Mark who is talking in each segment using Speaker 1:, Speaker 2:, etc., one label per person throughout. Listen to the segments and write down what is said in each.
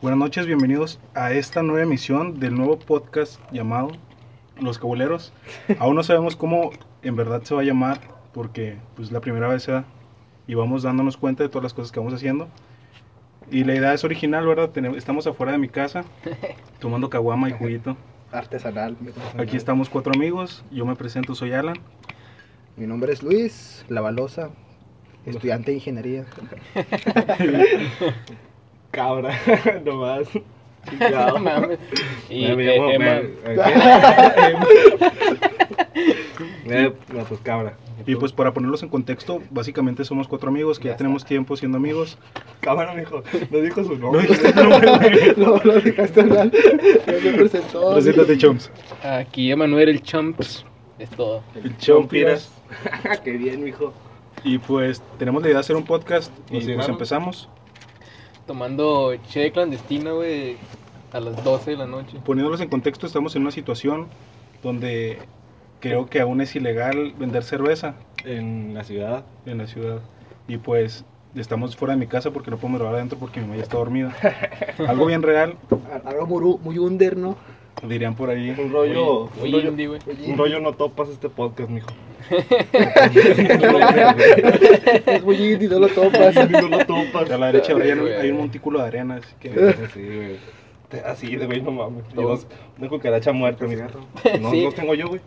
Speaker 1: Buenas noches, bienvenidos a esta nueva emisión del nuevo podcast llamado Los Cabuleros. Aún no sabemos cómo en verdad se va a llamar porque pues la primera vez sea y vamos dándonos cuenta de todas las cosas que vamos haciendo. Y la idea es original, ¿verdad? Tenem- Estamos afuera de mi casa tomando caguama y juguito.
Speaker 2: Artesanal.
Speaker 1: Aquí estamos cuatro amigos. Yo me presento, soy Alan.
Speaker 2: Mi nombre es Luis Lavalosa, estudiante de ingeniería.
Speaker 3: Cabra, nomás.
Speaker 4: No mames. Y
Speaker 3: me,
Speaker 4: eh,
Speaker 3: llamo- me-
Speaker 4: Emma,
Speaker 3: me- no, pues cabra.
Speaker 1: Y pues para ponerlos en contexto, básicamente somos cuatro amigos que ya,
Speaker 4: Ya
Speaker 1: tenemos tiempo siendo amigos.
Speaker 3: Cabra, mijo. No dijo su
Speaker 1: No
Speaker 3: nombre.
Speaker 1: dijiste tu nombre, güey.
Speaker 2: No, lo dejaste hablar. No me presentó.
Speaker 1: Preséntate, Chomps.
Speaker 4: aquí Emanuel el Chomps. Es todo.
Speaker 1: El Chompiras.
Speaker 3: Ah, Qué bien, mijo.
Speaker 1: Y pues tenemos la idea de hacer un podcast y
Speaker 3: Nos
Speaker 1: pues
Speaker 3: llegaron.
Speaker 1: empezamos
Speaker 4: Tomando che clandestina, güey, a las 12 de la noche.
Speaker 1: poniéndolos en contexto, estamos en una situación donde creo que aún es ilegal vender cerveza
Speaker 3: En la ciudad.
Speaker 1: en la ciudad. Y pues estamos fuera de mi casa porque no podemos grabar adentro porque mi mamá ya está dormida. Algo bien real,
Speaker 2: Algo muy, muy under, ¿no?
Speaker 1: dirían por ahí.
Speaker 3: Un
Speaker 4: Muy-
Speaker 3: rollo.
Speaker 4: muy
Speaker 3: un, rollo
Speaker 4: indie, güey.
Speaker 3: un rollo no topas este podcast, mijo.
Speaker 2: Es muy indie, no lo topas.
Speaker 3: no lo
Speaker 1: A
Speaker 3: topas.
Speaker 1: la derecha habría-
Speaker 4: Güey.
Speaker 1: hay un montículo de arena, así que
Speaker 3: Sí, güey. Así, de güey, no mames. Y dos- una cucaracha muerta, mijo. No,
Speaker 4: Sí.
Speaker 3: no tengo yo, güey.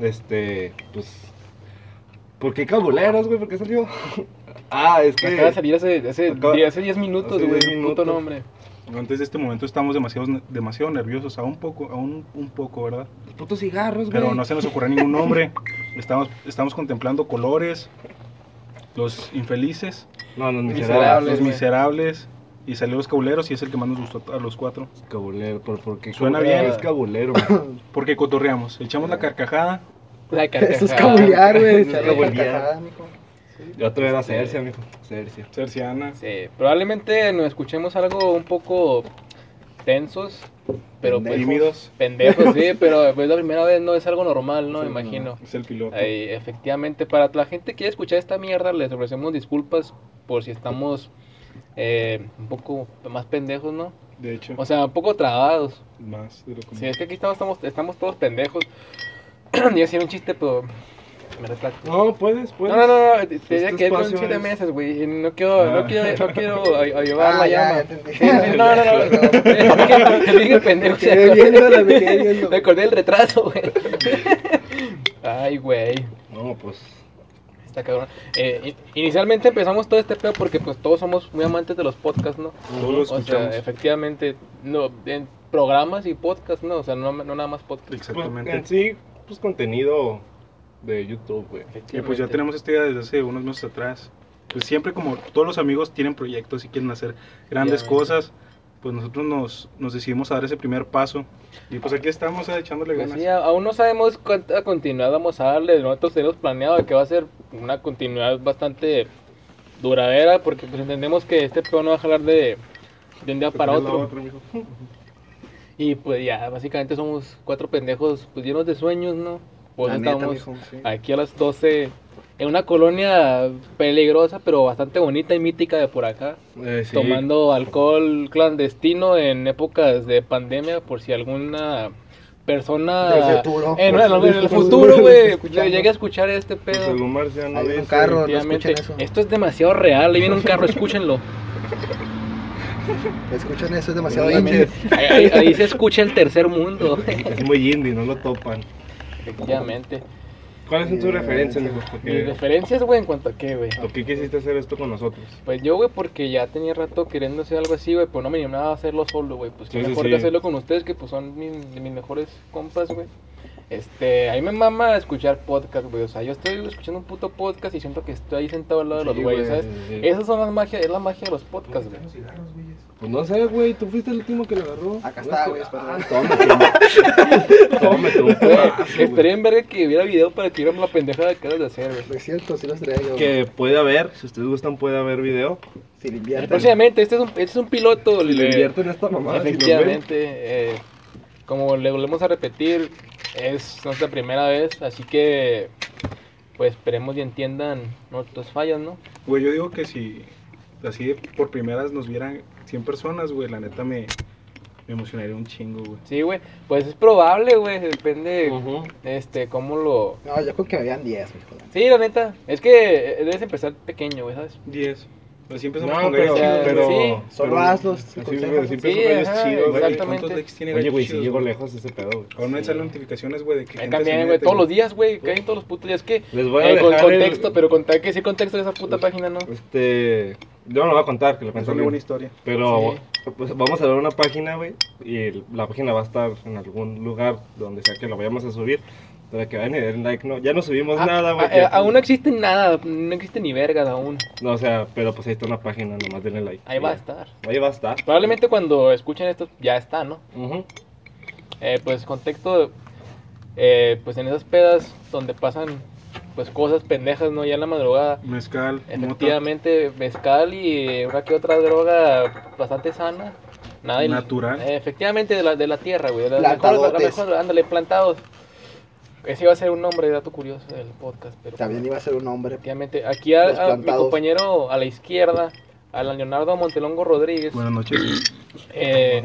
Speaker 3: Este, pues. ¿Por qué cabuleros, güey? ¿Por qué salió? Ah, es que.
Speaker 4: Acaba de salir hace, hace,
Speaker 3: Acaba-
Speaker 4: hace 10 minutos,
Speaker 3: hace
Speaker 4: güey.
Speaker 3: 10
Speaker 4: Puto
Speaker 3: minutos.
Speaker 4: nombre.
Speaker 1: antes de este momento estamos demasiado, demasiado nerviosos, aún poco, aún un poco, ¿verdad?
Speaker 3: Los putos cigarros, güey.
Speaker 1: Pero no se nos ocurre ningún nombre. Estamos, estamos contemplando colores, los infelices,
Speaker 3: No, los
Speaker 4: Miserables.
Speaker 3: miserables.
Speaker 1: los
Speaker 4: güey.
Speaker 1: miserables. Y salió los cabuleros y es el que más nos gustó a los cuatro.
Speaker 3: Cabulero, por, porque
Speaker 1: Suena
Speaker 3: cabulero
Speaker 1: bien.
Speaker 3: Es cabulero, güey.
Speaker 1: Porque cotorreamos, echamos la carcajada.
Speaker 4: La carcajada.
Speaker 2: Eso es cabulear, güey.
Speaker 3: Es
Speaker 2: Echarle
Speaker 3: cabulear.
Speaker 2: carcajada, mijo.
Speaker 3: Yo otra vez a
Speaker 4: Este-
Speaker 3: Cercia, mijo. Cercia.
Speaker 1: Cerciana.
Speaker 4: Sí, probablemente nos escuchemos algo un poco tensos, pero pues...
Speaker 1: Tímidos.
Speaker 4: Pendejos, sí, pero pues la primera vez no es algo normal, ¿no? Me imagino.
Speaker 1: Es el piloto.
Speaker 4: Ahí, efectivamente, para la gente que escuchar esta mierda, les ofrecemos disculpas por si estamos eh, un poco más pendejos, ¿no?
Speaker 1: De hecho,
Speaker 4: O sea, un poco trabados.
Speaker 1: más de lo común.
Speaker 4: Si es que aquí estamos, estamos, estamos todos pendejos. Yo hacía un chiste, pero me retracto.
Speaker 3: No, puedes, puedes.
Speaker 4: No, no, no, no, te tenía
Speaker 3: Pues, Este
Speaker 4: que ir con
Speaker 3: espacio
Speaker 4: siete
Speaker 3: es-
Speaker 4: meses, güey. y No quiero, no
Speaker 1: Ah.
Speaker 4: quiero, no quiero a- a llevar
Speaker 2: Ah, ya,
Speaker 4: la llama.
Speaker 2: ya entendí.
Speaker 4: Sí, sí, No, no, no. Te dije- Te dije
Speaker 2: Me
Speaker 4: pendejo.
Speaker 2: quedé viendo, la me quedé viendo.
Speaker 4: Me acordé del retraso, güey. Ay, güey.
Speaker 3: No, pues.
Speaker 4: Está cabrón. Eh, in- inicialmente empezamos todo este pedo porque pues todos somos muy amantes de los podcasts, ¿no?
Speaker 1: Todos lo
Speaker 4: O
Speaker 1: escuchamos.
Speaker 4: sea, efectivamente, no, en programas y podcasts, ¿no? O sea, no, no nada más podcasts.
Speaker 3: pues,
Speaker 1: Exactamente.
Speaker 3: en sí, pues contenido de YouTube, güey.
Speaker 1: Y pues ya tenemos esta idea desde hace unos meses atrás. Pues siempre como todos los amigos tienen proyectos y quieren hacer grandes
Speaker 4: Ya.
Speaker 1: cosas, pues nosotros nos, nos decidimos a dar ese primer paso. Y pues aquí estamos eh, echándole
Speaker 4: Pues,
Speaker 1: ganas.
Speaker 4: sí, a- aún no sabemos cuánta continuidad vamos a darle. Nosotros tenemos planeado que va a ser una continuidad bastante duradera porque pues entendemos que este pedo no va a jalar de, de un día para
Speaker 3: Pues, la
Speaker 4: otro.
Speaker 3: otra, mijo.
Speaker 4: Y pues ya, básicamente somos cuatro pendejos pues llenos de sueños, ¿no? Pues
Speaker 2: La neta,
Speaker 4: estamos...
Speaker 2: mijo, sí.
Speaker 4: aquí a las 12 en una colonia peligrosa pero bastante bonita y mítica de por acá
Speaker 3: Eh, sí.
Speaker 4: tomando alcohol clandestino en épocas de pandemia por si alguna persona
Speaker 2: Del futuro.
Speaker 4: en, en- en
Speaker 2: Del
Speaker 4: el
Speaker 2: futuro,
Speaker 4: futuro güey
Speaker 2: escuchando.
Speaker 4: llegue a escuchar este
Speaker 3: Pues
Speaker 4: pedo
Speaker 3: algún marciano
Speaker 2: Hay un
Speaker 3: dice-
Speaker 2: carro. no
Speaker 4: Efectivamente,
Speaker 2: escuchen eso.
Speaker 4: esto es demasiado real ahí viene un carro escúchenlo
Speaker 2: Escuchan eso, es demasiado
Speaker 3: No
Speaker 2: indie.
Speaker 3: mames,
Speaker 4: ahí, ahí- ahí se escucha el tercer mundo
Speaker 3: Es muy indie, no lo topan.
Speaker 4: efectivamente
Speaker 3: ¿Cuáles son tus
Speaker 2: Eh,
Speaker 3: referencias, mijo? Porque-
Speaker 4: mis referencias güey en cuanto a qué güey
Speaker 3: ¿Por qué quisiste hacer esto con nosotros?
Speaker 4: Pues yo, güey, porque ya tenía rato queriendo hacer algo así, güey, pues no me animaba a hacerlo solo, güey. Pues qué
Speaker 3: Sí, sí,
Speaker 4: mejor
Speaker 3: sí.
Speaker 4: que hacerlo con ustedes, que pues son mis, de mis mejores compas, güey. Este, ahí me mama escuchar podcast, güey. O sea, yo estoy escuchando un puto podcast y siento que estoy ahí sentado al lado de
Speaker 3: Sí,
Speaker 4: los güeyes,
Speaker 3: güey,
Speaker 4: ¿sabes?
Speaker 3: sí, sí.
Speaker 4: Esas son las magias, es la magia de los podcasts, güey.
Speaker 3: Pues no sé, güey, tú fuiste el último que lo agarró.
Speaker 2: Acá está, güey,
Speaker 3: Ah,
Speaker 2: espera.
Speaker 3: Tómate. Tómate un
Speaker 4: Güey,
Speaker 3: pedazo,
Speaker 4: Estaría
Speaker 3: güey.
Speaker 4: en verga que hubiera video para que viéramos la pendejada que acabas de hacer, güey.
Speaker 2: Es cierto, sí los traigo.
Speaker 3: Que puede haber, si ustedes gustan, puede haber video.
Speaker 2: Si le invierten.
Speaker 4: Próximamente, este es un, este es un piloto.
Speaker 3: Si
Speaker 4: le-
Speaker 3: le invierten a esta mamada, si nos ven,
Speaker 4: Efectivamente, eh, como le volvemos a repetir, es nuestra primera vez, así que pues esperemos y entiendan nuestros fallos, ¿no?
Speaker 1: Güey, yo digo que si, así de por primeras nos vieran 100 personas, güey, la neta me, me emocionaría un chingo, güey.
Speaker 4: Sí, güey. Pues es probable, güey. Depende,
Speaker 3: Ujú.
Speaker 4: este, cómo lo.
Speaker 2: No, yo creo que me vean 10, mijo.
Speaker 4: Sí, la neta. Es que eh, debes empezar pequeño, güey, ¿sabes?
Speaker 1: 10. Así empezamos
Speaker 3: No,
Speaker 1: con
Speaker 3: pero,
Speaker 1: likes chidos,
Speaker 3: pero,
Speaker 1: güey.
Speaker 4: Sí,
Speaker 2: solo
Speaker 3: pero-
Speaker 2: haz los
Speaker 3: así,
Speaker 2: consejos.
Speaker 3: güey, siempre
Speaker 4: Sí,
Speaker 3: son rayos
Speaker 4: ajá,
Speaker 3: chidos, güey.
Speaker 1: Güey, ¿Cuántos
Speaker 4: exactamente.
Speaker 1: likes tiene
Speaker 3: Oye,
Speaker 1: likes
Speaker 3: güey, si
Speaker 1: chidos,
Speaker 3: llego
Speaker 1: güey?
Speaker 3: lejos ese pedo, güey.
Speaker 1: Ahora me
Speaker 3: Sí.
Speaker 1: salen notificaciones, güey, de que
Speaker 4: Ahí
Speaker 1: gente
Speaker 4: también,
Speaker 1: se
Speaker 4: güey.
Speaker 1: mete,
Speaker 4: Todos los días, güey. Caen todos los putos días. Es que.
Speaker 3: Les voy a
Speaker 4: eh, con
Speaker 3: dejar el- Pues,
Speaker 4: contexto, pero con hay que decir contexto de esa puta página, ¿no?
Speaker 3: Este. Yo no lo voy a contar, que
Speaker 1: Me
Speaker 3: lo conté
Speaker 1: sale
Speaker 3: bien.
Speaker 1: buena historia.
Speaker 3: Pero pues, vamos a ver una página, güey. Y el- la página va a estar en algún lugar donde sea que la vayamos a subir. Para que vayan y den like, ¿no? Ya no subimos
Speaker 4: Ah,
Speaker 3: nada, güey.
Speaker 4: ah,
Speaker 3: que-
Speaker 4: eh, aún no existe nada, no existe ni vergas aún.
Speaker 3: No, o sea, pero pues ahí está una página, nomás denle like.
Speaker 4: Ahí va a estar.
Speaker 3: Ahí va a estar.
Speaker 4: Probablemente cuando escuchen esto ya está, ¿no?
Speaker 3: Ujú.
Speaker 4: Eh, pues contexto, eh, pues en esas pedas donde pasan pues cosas pendejas, ¿no? Ya en la madrugada.
Speaker 1: Mezcal, mota,
Speaker 4: Efectivamente, mezcal y una que otra droga bastante sana. Nada il-
Speaker 1: Natural.
Speaker 4: Eh, efectivamente, de la, de la tierra, güey. de la-
Speaker 2: Plantadotes.
Speaker 4: a lo mejor- ándale, plantados. Ese iba a ser un nombre, dato curioso del podcast. Pero
Speaker 2: También iba a ser un hombre.
Speaker 4: Efectivamente, aquí a-
Speaker 2: Los
Speaker 4: a mi
Speaker 2: plantados.
Speaker 4: compañero a la izquierda, a la Leonardo Montelongo Rodríguez,
Speaker 1: buenas noches.
Speaker 4: eh,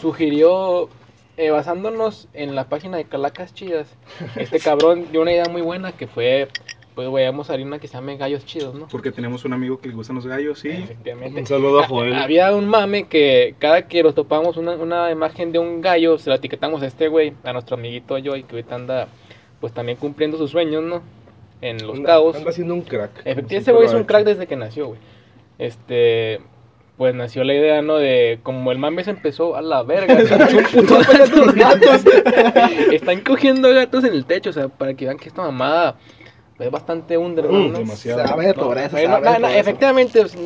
Speaker 4: sugirió, eh, basándonos en la página de Calacas Chidas, este cabrón dio una idea muy buena que fue, pues vayamos a una que se llame Gallos Chidos, ¿no?
Speaker 1: Porque tenemos un amigo que le gustan los gallos, sí.
Speaker 4: Efectivamente.
Speaker 3: Un saludo a Joel.
Speaker 4: Había un mame que cada que nos topamos una, una imagen de un gallo, se la etiquetamos a este güey, a nuestro amiguito Joy, que ahorita anda pues también cumpliendo sus sueños, ¿no? En Los
Speaker 3: Anda-
Speaker 4: Cabos.
Speaker 3: Anda haciendo un crack.
Speaker 4: Efectivamente,
Speaker 3: Siempre
Speaker 4: ese güey es
Speaker 3: lo ha
Speaker 4: un
Speaker 3: hecho.
Speaker 4: crack desde que nació, güey. Este. Pues nació la idea, ¿no? De como el mame se empezó a la verga. o sea, un puto gato, los gatos. Están cogiendo gatos en el techo, o sea, para que vean que esta mamada pues, es bastante underground,
Speaker 3: Mm,
Speaker 4: ¿no?
Speaker 1: demasiado.
Speaker 2: Sabe de
Speaker 4: No,
Speaker 2: pobreza,
Speaker 4: eh, no,
Speaker 2: sabe
Speaker 4: no,
Speaker 2: de
Speaker 4: no,
Speaker 2: pobreza.
Speaker 4: efectivamente, pues,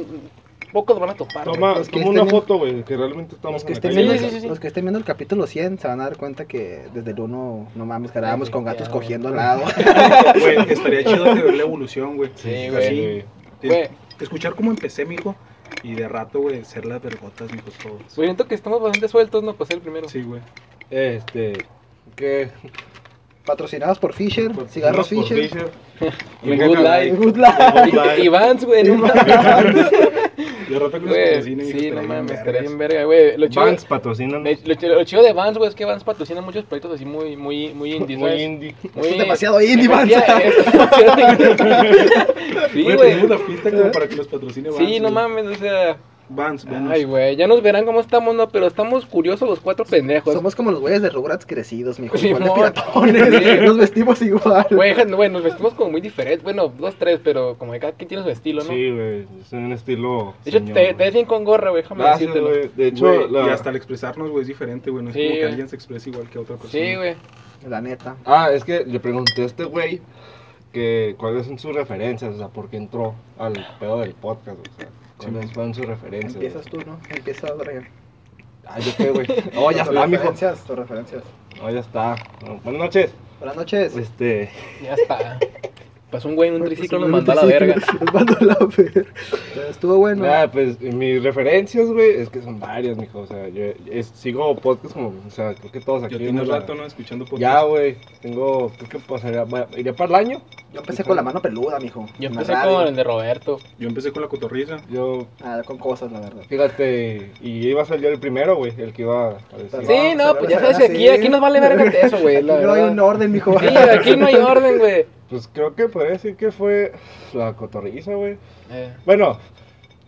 Speaker 4: pocos van a topar. güey.
Speaker 3: Toma,
Speaker 2: Los que
Speaker 3: toma
Speaker 2: estén
Speaker 3: una
Speaker 2: en-
Speaker 3: foto, güey, que realmente estamos
Speaker 2: Los que,
Speaker 3: en la
Speaker 2: estén
Speaker 3: calle.
Speaker 2: viendo,
Speaker 4: Sí, sí, sí, sí.
Speaker 2: los que estén viendo el capítulo 100 se van a dar cuenta que desde el 1, no mames, grabábamos con gatos cogiendo al lado.
Speaker 1: Güey, estaría chido de ver la evolución, güey.
Speaker 4: Sí,
Speaker 1: güey.
Speaker 3: Sí,
Speaker 1: Es-
Speaker 4: Güey.
Speaker 1: Escuchar cómo empecé, mijo, y de rato, güey, ser las vergotas, mijo, todos.
Speaker 4: Güey, siento que estamos bastante sueltos, ¿no? Pues el primero.
Speaker 1: Sí, güey.
Speaker 3: Este. Que.
Speaker 2: Patrocinados por Fisher, cigarros
Speaker 3: por
Speaker 2: Fisher.
Speaker 3: Fisher.
Speaker 4: Y Good Life.
Speaker 2: Good Life.
Speaker 4: Y, y Vans, güey, no mames.
Speaker 1: De rato que nos
Speaker 4: Güey,
Speaker 1: patrocinen, mijo,
Speaker 4: Sí,
Speaker 1: estaría bien
Speaker 4: no mames,
Speaker 1: vergas.
Speaker 4: estaría bien verga, güey. Lo chido-
Speaker 3: Vans patrocinan.
Speaker 4: De- Lo, chido- lo chido de Vans, güey, es que Vans patrocina muchos proyectos así muy, muy, muy indies,
Speaker 3: Muy
Speaker 4: ¿sabes?
Speaker 3: indie.
Speaker 4: Muy-
Speaker 2: Es demasiado indie, Vans.
Speaker 4: Efectiva- es- sí,
Speaker 1: Güey,
Speaker 4: güey.
Speaker 1: tenemos la pinta como para que los patrocine Vans.
Speaker 4: Sí, no
Speaker 1: güey.
Speaker 4: mames, o sea.
Speaker 1: Vans, venos.
Speaker 4: Ay, güey, ya nos verán cómo estamos, no, pero estamos curiosos los cuatro pendejos.
Speaker 2: Somos como los güeyes de Rugrats crecidos, mijo.
Speaker 4: Sí,
Speaker 2: igual de
Speaker 4: mo.
Speaker 2: piratones.
Speaker 4: Sí.
Speaker 2: Nos vestimos igual.
Speaker 4: Güey, ja- güey, nos vestimos como muy diferentes. Bueno, dos, tres, pero como que cada quien tiene su estilo, ¿no?
Speaker 3: Sí, güey. Es un estilo.
Speaker 4: De hecho,
Speaker 3: señor,
Speaker 4: te,
Speaker 3: güey.
Speaker 4: te ves bien con gorra, güey, déjame
Speaker 3: Gracias,
Speaker 4: decírtelo.
Speaker 3: güey. De hecho,
Speaker 1: Güey,
Speaker 3: la-
Speaker 1: y hasta al expresarnos, güey, es diferente, güey. No es
Speaker 4: Sí,
Speaker 1: como que
Speaker 4: güey.
Speaker 1: alguien se expresa igual que otra persona.
Speaker 4: Sí, güey.
Speaker 2: La neta.
Speaker 3: Ah, es que le pregunté a este güey que cuáles son sus referencias, o sea, por qué entró al pedo del podcast, o sea, cuáles fueron sus referencias. güey.
Speaker 2: Empiezas tú, ¿no? Empieza Brian.
Speaker 3: Ah, yo qué, güey. Oh, ya
Speaker 2: Tus
Speaker 3: está, mijo.
Speaker 2: referencias, tus referencias.
Speaker 3: Oh, ya está. No, buenas noches.
Speaker 2: Buenas noches.
Speaker 3: Este,
Speaker 4: Ya está. Pasó un güey en Pues, un
Speaker 2: Bueno,
Speaker 4: triciclo, nos
Speaker 2: pues,
Speaker 4: mandó a la
Speaker 2: sí,
Speaker 4: verga.
Speaker 2: Nos mandó a la verga. Estuvo bueno.
Speaker 3: nada, pues mis referencias, güey, es que son varias, mijo. O sea, yo es- sigo podcast como, o sea, creo que todos aquí.
Speaker 1: Yo tengo
Speaker 3: ¿no? La-
Speaker 1: rato, ¿no? Escuchando podcast.
Speaker 3: Ya, güey. Tengo, creo que pasaría, va- iría para el año.
Speaker 2: Yo empecé con la mano peluda, mijo.
Speaker 4: Yo
Speaker 2: En la
Speaker 4: empecé
Speaker 2: radio.
Speaker 4: con el de Roberto.
Speaker 1: Yo empecé con la cotorriza.
Speaker 3: Yo,
Speaker 2: Ah, con cosas, la verdad.
Speaker 3: fíjate, y iba a ser yo el primero, güey, el que iba a decir.
Speaker 2: Pero vamos
Speaker 4: Sí,
Speaker 2: a
Speaker 4: no,
Speaker 2: ver
Speaker 4: pues
Speaker 2: la
Speaker 4: ya sabes, que
Speaker 2: semana,
Speaker 4: aquí,
Speaker 2: sí.
Speaker 4: aquí nos vale verga eso, güey.
Speaker 2: Aquí
Speaker 4: la
Speaker 2: no hay
Speaker 4: verdad.
Speaker 2: un orden, mijo.
Speaker 4: Sí, aquí no hay orden, güey.
Speaker 3: Pues creo que podría decir que fue la cotorriza, güey.
Speaker 4: Eh,
Speaker 3: Bueno,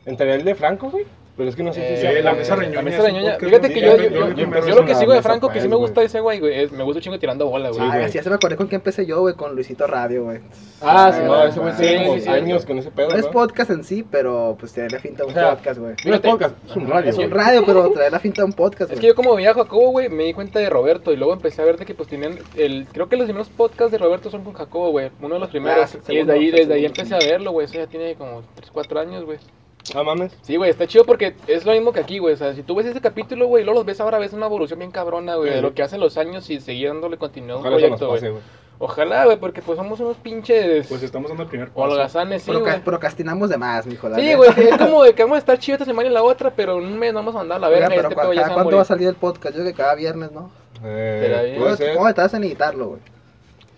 Speaker 3: entraría el de Franco, güey. Pero es que no sé si
Speaker 4: eh,
Speaker 3: sea
Speaker 1: la mesa
Speaker 4: eh,
Speaker 1: reñoña
Speaker 4: La mesa
Speaker 1: es un
Speaker 4: reñoña.
Speaker 1: podcast
Speaker 4: Fíjate
Speaker 3: muy
Speaker 4: que yo, yo,
Speaker 3: diferente,
Speaker 4: yo,
Speaker 3: yo
Speaker 4: yo
Speaker 3: creo que es
Speaker 4: lo que
Speaker 3: una
Speaker 4: sigo de
Speaker 3: mesa
Speaker 4: Franco, que sí
Speaker 3: pues,
Speaker 4: me
Speaker 3: güey.
Speaker 4: gusta ese güey, güey. es- Me gusta un chingo tirando bola, güey.
Speaker 3: Sí,
Speaker 2: Ah,
Speaker 3: güey.
Speaker 2: sí, ya se me acordé con quién empecé yo, güey, con Luisito Radio, güey.
Speaker 3: Ah, sí,
Speaker 4: Ah,
Speaker 3: no, ese güey
Speaker 4: sí,
Speaker 3: tiene como
Speaker 4: sí, sí.
Speaker 3: años con ese pedo,
Speaker 2: No es
Speaker 3: ¿no?
Speaker 2: podcast en sí, pero pues tiene la finta de un
Speaker 3: O sea,
Speaker 2: podcast, güey.
Speaker 3: No es
Speaker 4: Fíjate.
Speaker 3: podcast, es un radio,
Speaker 2: Es un
Speaker 3: güey.
Speaker 2: radio, pero trae la finta de un podcast,
Speaker 4: Es que
Speaker 2: güey.
Speaker 4: yo como veía a Jacobo, güey, me di cuenta de Roberto y luego empecé a ver de que pues tenían el creo que los primeros podcasts de Roberto son con Jacobo, güey, uno de los
Speaker 2: Ah,
Speaker 4: primeros.
Speaker 2: es el
Speaker 4: y
Speaker 2: segundo,
Speaker 4: desde ahí
Speaker 2: es el
Speaker 4: desde ahí
Speaker 2: segundo.
Speaker 4: empecé a verlo, güey, eso ya tiene como 3, 4 años, güey.
Speaker 3: Ah, mames.
Speaker 4: Sí, güey, está chido porque es lo mismo que aquí, güey. O sea, si tú ves ese capítulo, güey, y luego los ves ahora, ves una evolución bien cabrona, güey, de
Speaker 3: Sí.
Speaker 4: lo que hacen los años y seguir dándole continuidad a un
Speaker 3: Ojalá se nos
Speaker 4: proyecto,
Speaker 3: pase,
Speaker 4: güey.
Speaker 3: güey.
Speaker 4: Ojalá, güey, porque pues somos unos pinches
Speaker 1: Pues estamos dando el primer paso.
Speaker 4: holgazanes, sí,
Speaker 2: Proca-
Speaker 4: güey.
Speaker 2: Procrastinamos de más, mijo. la
Speaker 4: Sí,
Speaker 2: neta.
Speaker 4: güey, es como de que vamos a estar chido esta semana y la otra, pero en un mes vamos a andar a la
Speaker 2: Oiga,
Speaker 4: verga y
Speaker 2: pero
Speaker 4: este
Speaker 2: cua-
Speaker 4: pedo ya
Speaker 2: cada-
Speaker 4: se va a
Speaker 2: ¿cuándo va a
Speaker 4: morir.
Speaker 2: salir el podcast? Yo creo que cada viernes, ¿no?
Speaker 3: Eh,
Speaker 4: Será bien.
Speaker 3: puede
Speaker 2: ¿Cómo,
Speaker 3: ser.
Speaker 2: cómo te hacen editarlo, güey?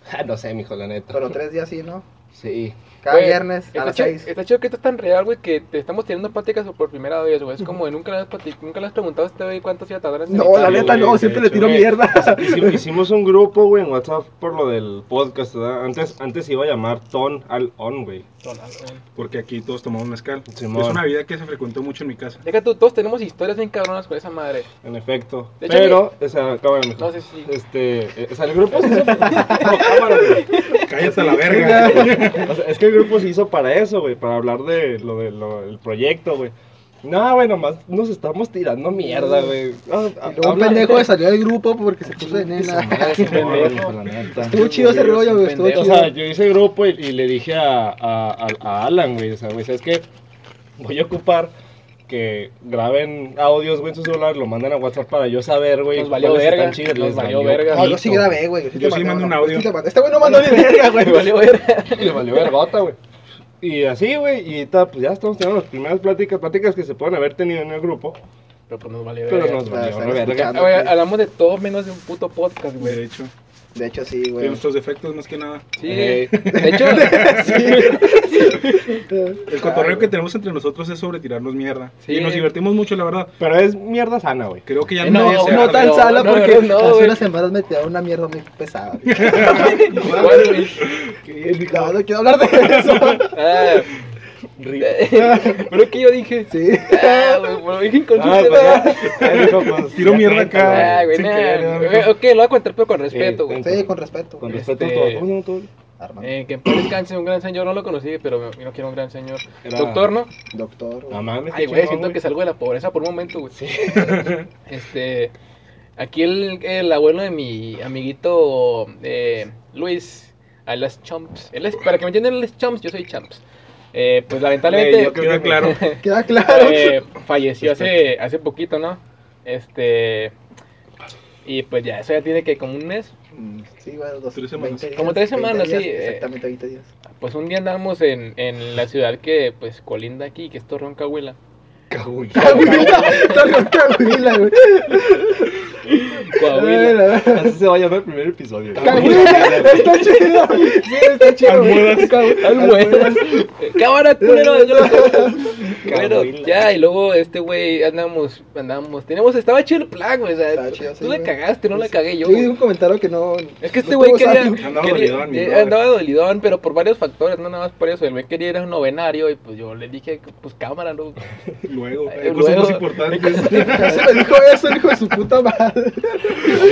Speaker 3: No sé, mijo, la neta.
Speaker 2: Pero tres días sí, ¿no? Sí. Cada
Speaker 4: Güey, este
Speaker 2: viernes a
Speaker 4: está
Speaker 2: las
Speaker 4: chido-
Speaker 2: 6.
Speaker 4: Está chido que esto es tan real, güey, que te estamos teniendo pláticas por primera vez, güey. Es como de nunca le has, plati- nunca le has preguntado a este güey cuántos iba a tardar en
Speaker 2: No,
Speaker 4: editarlo,
Speaker 2: la neta
Speaker 4: güey.
Speaker 2: no,
Speaker 3: de
Speaker 2: siempre le
Speaker 3: hecho,
Speaker 2: tiro
Speaker 3: güey.
Speaker 2: mierda.
Speaker 3: Hicimos, hicimos un grupo, güey, en WhatsApp por lo del podcast, ¿verdad? Antes, antes iba a llamar Ton al On, güey.
Speaker 4: Tonal, güey.
Speaker 1: Porque aquí todos tomamos mezcal.
Speaker 3: Simón.
Speaker 1: Es una vida que se frecuentó mucho en mi casa.
Speaker 4: Deja tú, todos tenemos historias bien cabronas con esa madre.
Speaker 3: En efecto.
Speaker 4: De hecho,
Speaker 3: Pero, o sea, cámara, mijo.
Speaker 4: No sé si-
Speaker 3: Este, eh, o sea, el grupo se hizo. No, cámara, güey.
Speaker 1: Cállate a la verga.
Speaker 3: O sea, es que el grupo se hizo para eso, güey, para hablar de lo del proyecto, güey. No, güey, nomás nos estamos tirando mierda, güey. Ah, ah,
Speaker 2: Y luego un
Speaker 3: habla-
Speaker 2: pendejo de salió del grupo porque se puso de nena. Estuvo chido ese rollo, güey. Estuvo
Speaker 4: pendejo.
Speaker 3: Eh, O
Speaker 2: chido.
Speaker 3: sea, yo hice grupo y, y le dije a, a- a- a Alan, güey, o sea, güey, ¿sabes qué? Voy a ocupar que graben audios, güey, en su celular, lo mandan a WhatsApp para yo saber, güey.
Speaker 4: Nos valió
Speaker 3: cuáles
Speaker 4: verga,
Speaker 3: están chidos,
Speaker 4: nos
Speaker 3: les
Speaker 4: valió verga.
Speaker 2: No, yo sí grabé, güey.
Speaker 1: Yo sí mando un audio.
Speaker 2: Este güey no mandó ni verga, güey.
Speaker 4: Vale, güey.
Speaker 3: Y le valió vergota, güey. Y así, güey, y ahorita, pues ya estamos teniendo las primeras pláticas, pláticas que se pueden haber tenido en el grupo,
Speaker 4: Pero pues nos vale
Speaker 3: pero
Speaker 4: verga.
Speaker 3: nos valió
Speaker 2: están
Speaker 3: una verga.
Speaker 2: escuchando.
Speaker 4: Ah, güey, hablamos de todo menos de un puto podcast,
Speaker 1: De
Speaker 4: güey.
Speaker 1: hecho,
Speaker 2: De hecho, sí,
Speaker 1: de
Speaker 2: güey.
Speaker 1: nuestros defectos más que nada.
Speaker 4: Sí,
Speaker 3: Ey.
Speaker 4: de hecho,
Speaker 1: El cotorreo que tenemos entre nosotros es sobre tirarnos mierda.
Speaker 4: Sí.
Speaker 1: Y nos divertimos mucho, la verdad.
Speaker 3: Pero es mierda sana, güey.
Speaker 1: Creo que ya
Speaker 4: Eh,
Speaker 1: no,
Speaker 4: no,
Speaker 1: nadie se
Speaker 2: No
Speaker 1: arde.
Speaker 2: tan
Speaker 4: pero-
Speaker 2: sala
Speaker 4: no,
Speaker 2: porque
Speaker 4: pero no,
Speaker 2: hace
Speaker 4: güey.
Speaker 2: unas semanas me tiraron una mierda muy pesada. güey.
Speaker 4: ¿cuál, güey?
Speaker 2: No, no quiero hablar de eso.
Speaker 4: Ah, Eh, Pero que yo dije.
Speaker 2: Sí.
Speaker 4: Ah, güey, bueno, dije
Speaker 3: Ah,
Speaker 4: inconsciente,
Speaker 3: pues ya.
Speaker 4: ¿verdad?
Speaker 3: Ay, hijo, pues,
Speaker 1: Tiro
Speaker 3: ya
Speaker 1: mierda
Speaker 3: cuenta,
Speaker 1: acá.
Speaker 4: Ah, güey,
Speaker 3: Sin
Speaker 4: nah,
Speaker 3: querer,
Speaker 4: güey,
Speaker 3: güey.
Speaker 4: Ok, lo voy a contar, pero con respeto, güey.
Speaker 3: ten-
Speaker 2: Sí, con respeto.
Speaker 3: Con
Speaker 2: güey.
Speaker 3: respeto
Speaker 4: Este-
Speaker 3: a todos. Uno, todos.
Speaker 2: Armando.
Speaker 4: Eh, que en paz descanse un gran señor, no lo conocí, pero me- no quiero un gran señor.
Speaker 3: Era-
Speaker 4: Doctor, ¿no?
Speaker 2: Doctor. güey.
Speaker 3: No mames.
Speaker 4: Ay,
Speaker 3: qué
Speaker 4: Este güey,
Speaker 3: chingón,
Speaker 4: siento que salgo de la pobreza por un momento, güey. Este, aquí el, el abuelo de mi amiguito eh, Luis, a las chumps. Él es, para que me entiendan, él es chumps, yo soy chumps. Eh, pues lamentablemente
Speaker 3: Güey, yo creo
Speaker 1: Queda claro.
Speaker 2: Queda claro.
Speaker 4: eh, falleció hace, hace poquito, ¿no? Este, y pues ya, eso ya tiene que como un mes.
Speaker 2: Mm, Sí, güey, dos,
Speaker 1: Tres semanas.
Speaker 2: 20 días,
Speaker 4: Como tres
Speaker 2: 20
Speaker 4: semanas,
Speaker 2: días,
Speaker 4: sí, eh.
Speaker 2: Exactamente, 20 días.
Speaker 4: Pues un día andamos en, en la ciudad que pues colinda aquí, que es Torreón Cahuila.
Speaker 3: Cagüey.
Speaker 2: Torreón Cahuila, güey.
Speaker 4: Coahuila.
Speaker 3: Así se va a llamar el primer episodio.
Speaker 2: Cahuila, está chido. Sí, está chido.
Speaker 1: Almohadas.
Speaker 4: Almueras. Cámara, culero. yo lo- Bueno,
Speaker 3: Cahuila.
Speaker 4: ya, y luego este güey andamos, andamos, tenemos, estaba chido el plan, güey, o sea,
Speaker 2: Estaba chido, sí,
Speaker 4: tú le
Speaker 2: güey.
Speaker 4: cagaste, no la cagué yo.
Speaker 2: Yo vi
Speaker 4: güey.
Speaker 2: un comentario que no.
Speaker 4: Es que este
Speaker 2: no
Speaker 4: güey
Speaker 2: tuvo
Speaker 4: quería,
Speaker 2: sano.
Speaker 1: Andaba
Speaker 4: quería-
Speaker 1: dolidón, mi
Speaker 4: eh,
Speaker 1: brother.
Speaker 4: andaba dolidón, pero por varios factores, no nada más por eso, el güey quería ir a un novenario y pues yo le dije, pues cámara, no.
Speaker 1: Luego, hay
Speaker 4: Luego.
Speaker 1: cosas más importantes.
Speaker 2: Casi me dijo eso, el hijo de su puta madre.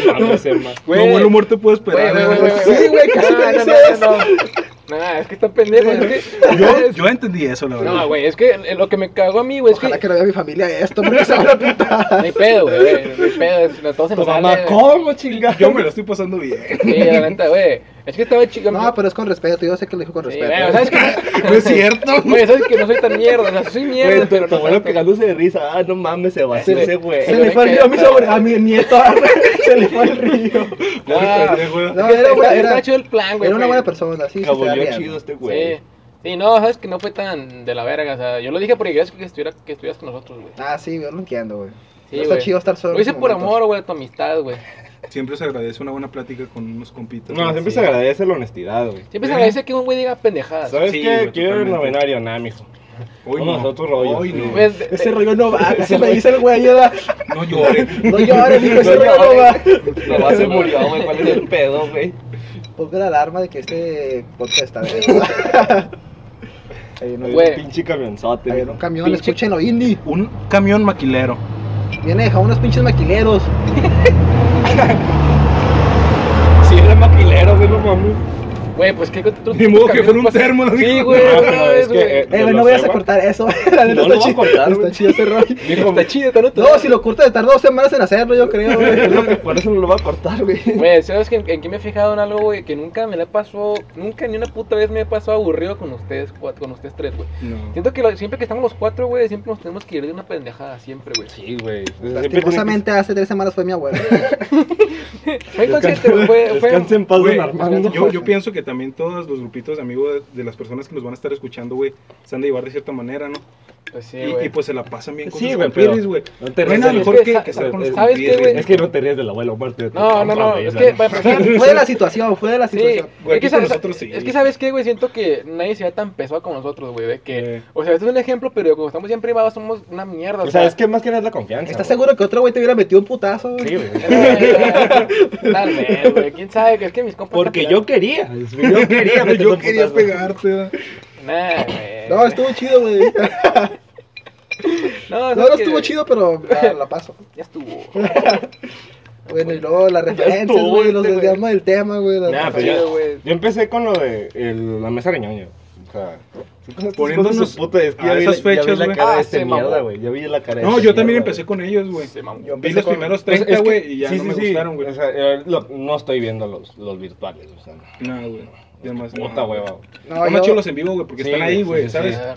Speaker 3: Vamos a hacer más.
Speaker 1: No, buen humor te puede
Speaker 4: Güey,
Speaker 1: esperar.
Speaker 4: güey,
Speaker 1: ¿eh?
Speaker 4: güey, güey,
Speaker 2: Sí, güey, casi
Speaker 4: no,
Speaker 2: me
Speaker 4: no,
Speaker 2: dice
Speaker 4: no, no, no. Nah, es que está pendejo, es que...
Speaker 1: Yo, yo entendí eso, la verdad.
Speaker 4: No, güey, es que lo que me cagó a mí, güey, es
Speaker 2: Ojalá
Speaker 4: que...
Speaker 2: que no vea mi familia esto, porque se va la puta.
Speaker 4: No hay pedo, güey, no hay pedo, es- no, todo se
Speaker 3: Tu
Speaker 4: nos
Speaker 3: Pues mamá,
Speaker 4: sale, güey.
Speaker 3: ¿cómo chingada?
Speaker 1: Yo me lo estoy pasando bien.
Speaker 4: Sí, la neta, güey, es que estaba chico...
Speaker 2: No, pero es con respeto, yo sé que lo dijo con
Speaker 4: Sí,
Speaker 2: respeto.
Speaker 4: bueno, ¿sabes qué?
Speaker 1: No es cierto.
Speaker 4: Güey, sabes que no soy tan mierda, o sea, soy mierda,
Speaker 3: Güey, tu,
Speaker 4: pero
Speaker 3: tu
Speaker 4: no
Speaker 3: abuelo
Speaker 4: tanto.
Speaker 3: cagándose de risa. Ah, no mames, se va a hacer
Speaker 4: Sí,
Speaker 3: ese
Speaker 2: Se
Speaker 3: güey.
Speaker 2: le fue el río a mi sobrino, a mi nieto, se le fue el río.
Speaker 1: Pobre
Speaker 4: Ah.
Speaker 1: pendejo, ¿eh?
Speaker 2: No, era, buena,
Speaker 4: Está- está- está
Speaker 2: era,
Speaker 4: chido el plan, güey.
Speaker 2: era una
Speaker 4: fue-
Speaker 2: buena persona, sí, sí, se la
Speaker 3: Cabuleó
Speaker 2: ría.
Speaker 3: chido este güey.
Speaker 4: Sí. Sí, no, sabes que no fue tan de la verga, o sea, yo lo dije porque querías que estuviera que estuvieras con nosotros, güey.
Speaker 2: Ah, sí, yo lo entiendo, güey.
Speaker 4: Sí,
Speaker 2: No está
Speaker 4: güey.
Speaker 2: chido estar solo.
Speaker 4: Lo hice
Speaker 2: en
Speaker 4: por
Speaker 2: momentos.
Speaker 4: amor, güey, a tu amistad, güey.
Speaker 1: Siempre se agradece una buena plática con unos compitas.
Speaker 3: No, siempre se agradece la honestidad, güey.
Speaker 4: Siempre se agradece que un güey diga pendejadas.
Speaker 3: ¿Sabes
Speaker 1: Sí,
Speaker 3: qué?
Speaker 1: güey,
Speaker 3: Quiero el
Speaker 1: totalmente.
Speaker 3: novenario, nah, mijo.
Speaker 1: Hoy
Speaker 3: Vamos a
Speaker 1: no.
Speaker 3: otro rollo.
Speaker 1: Hoy no.
Speaker 4: Pues, de-
Speaker 2: Ese
Speaker 4: de-
Speaker 2: rollo no va, casi me dice el güey, ayuda.
Speaker 1: No llores.
Speaker 2: No llores, dijo, ese
Speaker 3: No
Speaker 2: rollo no va.
Speaker 3: La mamá se murió, güey. ¿Cuál es el pedo, güey?
Speaker 2: Ponga la alarma de que este podcast está de Ahí en un,
Speaker 4: Güey.
Speaker 3: Pinche camionzote.
Speaker 2: ahí en un
Speaker 3: güey.
Speaker 2: camión,
Speaker 4: Pinche-
Speaker 2: escúchenlo, indie.
Speaker 1: Un camión maquilero.
Speaker 2: Viene a unos pinches maquileros.
Speaker 3: Sí, era maquilero, güey, no mames.
Speaker 4: Güey, pues qué tú- tú-
Speaker 1: Ni modo
Speaker 4: tus
Speaker 1: que fuera un
Speaker 4: camiones pasan-
Speaker 1: termo, ¿no?
Speaker 4: Sí, güey,
Speaker 3: No,
Speaker 4: no,
Speaker 3: pero
Speaker 4: es
Speaker 3: es que,
Speaker 4: güey.
Speaker 3: eh,
Speaker 2: Eh, güey,
Speaker 3: lo
Speaker 2: no vayas a
Speaker 3: sepa.
Speaker 2: cortar eso. La neta
Speaker 3: No lo
Speaker 2: está
Speaker 3: voy a
Speaker 2: chido.
Speaker 3: cortar,
Speaker 2: Está
Speaker 3: güey.
Speaker 2: chido ese rollo.
Speaker 3: Dijo,
Speaker 4: Está chido, está no
Speaker 2: No, si lo corta, tardó dos semanas en hacerlo, yo creo, güey.
Speaker 3: Por eso no lo va a cortar, güey.
Speaker 4: Güey, ¿sabes que en, en qué me he fijado en algo, güey? Que nunca me la pasó, nunca ni una puta vez me he pasado aburrido con ustedes, cuat- con ustedes tres, güey.
Speaker 1: No.
Speaker 4: Siento que lo- siempre que estamos los cuatro, güey, siempre nos tenemos que ir de una pendejada, siempre, güey.
Speaker 3: Sí, güey.
Speaker 2: Lastimosamente, hace tres semanas fue mi abuelo.
Speaker 4: Fue inconsciente, güey, fue, fue,
Speaker 3: Descansa en paz,
Speaker 1: Güey,
Speaker 3: don Armando.
Speaker 1: yo, yo pienso que también todos los grupitos de amigos de, de las personas que nos van a estar escuchando, güey, se han de llevar de cierta manera, ¿no?
Speaker 4: Pues sí,
Speaker 1: y,
Speaker 4: güey.
Speaker 1: y, pues se la pasan bien con
Speaker 3: Sí,
Speaker 1: sus
Speaker 3: güey,
Speaker 1: compiris,
Speaker 3: pero-
Speaker 1: güey.
Speaker 3: No te
Speaker 1: No hay
Speaker 3: rías
Speaker 1: nada
Speaker 3: de-
Speaker 1: mejor
Speaker 4: es
Speaker 1: que,
Speaker 4: que
Speaker 1: que,
Speaker 4: sa-
Speaker 1: estar con
Speaker 3: es-
Speaker 1: sus
Speaker 4: ¿sabes
Speaker 1: compiris,
Speaker 4: qué, güey?
Speaker 1: güey.
Speaker 3: Es que no te rías de la abuela muerte de tu
Speaker 4: No, no,
Speaker 3: compa,
Speaker 4: no.
Speaker 3: güey,
Speaker 4: Es
Speaker 3: o sea,
Speaker 4: que, para empezar,
Speaker 2: Fue de la situación, fue de la
Speaker 4: Sí,
Speaker 2: situación.
Speaker 1: Güey,
Speaker 4: es, que
Speaker 1: aquí con
Speaker 4: sabes,
Speaker 1: nosotros sí.
Speaker 4: es que sabes qué, güey, siento que nadie se da tan pesado como nosotros, güey, de que... O sea, esto es un ejemplo, pero como estamos bien privados somos una mierda.
Speaker 3: O sea, es que más que nada es la confianza.
Speaker 2: ¿Estás
Speaker 3: güey.
Speaker 2: seguro que otro güey te hubiera metido un putazo? güey?
Speaker 3: Sí, güey.
Speaker 4: Tal vez, güey. ¿Quién sabe? Es que mis compas...
Speaker 3: Porque
Speaker 4: están
Speaker 3: yo quería. Yo quería. meter Pues
Speaker 1: Yo
Speaker 3: un
Speaker 1: quería
Speaker 3: putazo.
Speaker 1: pegarte, güey.
Speaker 4: peleando. Nah, güey.
Speaker 2: No, estuvo chido, güey. No,
Speaker 4: No,
Speaker 2: no estuvo chido, pero ah, la paso.
Speaker 4: Ya estuvo.
Speaker 2: Bueno, y luego las referencias,
Speaker 3: estuvo
Speaker 2: güey,
Speaker 3: este,
Speaker 2: los
Speaker 3: güey.
Speaker 2: desviamos del tema, güey. las-
Speaker 3: Nah,
Speaker 4: Está
Speaker 3: pues, pero
Speaker 4: chido,
Speaker 3: yo,
Speaker 4: güey.
Speaker 3: yo empecé con lo de el- la mesa reñoña. O sea, son cosas-
Speaker 1: Poniéndonos
Speaker 3: cosas de puta, es que
Speaker 1: a
Speaker 3: ya vi la-
Speaker 1: esas
Speaker 3: ya vi
Speaker 1: fechas,
Speaker 3: la
Speaker 1: güey.
Speaker 3: cara de
Speaker 4: Ah,
Speaker 3: este
Speaker 4: se mamó.
Speaker 3: mierda, güey. Ya vi la cara de
Speaker 1: No,
Speaker 3: este
Speaker 1: yo también
Speaker 3: mierda,
Speaker 1: empecé
Speaker 3: güey.
Speaker 1: con ellos, güey.
Speaker 4: Se mamó.
Speaker 2: Yo
Speaker 1: Vi
Speaker 2: empecé
Speaker 1: los
Speaker 2: con-
Speaker 1: primeros
Speaker 3: Pues,
Speaker 1: 30,
Speaker 3: es que-
Speaker 1: güey, y ya
Speaker 3: sí,
Speaker 1: no
Speaker 3: sí,
Speaker 1: me
Speaker 3: sí.
Speaker 1: gustaron, güey.
Speaker 3: O sea, eh, lo- no estoy viendo los, los virtuales, o sea,
Speaker 1: Nah, güey. Es más,
Speaker 3: puta
Speaker 1: no.
Speaker 3: hueva. güey.
Speaker 2: No,
Speaker 1: Está más
Speaker 2: yo-
Speaker 1: chido los en vivo, güey, porque
Speaker 3: Sí,
Speaker 1: están ahí,
Speaker 3: sí,
Speaker 1: güey,
Speaker 3: sí,
Speaker 1: ¿sabes?
Speaker 4: Ya.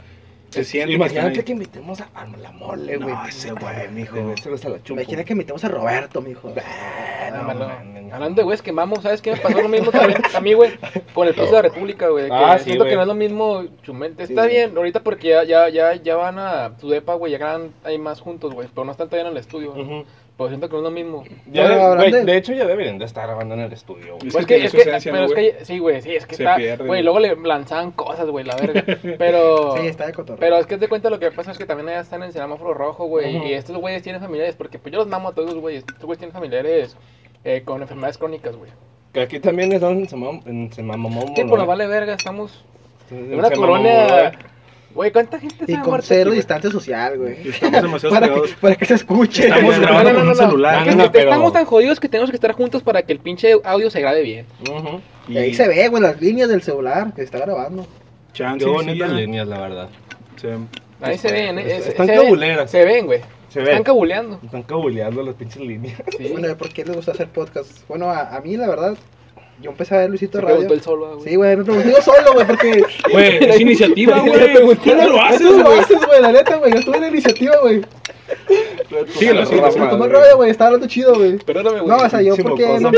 Speaker 1: Se sienten que están
Speaker 3: Imagínate
Speaker 1: ahí.
Speaker 3: que invitemos a, a la mole,
Speaker 1: No,
Speaker 3: güey.
Speaker 1: ese güey, mijo.
Speaker 3: De veces a la chupo.
Speaker 2: Imagina que metemos a Roberto, mijo.
Speaker 3: Ah, no,
Speaker 4: No, me lo-
Speaker 3: mames, no.
Speaker 4: Hablando de güeyes quemamos, ¿sabes qué me pasó lo mismo también a mí, güey? Con el paso de la República, güey. que
Speaker 3: Ah, sí,
Speaker 4: siento
Speaker 3: güey.
Speaker 4: que no es lo mismo Chumel. Está
Speaker 2: Sí.
Speaker 4: bien, ahorita porque ya, ya, ya, ya van a su depa, güey, ya ganan ahí más juntos, güey. Pero no están todavía en el estudio.
Speaker 3: Ujú.
Speaker 4: Pero siento que no es lo mismo.
Speaker 3: Ya,
Speaker 2: Pero
Speaker 3: güey,
Speaker 2: hablando-
Speaker 3: de hecho, ya deberían de estar grabando en el estudio, güey.
Speaker 1: Es
Speaker 4: Pues
Speaker 1: que
Speaker 4: que,
Speaker 1: tiene
Speaker 4: es
Speaker 1: su
Speaker 4: que,
Speaker 1: esencia,
Speaker 4: pero
Speaker 1: ¿no,
Speaker 4: es
Speaker 1: güey?
Speaker 4: que, sí, güey, sí, es que
Speaker 1: Se
Speaker 4: está,
Speaker 1: pierde,
Speaker 4: güey,
Speaker 1: güey.
Speaker 4: luego le lanzaban cosas, güey, la verga, pero,
Speaker 2: Sí, está de cotorreo.
Speaker 4: pero es que te cuenta lo que pasa es que también allá están en semáforo rojo, güey,
Speaker 3: Ujú.
Speaker 4: y estos güeyes tienen familiares, porque pues yo los mamo a todos, güey, estos güeyes tienen familiares eh, con enfermedades crónicas, güey,
Speaker 3: Que aquí también están en Semam- en Semamomón.
Speaker 4: sí, pues nos
Speaker 3: ¿no?
Speaker 4: vale verga, estamos
Speaker 3: En
Speaker 4: en una
Speaker 3: Semamomón,
Speaker 4: colonia,
Speaker 3: güey.
Speaker 4: güey, ¿cuánta gente Este se
Speaker 2: Y
Speaker 4: ha
Speaker 2: con
Speaker 4: muerto
Speaker 2: cero
Speaker 4: aquí, güey?
Speaker 2: distancia social,
Speaker 1: Y
Speaker 2: güey.
Speaker 1: Estamos demasiado
Speaker 2: Para que,
Speaker 1: pegados.
Speaker 2: para que se escuche.
Speaker 1: Estamos
Speaker 4: No,
Speaker 1: grabando
Speaker 4: no,
Speaker 1: con
Speaker 4: no,
Speaker 1: un
Speaker 4: no.
Speaker 1: celular.
Speaker 4: Que
Speaker 3: No, no,
Speaker 4: este-
Speaker 3: pero-
Speaker 4: Estamos tan jodidos que tenemos que estar juntos para que el pinche audio se grabe bien.
Speaker 3: Ujú.
Speaker 2: Y ahí se ve, güey, las líneas del celular que está grabando.
Speaker 1: Chance,
Speaker 3: Qué bonitas
Speaker 1: sí,
Speaker 3: líneas, la verdad.
Speaker 1: ya. Se-
Speaker 4: Ahí se ven, eh,
Speaker 3: Están
Speaker 4: se- se ven,
Speaker 3: cabuleras.
Speaker 4: Se ven, güey.
Speaker 3: Se ve.
Speaker 4: Están cabuleando.
Speaker 3: Están cabuleando las pinches líneas.
Speaker 4: Sí.
Speaker 2: Bueno, ¿por qué les gusta hacer podcast? Bueno, a, a mí, la verdad, yo empecé a ver Luisito
Speaker 4: Se
Speaker 2: Radio.
Speaker 4: preguntó el solo, güey.
Speaker 2: Sí, güey, me pregunté yo solo, güey, porque
Speaker 1: Güey, es iniciativa, güey. Tú no lo haces,
Speaker 2: tú lo
Speaker 1: güey.
Speaker 2: haces, güey, la neta, güey. Yo estuve en la iniciativa, güey.
Speaker 1: Sí, lo
Speaker 2: Se
Speaker 1: siento,
Speaker 2: me tomó el rollo, güey, estaba hablando chido, güey.
Speaker 4: Perdóname, güey.
Speaker 2: No, o sea, yo porque no,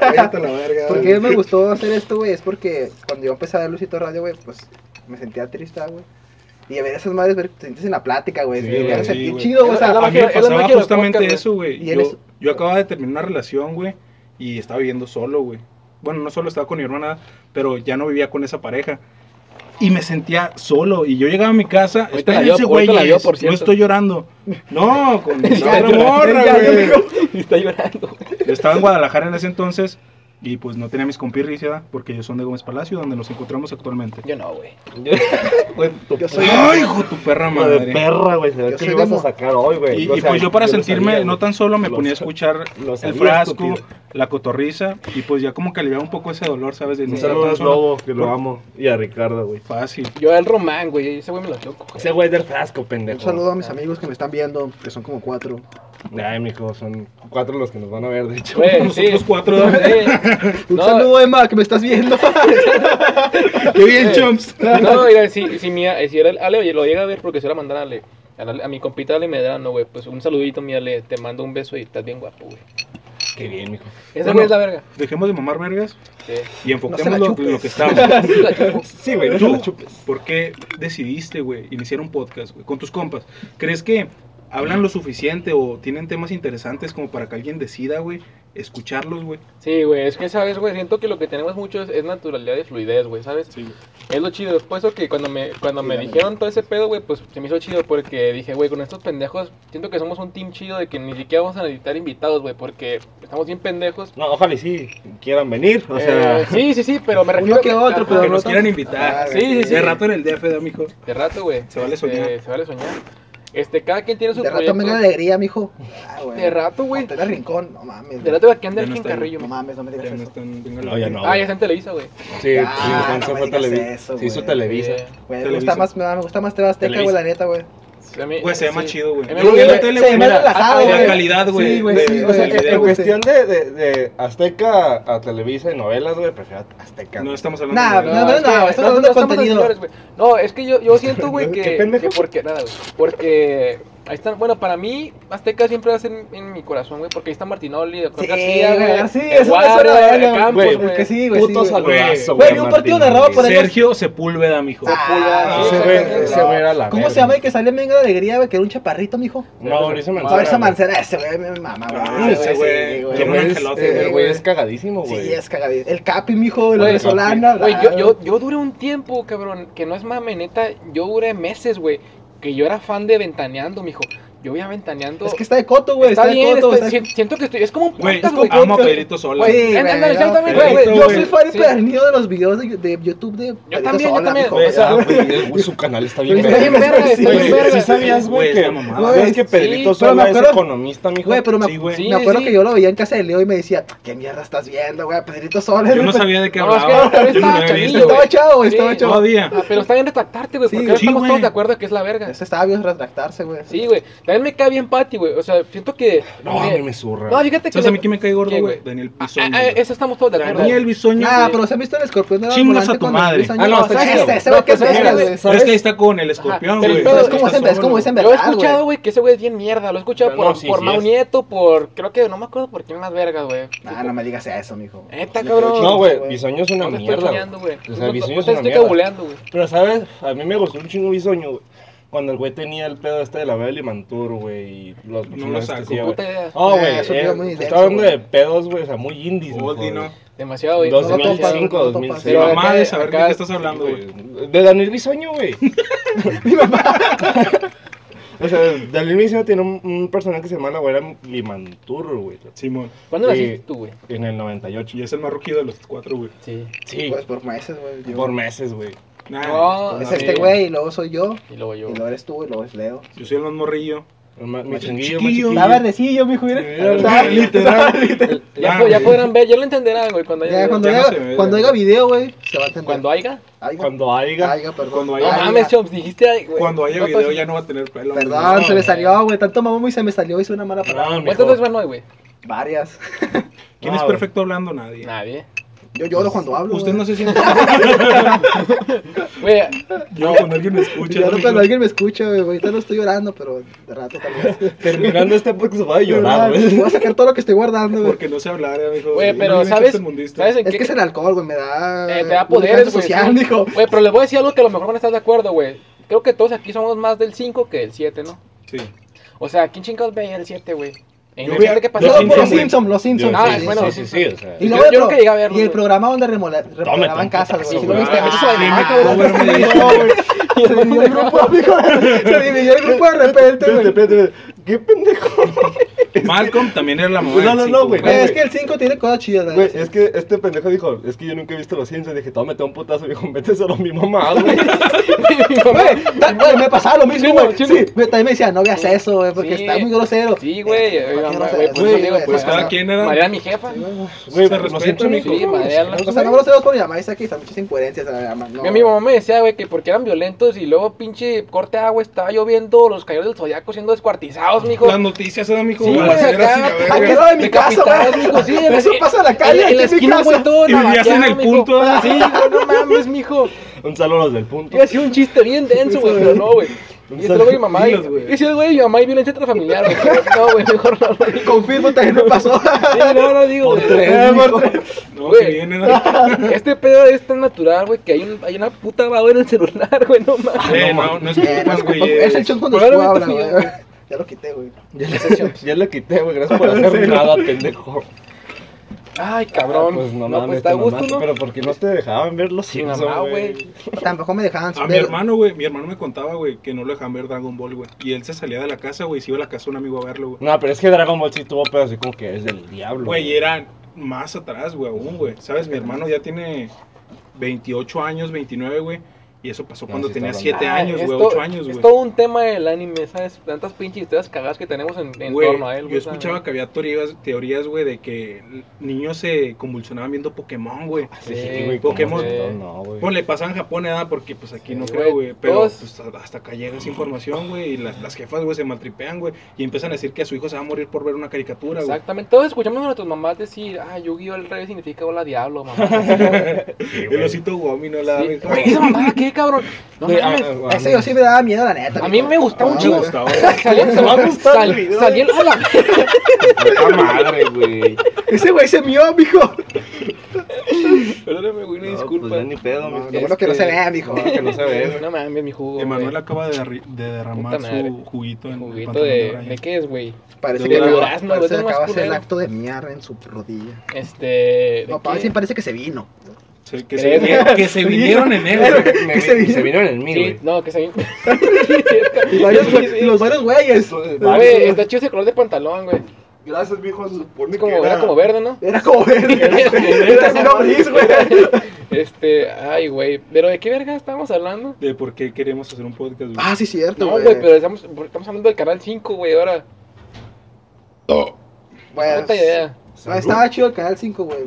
Speaker 1: Cállate la verga.
Speaker 2: ¿Por qué me gustó hacer esto, güey? Es porque cuando yo empecé a ver Lucito Radio, güey, pues me sentía triste, güey. Y a ver esas madres, ver, te sientes en la plática, güey.
Speaker 3: Sí,
Speaker 2: me
Speaker 3: güey,
Speaker 2: hace
Speaker 1: sí,
Speaker 2: sentir
Speaker 1: güey.
Speaker 2: chido, güey. O sea,
Speaker 4: Es la
Speaker 1: A mí
Speaker 4: magia-
Speaker 1: me
Speaker 4: es la magia
Speaker 1: pasaba
Speaker 4: de los
Speaker 1: justamente
Speaker 4: podcasts,
Speaker 1: eso, güey.
Speaker 2: Y él es-
Speaker 1: Yo, yo acababa de terminar una relación, güey, y estaba viviendo solo, güey. Bueno, no solo estaba con mi hermana, pero ya no vivía con esa pareja. Y me sentía solo. Y yo llegaba a mi casa,
Speaker 4: Ahorita la dio-
Speaker 1: espérense,
Speaker 4: ahorita la dio,
Speaker 1: güeyes,
Speaker 4: por
Speaker 1: no
Speaker 4: cierto".
Speaker 1: estoy llorando. No, con la
Speaker 2: Ya,
Speaker 1: otra morra,
Speaker 2: ya, ya,
Speaker 1: güey.
Speaker 4: Y está llorando.
Speaker 1: Estaba en Guadalajara en ese entonces y pues no tenía mis compirris, ¿verdad? porque ellos son de Gómez Palacio, donde nos encontramos actualmente.
Speaker 4: Yo no, güey.
Speaker 2: Yo soy-
Speaker 1: ¡Ay, hijo de tu perra
Speaker 3: de
Speaker 1: madre!
Speaker 3: perra, güey. Se ve
Speaker 2: Yo
Speaker 3: que
Speaker 2: soy
Speaker 3: lo ibas a
Speaker 2: demo.
Speaker 3: sacar hoy, güey.
Speaker 1: Y,
Speaker 3: O
Speaker 1: y,
Speaker 3: sea,
Speaker 1: pues yo para
Speaker 3: lo
Speaker 1: sentirme
Speaker 3: sabía,
Speaker 1: no
Speaker 3: güey.
Speaker 1: tan solo me
Speaker 3: Lo
Speaker 1: ponía a
Speaker 3: sa-
Speaker 1: escuchar
Speaker 3: lo sabía,
Speaker 1: el frasco,
Speaker 3: estúpido.
Speaker 1: la cotorriza y pues ya como que aliviaba un poco ese dolor, ¿sabes? De no
Speaker 3: Un
Speaker 1: estar
Speaker 3: saludo
Speaker 1: tan
Speaker 3: a
Speaker 1: solo.
Speaker 3: Lobo, que lo
Speaker 1: Por-
Speaker 3: amo. Y a Ricardo, güey.
Speaker 1: Fácil.
Speaker 4: Yo era el Román, güey. Ese güey me lo choco.
Speaker 3: Ese güey del frasco, pendejo.
Speaker 2: un saludo a mis amigos que me están viendo, que son como cuatro.
Speaker 3: Ay, mijo, son cuatro los que nos van a ver, de hecho.
Speaker 4: Güey,
Speaker 1: Nosotros
Speaker 4: sí.
Speaker 1: cuatro.
Speaker 4: Eh,
Speaker 2: Un
Speaker 4: No.
Speaker 2: saludo, Emma, que me estás viendo.
Speaker 1: ¡Qué bien,
Speaker 4: Eh.
Speaker 1: chumps!
Speaker 4: No, mira, si, si, mi, si era el Ale, lo llega a ver porque se lo mandar a Ale. A, la- a mi compita Ale Medrano, güey. Pues un saludito, mi Ale. Te mando un beso y estás bien guapo, güey.
Speaker 3: Qué bien, mijo.
Speaker 4: Ese
Speaker 1: Bueno.
Speaker 4: güey es la verga.
Speaker 1: Dejemos de mamar vergas
Speaker 4: Sí.
Speaker 1: y enfoquemos
Speaker 2: la
Speaker 1: lo,
Speaker 2: chupes.
Speaker 1: lo que estamos.
Speaker 4: Sí, la choco.
Speaker 3: Sí, güey, no te la
Speaker 1: ¿Tú
Speaker 3: chupes.
Speaker 1: por qué decidiste, güey, iniciar un podcast, güey, con tus compas? ¿Crees que hablan lo suficiente o tienen temas interesantes como para que alguien decida, güey, escucharlos, güey?
Speaker 4: Sí, güey. Es que, ¿sabes, güey? Siento que lo que tenemos mucho es, es naturalidad y fluidez, güey. ¿Sabes?
Speaker 1: Sí, güey.
Speaker 4: Es lo chido, después eso que cuando me, cuando me
Speaker 2: Sí, la
Speaker 4: dijeron todo ese pedo, güey, pues se me hizo chido porque dije, güey, con estos pendejos, siento que somos un team chido de que ni siquiera vamos a necesitar invitados, güey, porque estamos bien pendejos.
Speaker 3: No, ojalá y sí quieran venir. O
Speaker 4: Eh,
Speaker 3: sea,
Speaker 4: sí, sí, sí, pero me refiero...
Speaker 2: Uno que otro,
Speaker 4: Ajá,
Speaker 2: pero
Speaker 1: que
Speaker 2: no
Speaker 1: nos
Speaker 2: tan-
Speaker 1: quieran invitar.
Speaker 2: Ah,
Speaker 4: Sí, sí, sí.
Speaker 1: De rato en el DF, da, mijo.
Speaker 4: De rato, güey.
Speaker 1: Se vale
Speaker 4: Este,
Speaker 1: soñar.
Speaker 4: Se vale soñar. Este, cada quien tiene su
Speaker 2: De rato
Speaker 4: proyecto.
Speaker 2: me da alegría, mijo. Ah, güey.
Speaker 4: De rato, güey.
Speaker 2: Te da rincón, no mames.
Speaker 4: De rato, aquí anda
Speaker 1: Ya
Speaker 4: el
Speaker 1: no
Speaker 4: Kim
Speaker 1: está ahí.
Speaker 4: Carrillo.
Speaker 2: No mames, no me digas
Speaker 1: Ya no
Speaker 2: eso.
Speaker 1: están- tengo
Speaker 3: No,
Speaker 1: la-
Speaker 3: ya no.
Speaker 4: Ah, ya está en Televisa, güey.
Speaker 3: sí,
Speaker 2: Ah,
Speaker 3: sí, Juanza
Speaker 2: no me
Speaker 3: fue
Speaker 2: digas
Speaker 3: Televisa.
Speaker 2: eso,
Speaker 3: Se hizo
Speaker 2: güey.
Speaker 3: Televisa.
Speaker 4: Eh,
Speaker 2: Güey, me
Speaker 1: Televisa.
Speaker 2: gusta más, me, me gusta más Teba Azteca, güey,
Speaker 3: Televisa.
Speaker 2: la neta, güey.
Speaker 4: Sí, pues a mí-
Speaker 1: Güey, se ve más
Speaker 4: sí.
Speaker 1: chido, güey.
Speaker 4: A
Speaker 1: Yo
Speaker 4: mí me
Speaker 1: lo vi en
Speaker 4: gusta-
Speaker 1: la tele,
Speaker 2: se
Speaker 1: güey,
Speaker 2: ve más
Speaker 1: mira,
Speaker 2: relajado,
Speaker 1: la
Speaker 2: güey.
Speaker 1: calidad, güey.
Speaker 2: Sí, güey,
Speaker 1: de-
Speaker 2: sí,
Speaker 1: del
Speaker 2: o sea,
Speaker 1: video,
Speaker 2: que-
Speaker 3: En
Speaker 1: güey.
Speaker 3: cuestión de, de, de Azteca a Televisa y novelas, güey, prefiero Azteca.
Speaker 1: No
Speaker 3: güey.
Speaker 1: estamos hablando
Speaker 2: Nah,
Speaker 1: de
Speaker 2: no, no,
Speaker 4: es que
Speaker 2: no, estamos hablando de
Speaker 4: estamos
Speaker 2: contenido.
Speaker 4: señores, güey. No, es que yo, yo siento, güey,
Speaker 3: ¿Qué
Speaker 4: que,
Speaker 3: pendejo?
Speaker 4: que porque, nada, güey, porque Ahí están, bueno, para mí, Azteca siempre va a ser en, en mi corazón, güey, porque ahí está Martinoli, doctor
Speaker 2: Sí,
Speaker 4: García, güey.
Speaker 2: güey, sí,
Speaker 4: el
Speaker 2: eso me
Speaker 4: Guardia,
Speaker 2: suena
Speaker 4: güey,
Speaker 2: verga,
Speaker 4: el Campos,
Speaker 3: güey,
Speaker 4: güey.
Speaker 2: Porque sí, güey.
Speaker 3: Puto
Speaker 2: sí, güey.
Speaker 3: saludazo,
Speaker 2: Güey, vi un partido
Speaker 3: Martín,
Speaker 2: narrado por
Speaker 3: güey.
Speaker 2: ahí.
Speaker 1: Sergio Sepúlveda, mijo.
Speaker 2: Ah,
Speaker 3: Ese
Speaker 2: sí,
Speaker 3: güey-
Speaker 2: güey.
Speaker 3: ese güey era la
Speaker 2: ¿Cómo se
Speaker 3: verga.
Speaker 2: llama el que sale en Venga de Alegría, güey? Que era un chaparrito, mijo.
Speaker 3: No, Mauricio Mancera.
Speaker 2: Mauricio Mancera, ese güey, me mama,
Speaker 1: Ah,
Speaker 2: güey.
Speaker 1: ese güey.
Speaker 2: güey.
Speaker 3: El
Speaker 1: Tiene un
Speaker 3: güey es-
Speaker 1: angelote,
Speaker 3: el
Speaker 2: güey.
Speaker 3: güey es cagadísimo, güey.
Speaker 2: Sí, es cagadito. El Capi, mijo, el
Speaker 4: Güey,
Speaker 2: venezolano.
Speaker 4: Güey,
Speaker 2: la-
Speaker 4: yo, yo, yo duré un tiempo, cabrón, que no es mame, neta, yo duré meses, güey, que yo era fan de Ventaneando, mijo. Yo voy a Ventaneando.
Speaker 2: Es que está de coto, güey. Está,
Speaker 4: está bien,
Speaker 2: de coto.
Speaker 4: está-
Speaker 2: está-
Speaker 4: si- siento que estoy, es como un
Speaker 1: Güey,
Speaker 4: podcast, güey.
Speaker 1: amo a Pedrito Sola.
Speaker 2: Güey,
Speaker 4: Ándale,
Speaker 2: güey,
Speaker 4: yo
Speaker 2: no,
Speaker 4: también,
Speaker 2: güey,
Speaker 1: güey,
Speaker 2: Yo
Speaker 1: güey.
Speaker 2: soy fan
Speaker 4: Sí.
Speaker 2: empedernido de los videos de, de YouTube de. Pedrito
Speaker 4: también, yo
Speaker 2: Sola,
Speaker 4: también.
Speaker 2: mijo,
Speaker 1: Güey,
Speaker 2: o sea,
Speaker 3: Ah, güey, güey, su canal está bien.
Speaker 4: Está bien verga,
Speaker 2: Sí,
Speaker 4: está bien
Speaker 2: güey.
Speaker 4: verga.
Speaker 3: ¿Sí sabías,
Speaker 1: Güey,
Speaker 3: güey, que,
Speaker 1: es la mamada.
Speaker 3: ¿sabes que Pedrito
Speaker 4: pero
Speaker 2: me
Speaker 3: Sola es
Speaker 2: acuerdo-
Speaker 3: economista, mijo?
Speaker 2: Güey, pero me,
Speaker 1: Sí, güey.
Speaker 4: Sí,
Speaker 2: me acuerdo
Speaker 4: sí.
Speaker 2: que yo lo veía en casa de Leo y me decía, ¿qué mierda estás viendo, güey? Pedrito Sola.
Speaker 1: Yo no
Speaker 2: güey".
Speaker 1: sabía de qué
Speaker 4: No, es que
Speaker 1: hablaba.
Speaker 4: ahora
Speaker 1: Yo no
Speaker 4: está
Speaker 1: lo había
Speaker 4: Camilo,
Speaker 1: visto,
Speaker 2: Estaba
Speaker 1: güey.
Speaker 2: chavo, güey, estaba
Speaker 4: Sí.
Speaker 2: chavo.
Speaker 1: Todavía.
Speaker 4: Ah, pero está bien retractarte, güey,
Speaker 2: Sí,
Speaker 4: porque ahora
Speaker 1: sí,
Speaker 4: estamos
Speaker 1: güey.
Speaker 4: todos de acuerdo que es la verga.
Speaker 2: Es sabio retractarse, güey.
Speaker 4: Sí, güey. También me cae bien Patty, güey. O sea, siento que.
Speaker 3: No, a
Speaker 4: que-
Speaker 3: mí me zurra.
Speaker 4: No, fíjate que.
Speaker 1: ¿Sabes a mí quién me cae gordo,
Speaker 4: ¿Quién,
Speaker 1: güey?
Speaker 4: güey?
Speaker 1: Daniel
Speaker 4: Ah,
Speaker 1: Bisoño.
Speaker 4: ah,
Speaker 1: güey.
Speaker 4: eso estamos todos de acuerdo.
Speaker 1: Daniel Bisoño.
Speaker 2: Ah,
Speaker 1: güey.
Speaker 2: pero ¿se han visto el escorpión de
Speaker 1: Chingas a tu madre.
Speaker 3: Ah, no, está chido.
Speaker 2: ese, ese
Speaker 4: No,
Speaker 2: güey que
Speaker 4: pues,
Speaker 2: es
Speaker 4: es
Speaker 2: verga,
Speaker 4: que-
Speaker 2: güey.
Speaker 1: Es que ahí está con el escorpión,
Speaker 4: Ajá, pero
Speaker 1: güey.
Speaker 4: el pedo
Speaker 2: Es como
Speaker 1: Está
Speaker 2: es en- es como
Speaker 1: solo.
Speaker 2: es en
Speaker 4: Lo he
Speaker 2: verdad,
Speaker 4: escuchado,
Speaker 2: güey.
Speaker 4: güey, que ese güey es bien mierda. Lo he escuchado
Speaker 3: No,
Speaker 4: por,
Speaker 3: sí,
Speaker 4: por
Speaker 3: sí
Speaker 4: Mau
Speaker 3: es.
Speaker 4: Nieto, por. Creo que no me acuerdo por quién más vergas, güey.
Speaker 2: Ah, no me digas eso, mijo.
Speaker 4: Neta, cabrón.
Speaker 3: No, güey, Bisoño es una
Speaker 4: No te estoy
Speaker 3: mierda.
Speaker 4: soñando, güey.
Speaker 3: O sea, Bisoño
Speaker 4: No
Speaker 3: es una
Speaker 4: te estoy
Speaker 3: mierda.
Speaker 4: cabuleando, güey.
Speaker 3: Pero, ¿sabes? A mí me gustó un chingo Bisoño, güey. Cuando el güey tenía el pedo este de la Bel y Mantur, güey, y los
Speaker 1: No
Speaker 3: personajes
Speaker 1: lo
Speaker 3: que
Speaker 1: saco.
Speaker 3: hacía, güey.
Speaker 4: Puta idea.
Speaker 3: Oh,
Speaker 2: Eh,
Speaker 3: güey,
Speaker 2: eso era muy
Speaker 3: eh,
Speaker 2: denso,
Speaker 3: estaba hablando
Speaker 2: güey.
Speaker 3: de pedos, güey, o sea, muy indies,
Speaker 1: Oldie, ¿no?
Speaker 4: Demasiado, güey.
Speaker 2: Dos mil
Speaker 3: 2005,
Speaker 2: No lo topas, no lo topas.
Speaker 3: 2006.
Speaker 1: Mi
Speaker 4: Pero
Speaker 1: mamá
Speaker 4: acá-
Speaker 1: de saber de
Speaker 4: acá-
Speaker 1: qué estás hablando, güey.
Speaker 3: De Daniel Bisoño, güey.
Speaker 2: Mi mamá.
Speaker 3: O sea, Daniel Bisoño tiene un, un personaje que se llama la güera Limantur, güey.
Speaker 1: Simón.
Speaker 4: ¿Cuándo
Speaker 3: Sí.
Speaker 4: naciste tú, güey?
Speaker 3: En el 98.
Speaker 1: Y es el más rugido de los cuatro, güey.
Speaker 4: Sí.
Speaker 3: Sí,
Speaker 2: Pues por meses, güey. yo-
Speaker 3: por meses, güey.
Speaker 1: Nah,
Speaker 2: Es
Speaker 4: sí.
Speaker 2: este güey, y luego soy yo,
Speaker 4: Y luego
Speaker 2: y
Speaker 4: yo.
Speaker 2: luego eres tú, y luego es Leo.
Speaker 1: yo soy el más morrillo.
Speaker 3: El ma-
Speaker 1: Más
Speaker 3: machinguillo,
Speaker 1: chiquillo.
Speaker 3: machinguillo.
Speaker 2: verdecillo, mijo,
Speaker 3: Mira,
Speaker 2: Está-
Speaker 1: Literal.
Speaker 4: Ya,
Speaker 1: Ah,
Speaker 4: po- ya
Speaker 1: güey.
Speaker 4: podrán ver, ya lo entenderán, güey. Cuando
Speaker 2: Ya,
Speaker 4: haya.
Speaker 2: cuando
Speaker 1: ya no
Speaker 2: haga,
Speaker 1: se ve,
Speaker 2: cuando
Speaker 1: ya.
Speaker 2: haga video, güey, se va a entender.
Speaker 4: Cuando haya.
Speaker 2: haya.
Speaker 3: Cuando haya.
Speaker 2: haya, perdón.
Speaker 1: Cuando haya-
Speaker 4: No
Speaker 1: Ay,
Speaker 4: mames, Chops, dijiste. ay, güey.
Speaker 1: Cuando haya
Speaker 4: No,
Speaker 1: video
Speaker 4: pues,
Speaker 1: ya no va a tener pelo. güey.
Speaker 2: Perdón, se
Speaker 4: No,
Speaker 2: me
Speaker 4: güey.
Speaker 2: salió, güey. Tanto mamón y se me salió, hice una mala palabra.
Speaker 3: No,
Speaker 4: ¿Cuántas
Speaker 3: mijo.
Speaker 4: veces van hoy, güey?
Speaker 2: Varias.
Speaker 1: ¿Quién
Speaker 3: No,
Speaker 1: es
Speaker 3: güey.
Speaker 1: perfecto hablando? Nadie.
Speaker 4: Nadie.
Speaker 2: Yo lloro cuando hablo.
Speaker 1: Usted no
Speaker 2: güey.
Speaker 1: se siente.
Speaker 4: Güey,
Speaker 1: Yo cuando alguien me escucha.
Speaker 2: Lloro
Speaker 1: ¿no?
Speaker 2: cuando alguien me escucha, güey. Ahorita no estoy llorando, pero de rato tal vez.
Speaker 3: Terminando este podcast va a llorar,
Speaker 2: Voy
Speaker 3: güey.
Speaker 2: a sacar todo lo que estoy guardando, güey.
Speaker 1: Porque no se hablara, hijo.
Speaker 4: Güey, pero
Speaker 1: este
Speaker 4: ¿sabes? ¿Sabes en
Speaker 2: Es
Speaker 4: qué?
Speaker 2: que es el alcohol, güey. Me da.
Speaker 4: Eh, te da
Speaker 2: un encanto
Speaker 4: poderes, güey.
Speaker 2: social,
Speaker 4: sí.
Speaker 2: dijo.
Speaker 4: Güey, pero les voy a decir algo que a lo mejor van a estar de acuerdo, güey. Creo que todos aquí somos más del 5 que del 7, ¿no?
Speaker 1: Sí.
Speaker 4: O sea, ¿quién chingados veía el 7, güey? En
Speaker 1: Yo
Speaker 4: el
Speaker 1: veía-
Speaker 4: 7 que
Speaker 2: No,
Speaker 4: pasó.
Speaker 1: Los
Speaker 2: por los
Speaker 1: Simpsons, güey.
Speaker 2: Simpsons, los Simpsons.
Speaker 3: Yo-
Speaker 4: Ah,
Speaker 3: sí,
Speaker 4: bueno,
Speaker 3: sí, sí, sí, o sea.
Speaker 2: Y
Speaker 4: Yo-
Speaker 2: luego el
Speaker 4: yo
Speaker 2: pro-
Speaker 4: nunca llegué a verlo,
Speaker 2: Y el
Speaker 4: güey.
Speaker 2: programa donde remola- remodelaban
Speaker 3: tanto
Speaker 2: casas, güey.
Speaker 3: putazo,
Speaker 2: ¿Sí lo
Speaker 3: güey.
Speaker 2: viste?
Speaker 4: Ah,
Speaker 2: Eso de-
Speaker 4: sí,
Speaker 2: ah,
Speaker 4: me
Speaker 2: cabrón,
Speaker 1: cago,
Speaker 2: se
Speaker 1: güey.
Speaker 2: dividió, güey. Se dividió el grupo, amigo. Se dividió el grupo de repente, güey.
Speaker 3: ¿Qué pendejo?
Speaker 1: Malcolm también era la mamá.
Speaker 3: No,
Speaker 1: del
Speaker 3: no,
Speaker 1: cinco,
Speaker 3: no, güey.
Speaker 2: Güey, es que el 5 tiene cosas chidas, güey.
Speaker 3: Güey, es que este pendejo dijo, es que yo nunca he visto los Simpsons. Dije, te voy a meter un putazo. Dijo, vete solo a mi mamá,
Speaker 4: Mi
Speaker 3: güey.
Speaker 4: mamá-
Speaker 2: Güey, ta- güey, me pasaba lo mismo,
Speaker 4: Chino,
Speaker 2: güey.
Speaker 4: chino.
Speaker 2: Sí, güey, también me decía, no veas eso, güey, porque
Speaker 4: Sí.
Speaker 2: está muy grosero.
Speaker 4: Sí, güey.
Speaker 2: Eh,
Speaker 4: eh,
Speaker 2: ¿para qué
Speaker 4: mamá,
Speaker 2: grosero?
Speaker 4: güey, por eso
Speaker 2: Sí, güey,
Speaker 4: digo,
Speaker 2: ah,
Speaker 4: pues,
Speaker 1: Pues cada quien era.
Speaker 4: Madre a mi jefa.
Speaker 2: sí, güey.
Speaker 3: Güey,
Speaker 1: Se
Speaker 3: los
Speaker 1: respeta,
Speaker 3: Simpsons,
Speaker 1: mijo.
Speaker 3: mijo,
Speaker 4: Sí,
Speaker 3: güey,
Speaker 4: madrearla.
Speaker 3: se
Speaker 2: O sea, Pues, no
Speaker 3: respeta.
Speaker 2: groseros por mi mamá, dice que están muchas incoherencias, la mamá. No,
Speaker 4: Que mi mamá me decía, güey, que porque eran violentos y luego pinche corte de agua estaba lloviendo, los caballeros del zodiaco siendo descuartizados, mijo.
Speaker 1: Las noticias eran, mijo.
Speaker 4: Sí, güey,
Speaker 1: güey, así era
Speaker 4: acá,
Speaker 1: así, la verga.
Speaker 2: Aquí lado de mi casa,
Speaker 4: Decapitados,
Speaker 2: güey.
Speaker 4: mijo, sí, en la-
Speaker 2: Eso pasa en la calle,
Speaker 4: en
Speaker 2: aquí
Speaker 4: la
Speaker 2: en mi
Speaker 4: esquina,
Speaker 2: casa.
Speaker 4: güey, todo
Speaker 1: Y vivías en
Speaker 4: navajeado,
Speaker 1: el
Speaker 4: mijo.
Speaker 1: punto, ¿eh? ¿verdad?
Speaker 4: Sí, güey, no mames, mijo.
Speaker 3: Un saludo a los del punto.
Speaker 4: Iba a ser un chiste bien denso, güey, pero no, güey. Y este güey, mi mamá. Y
Speaker 1: Dilos, güey.
Speaker 4: y ese güey, mi mamá y violencia intrafamiliar, güey. pero No, güey, mejor no. güey.
Speaker 2: Confirmo, también me pasó.
Speaker 4: Sí, no, no digo,
Speaker 3: Por
Speaker 4: güey.
Speaker 3: tres,
Speaker 4: Eh,
Speaker 3: mijo.
Speaker 4: por tres.
Speaker 1: No,
Speaker 4: Güey.
Speaker 1: que bien era.
Speaker 4: Este pedo es tan natural, güey, que hay, un, hay una puta baba en el celular, güey, no mames.
Speaker 1: Eh, no, no es
Speaker 2: Eh, no,
Speaker 1: culpa,
Speaker 2: es
Speaker 1: güey.
Speaker 2: culpa- Es el chon cuando se
Speaker 4: Probablemente
Speaker 2: habla,
Speaker 4: fui yo,
Speaker 2: güey. Ya lo quité, güey.
Speaker 3: Ya le, ya le quité, güey. Gracias por hacer nada, pendejo.
Speaker 4: Ay, cabrón.
Speaker 3: Pues no, mames,
Speaker 4: pues está a
Speaker 3: te
Speaker 4: gusto,
Speaker 3: mamaste,
Speaker 4: ¿no?
Speaker 3: Pero porque no te dejaban ver los
Speaker 4: Mi
Speaker 3: Simpsons,
Speaker 4: mamá,
Speaker 3: güey.
Speaker 4: güey.
Speaker 2: Tampoco me dejaban
Speaker 1: A mi
Speaker 2: ver-
Speaker 1: hermano, güey, mi hermano me contaba, güey, que no lo dejaban ver Dragon Ball, güey. Y él se salía de la casa, güey, y se iba a la casa de un amigo a verlo, güey.
Speaker 3: No, pero es que Dragon Ball sí tuvo pedo así como que es del diablo.
Speaker 1: Güey, era más atrás, güey, aún, güey. ¿Sabes? Mi hermano ya tiene 28 años, 29, güey. Y eso pasó
Speaker 3: No,
Speaker 1: cuando
Speaker 3: sí
Speaker 1: tenía
Speaker 3: está
Speaker 1: 7
Speaker 4: Ah,
Speaker 1: años,
Speaker 4: es
Speaker 1: güey,
Speaker 4: to-
Speaker 1: 8 años,
Speaker 4: Es
Speaker 1: güey.
Speaker 4: todo un tema del anime, ¿sabes? Tantas pinches historias cagadas que tenemos en, en
Speaker 1: Güey,
Speaker 4: torno a él,
Speaker 1: yo escuchaba que
Speaker 4: ¿sabes?
Speaker 1: había teorías, teorías, güey, de que l- niños se convulsionaban viendo Pokémon, güey.
Speaker 3: Sí,
Speaker 4: Sí,
Speaker 3: güey, ¿cómo
Speaker 1: Pokémon.
Speaker 3: se- No, güey.
Speaker 1: Pues le pasa en Japón, ¿eh? Porque pues aquí
Speaker 4: Sí,
Speaker 1: no
Speaker 4: güey.
Speaker 1: creo, güey. Pero
Speaker 4: Todos-
Speaker 1: pues, hasta acá llega esa información, güey. Y las, las jefas, güey, se maltripean, güey. Y empiezan a decir que a su hijo se va a morir por ver una caricatura, güey.
Speaker 4: Exactamente. Todos escuchamos a nuestras mamás decir, ah, Yu-Gi-Oh! al revés significa hola diablo, mamá.
Speaker 3: Sí,
Speaker 1: El
Speaker 3: güey.
Speaker 1: osito Guami no la
Speaker 4: Sí.
Speaker 1: da,
Speaker 4: Güey, esa mamá, ¿qué qué, cabrón? No
Speaker 3: Güey,
Speaker 4: mames.
Speaker 3: ah, ah,
Speaker 2: Ese yo sí me daba miedo, la neta.
Speaker 4: A mí me gustaba un
Speaker 1: me
Speaker 4: chingo.
Speaker 1: gustaba.
Speaker 4: Salía-
Speaker 3: Te va a gustar el
Speaker 4: sal-
Speaker 3: video,
Speaker 4: salía el- a la-
Speaker 3: Puta madre, güey.
Speaker 2: Ese güey se mió, mijo.
Speaker 3: Perdóname, güey, una
Speaker 5: No,
Speaker 3: disculpa.
Speaker 5: Pues ya ni pedo,
Speaker 2: No,
Speaker 5: mijo.
Speaker 2: lo bueno que no se vea, mijo.
Speaker 3: No, que no se ve, güey.
Speaker 4: No mames, mi jugo.
Speaker 1: Emanuel
Speaker 4: güey.
Speaker 1: acaba de, derri- de derramar
Speaker 4: Puta madre.
Speaker 1: su juguito en el
Speaker 4: Juguito
Speaker 1: pantalón de
Speaker 4: de.
Speaker 1: Brian.
Speaker 4: ¿De qué es, güey?
Speaker 2: Parece
Speaker 1: De
Speaker 2: que
Speaker 1: durazno,
Speaker 2: acaba, parece
Speaker 4: güey,
Speaker 2: que
Speaker 4: es lo más
Speaker 2: acaba de hacer el
Speaker 4: culero.
Speaker 2: acto de miar en su rodilla.
Speaker 4: Este. ¿de
Speaker 2: No,
Speaker 4: qué?
Speaker 2: pa- sí, parece que se vino.
Speaker 1: Se- que,
Speaker 4: ¿Crees?
Speaker 1: se vinieron, que se vinieron en él, güey.
Speaker 3: Me vi-
Speaker 2: se vino?
Speaker 3: se vinieron en mí,
Speaker 4: Sí,
Speaker 3: güey.
Speaker 4: no, que se
Speaker 2: Y, varios, güey- y los varios güeyes.
Speaker 4: Güey, está chido ese color de pantalón, güey.
Speaker 5: Gracias, mijo. Se supone
Speaker 4: Es como, era como verde, ¿no?
Speaker 2: Era como verde. Era así, no, gris, güey.
Speaker 4: Este, ay, güey. Pero ¿de qué verga estábamos hablando?
Speaker 1: De por qué queremos hacer un podcast, güey.
Speaker 2: Ah, sí, cierto,
Speaker 4: No,
Speaker 2: güey.
Speaker 4: güey, pero estamos, estamos hablando del canal 5, güey, ahora.
Speaker 2: Bueno,
Speaker 4: Puta idea.
Speaker 2: Pues, no, estaba chido el canal 5, güey.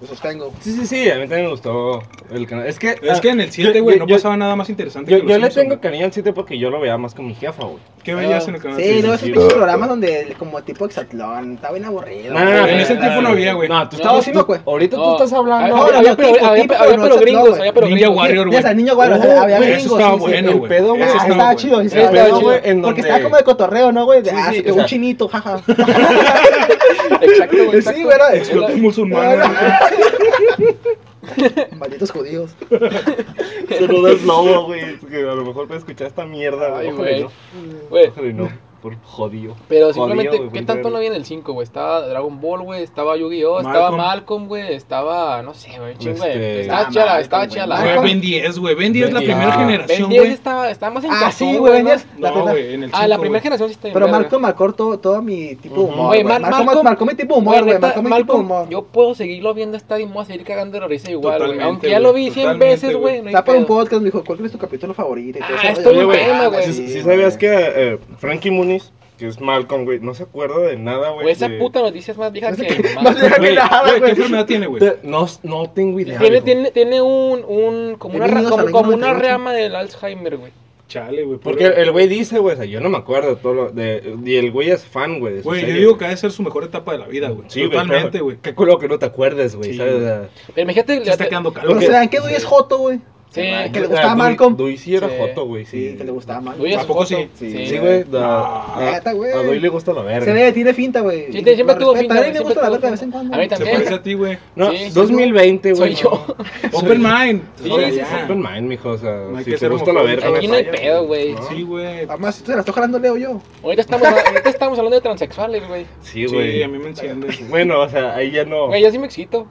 Speaker 2: Lo sostengo.
Speaker 3: Sí, sí, sí, a mí también me gustó el canal. Es que,
Speaker 1: Es que en el 7,
Speaker 3: ah, yo-
Speaker 1: güey,
Speaker 3: yo-
Speaker 1: no
Speaker 3: yo-
Speaker 1: pasaba nada más interesante
Speaker 3: yo,
Speaker 1: que los
Speaker 3: yo le
Speaker 1: Simpson,
Speaker 3: tengo
Speaker 1: güey.
Speaker 3: cariño al 7 porque yo lo veía más con mi jefa, güey.
Speaker 1: ¿Qué veías en el canal?
Speaker 2: Sí, no,
Speaker 1: no,
Speaker 2: esos pinches programas donde como tipo hexatlón, está bien aburrido.
Speaker 3: No, no,
Speaker 4: no,
Speaker 2: güey.
Speaker 4: en ese
Speaker 1: tiempo no había, güey.
Speaker 3: No, tú
Speaker 4: No,
Speaker 3: estabas
Speaker 2: sí
Speaker 3: haciendo.
Speaker 2: me acuerdo.
Speaker 3: Ahorita tú
Speaker 4: No.
Speaker 3: estás hablando.
Speaker 4: Ah,
Speaker 2: no,
Speaker 4: había,
Speaker 2: no,
Speaker 4: pero,
Speaker 2: tipo,
Speaker 4: había,
Speaker 2: tipo,
Speaker 4: había,
Speaker 2: no,
Speaker 4: pero
Speaker 2: no,
Speaker 4: gringos,
Speaker 2: güey.
Speaker 4: había pero
Speaker 1: Ninja
Speaker 4: gringos.
Speaker 1: Warrior,
Speaker 2: Ya
Speaker 1: güey.
Speaker 2: sabes, niño, güey, o sea,
Speaker 3: Oh,
Speaker 2: había
Speaker 3: güey,
Speaker 2: gringos.
Speaker 3: eso
Speaker 1: estaba
Speaker 2: sí, sí.
Speaker 1: bueno,
Speaker 3: el
Speaker 1: güey.
Speaker 3: pedo,
Speaker 1: Eso
Speaker 3: güey.
Speaker 2: Ah,
Speaker 1: estaba
Speaker 2: estaba
Speaker 1: bueno.
Speaker 2: chido, sí,
Speaker 3: Estaba
Speaker 2: estaba
Speaker 3: chido,
Speaker 2: chido.
Speaker 3: en
Speaker 2: Porque
Speaker 3: donde-
Speaker 2: estaba como de cotorreo, ¿no, güey? De,
Speaker 3: Sí,
Speaker 2: ah,
Speaker 3: sí,
Speaker 2: se
Speaker 3: o
Speaker 2: pegó
Speaker 3: sea-
Speaker 2: un chinito, jaja.
Speaker 4: Exacto, güey.
Speaker 2: Sí,
Speaker 4: exacto.
Speaker 2: güey, era-
Speaker 4: Es la-
Speaker 1: Explotó un musulmán, güey.
Speaker 2: Malditos judíos.
Speaker 5: Se lo das lobo, güey. Que a lo mejor puede escuchar esta mierda, güey.
Speaker 4: Ay,
Speaker 5: Ojalá y
Speaker 4: güey.
Speaker 5: no.
Speaker 4: Güey,
Speaker 5: Ojalá y no. Por jodido.
Speaker 4: pero
Speaker 5: Jodido,
Speaker 4: simplemente,
Speaker 5: güey,
Speaker 4: ¿qué
Speaker 5: por
Speaker 4: tanto
Speaker 5: ver.
Speaker 4: no había en el 5, güey? Estaba Dragon Ball, güey, estaba Yu-Gi-Oh, estaba
Speaker 1: Malcolm.
Speaker 4: Malcolm, güey, estaba, no sé, güey, chingo, güey.
Speaker 3: Este,
Speaker 4: Estaba
Speaker 2: ah,
Speaker 4: chela,
Speaker 2: Malcolm,
Speaker 4: estaba
Speaker 2: güey. Ah.
Speaker 4: chela.
Speaker 2: Malcolm.
Speaker 1: Güey, Ben 10, güey. Ben 10 es la
Speaker 3: Ben
Speaker 1: primera
Speaker 3: 10.
Speaker 4: Ah, Ben
Speaker 1: generación,
Speaker 4: 10
Speaker 1: güey.
Speaker 4: estaba, estaba más en
Speaker 2: Ah,
Speaker 4: cartón,
Speaker 2: sí, güey,
Speaker 4: ¿no?
Speaker 2: vendías. La
Speaker 1: No,
Speaker 2: neta.
Speaker 1: güey, en el 5,
Speaker 4: Ah, la primera generación sí está bien
Speaker 2: Pero
Speaker 4: verga.
Speaker 2: Marco marcó todo, todo mi tipo de humor.
Speaker 4: Güey,
Speaker 2: Güey,
Speaker 4: Mar-
Speaker 2: Marco,
Speaker 4: Malcolm-
Speaker 2: marcó mi tipo de humor,
Speaker 4: Güey,
Speaker 2: güey.
Speaker 4: neta,
Speaker 2: Marcó mi tipo de
Speaker 4: Malcolm,
Speaker 2: humor.
Speaker 4: yo puedo seguirlo viendo hasta y me voy a seguir cagando de la risa igual, güey.
Speaker 1: Totalmente,
Speaker 4: Aunque ya
Speaker 1: güey,
Speaker 4: lo vi 100
Speaker 1: totalmente,
Speaker 4: veces,
Speaker 1: güey.
Speaker 4: güey. no hay
Speaker 2: Está para un
Speaker 4: pedo.
Speaker 2: podcast, me dijo, ¿cuál es tu capítulo favorito? Y todo
Speaker 4: Ah,
Speaker 2: eso,
Speaker 4: esto
Speaker 2: yo,
Speaker 4: es
Speaker 2: güey,
Speaker 4: bueno,
Speaker 2: ah,
Speaker 4: güey.
Speaker 3: Si
Speaker 4: Sí,
Speaker 3: sabías que eh, Frankie Muniz, que es Malcolm, güey, no se acuerda de nada, güey.
Speaker 4: Güey, esa
Speaker 3: de-
Speaker 4: puta noticia es más vieja que.
Speaker 2: No
Speaker 4: madre.
Speaker 2: llega ni
Speaker 3: Güey,
Speaker 2: nada,
Speaker 1: Güey, ¿qué
Speaker 2: güey.
Speaker 1: enfermedad tiene, güey?
Speaker 3: Te- No, no tengo idea.
Speaker 4: Tiene,
Speaker 3: güey.
Speaker 4: tiene, tiene un, un como una, ra-
Speaker 2: Bienvenidos
Speaker 4: como,
Speaker 2: al
Speaker 4: como una
Speaker 2: 98.
Speaker 4: rama del Alzheimer, güey.
Speaker 1: Chale, güey.
Speaker 3: Porque
Speaker 1: pobre-
Speaker 3: el güey dice, güey, o sea, yo no me acuerdo de todo lo de. Y el güey es fan, güey. de su
Speaker 1: Güey, yo
Speaker 3: serie,
Speaker 1: digo que ha de ser su mejor etapa de la vida, güey.
Speaker 3: Sí,
Speaker 1: Totalmente, güey.
Speaker 3: Qué culo que no te acuerdes, güey.
Speaker 1: Sí,
Speaker 3: ¿sabes?
Speaker 1: güey.
Speaker 3: O sea,
Speaker 4: Pero imagínate.
Speaker 1: Se está quedando
Speaker 2: Pero
Speaker 1: calvo.
Speaker 3: que-
Speaker 2: se dan que güey es Joto, güey.
Speaker 4: Sí,
Speaker 2: Que le
Speaker 3: ah,
Speaker 2: gustaba
Speaker 3: Dui-
Speaker 2: Malcolm.
Speaker 3: Dui sí era
Speaker 4: Sí.
Speaker 3: Joto, güey,
Speaker 2: Sí,
Speaker 3: sí.
Speaker 2: que le gustaba Malcolm.
Speaker 4: Oye,
Speaker 1: ¿A
Speaker 4: es
Speaker 1: poco sí? Ah,
Speaker 4: joto.
Speaker 2: Sí,
Speaker 3: Sí, güey.
Speaker 1: No.
Speaker 3: da- a-
Speaker 2: Neta, güey.
Speaker 3: A Dui le gusta la verga.
Speaker 2: Se ve, tiene finta, güey.
Speaker 4: Sí, te- siempre
Speaker 2: Lo
Speaker 4: tuvo
Speaker 2: respeto.
Speaker 4: finta,
Speaker 2: A
Speaker 4: güey,
Speaker 2: mí me
Speaker 4: siempre
Speaker 2: gusta la
Speaker 4: tuvo
Speaker 2: verga de vez
Speaker 4: finta.
Speaker 2: en cuando.
Speaker 4: A mí
Speaker 2: güey.
Speaker 1: Se
Speaker 4: también.
Speaker 1: parece a ti, güey.
Speaker 3: No,
Speaker 4: Sí, sí,
Speaker 3: 2020,
Speaker 4: Soy
Speaker 3: güey.
Speaker 4: yo.
Speaker 1: Open mind.
Speaker 4: Sí,
Speaker 1: Ahora
Speaker 4: sí,
Speaker 1: ya.
Speaker 4: sí.
Speaker 3: Open mind, mijo. O sea,
Speaker 1: No hay
Speaker 3: si
Speaker 1: que
Speaker 3: te
Speaker 1: ser
Speaker 3: gusta la
Speaker 1: homofóbico.
Speaker 3: verga.
Speaker 4: Aquí no hay
Speaker 3: falla,
Speaker 4: pedo, güey.
Speaker 3: ¿no?
Speaker 1: Sí, güey.
Speaker 2: Además, si tú se la estás jalando, Leo yo.
Speaker 4: Ahorita estamos, ahorita estamos hablando de transexuales, güey.
Speaker 1: Sí,
Speaker 3: Sí,
Speaker 1: a
Speaker 3: güey.
Speaker 1: mí me enciende.
Speaker 3: Bueno, o sea, ahí ya no.
Speaker 4: Güey, yo sí me excito.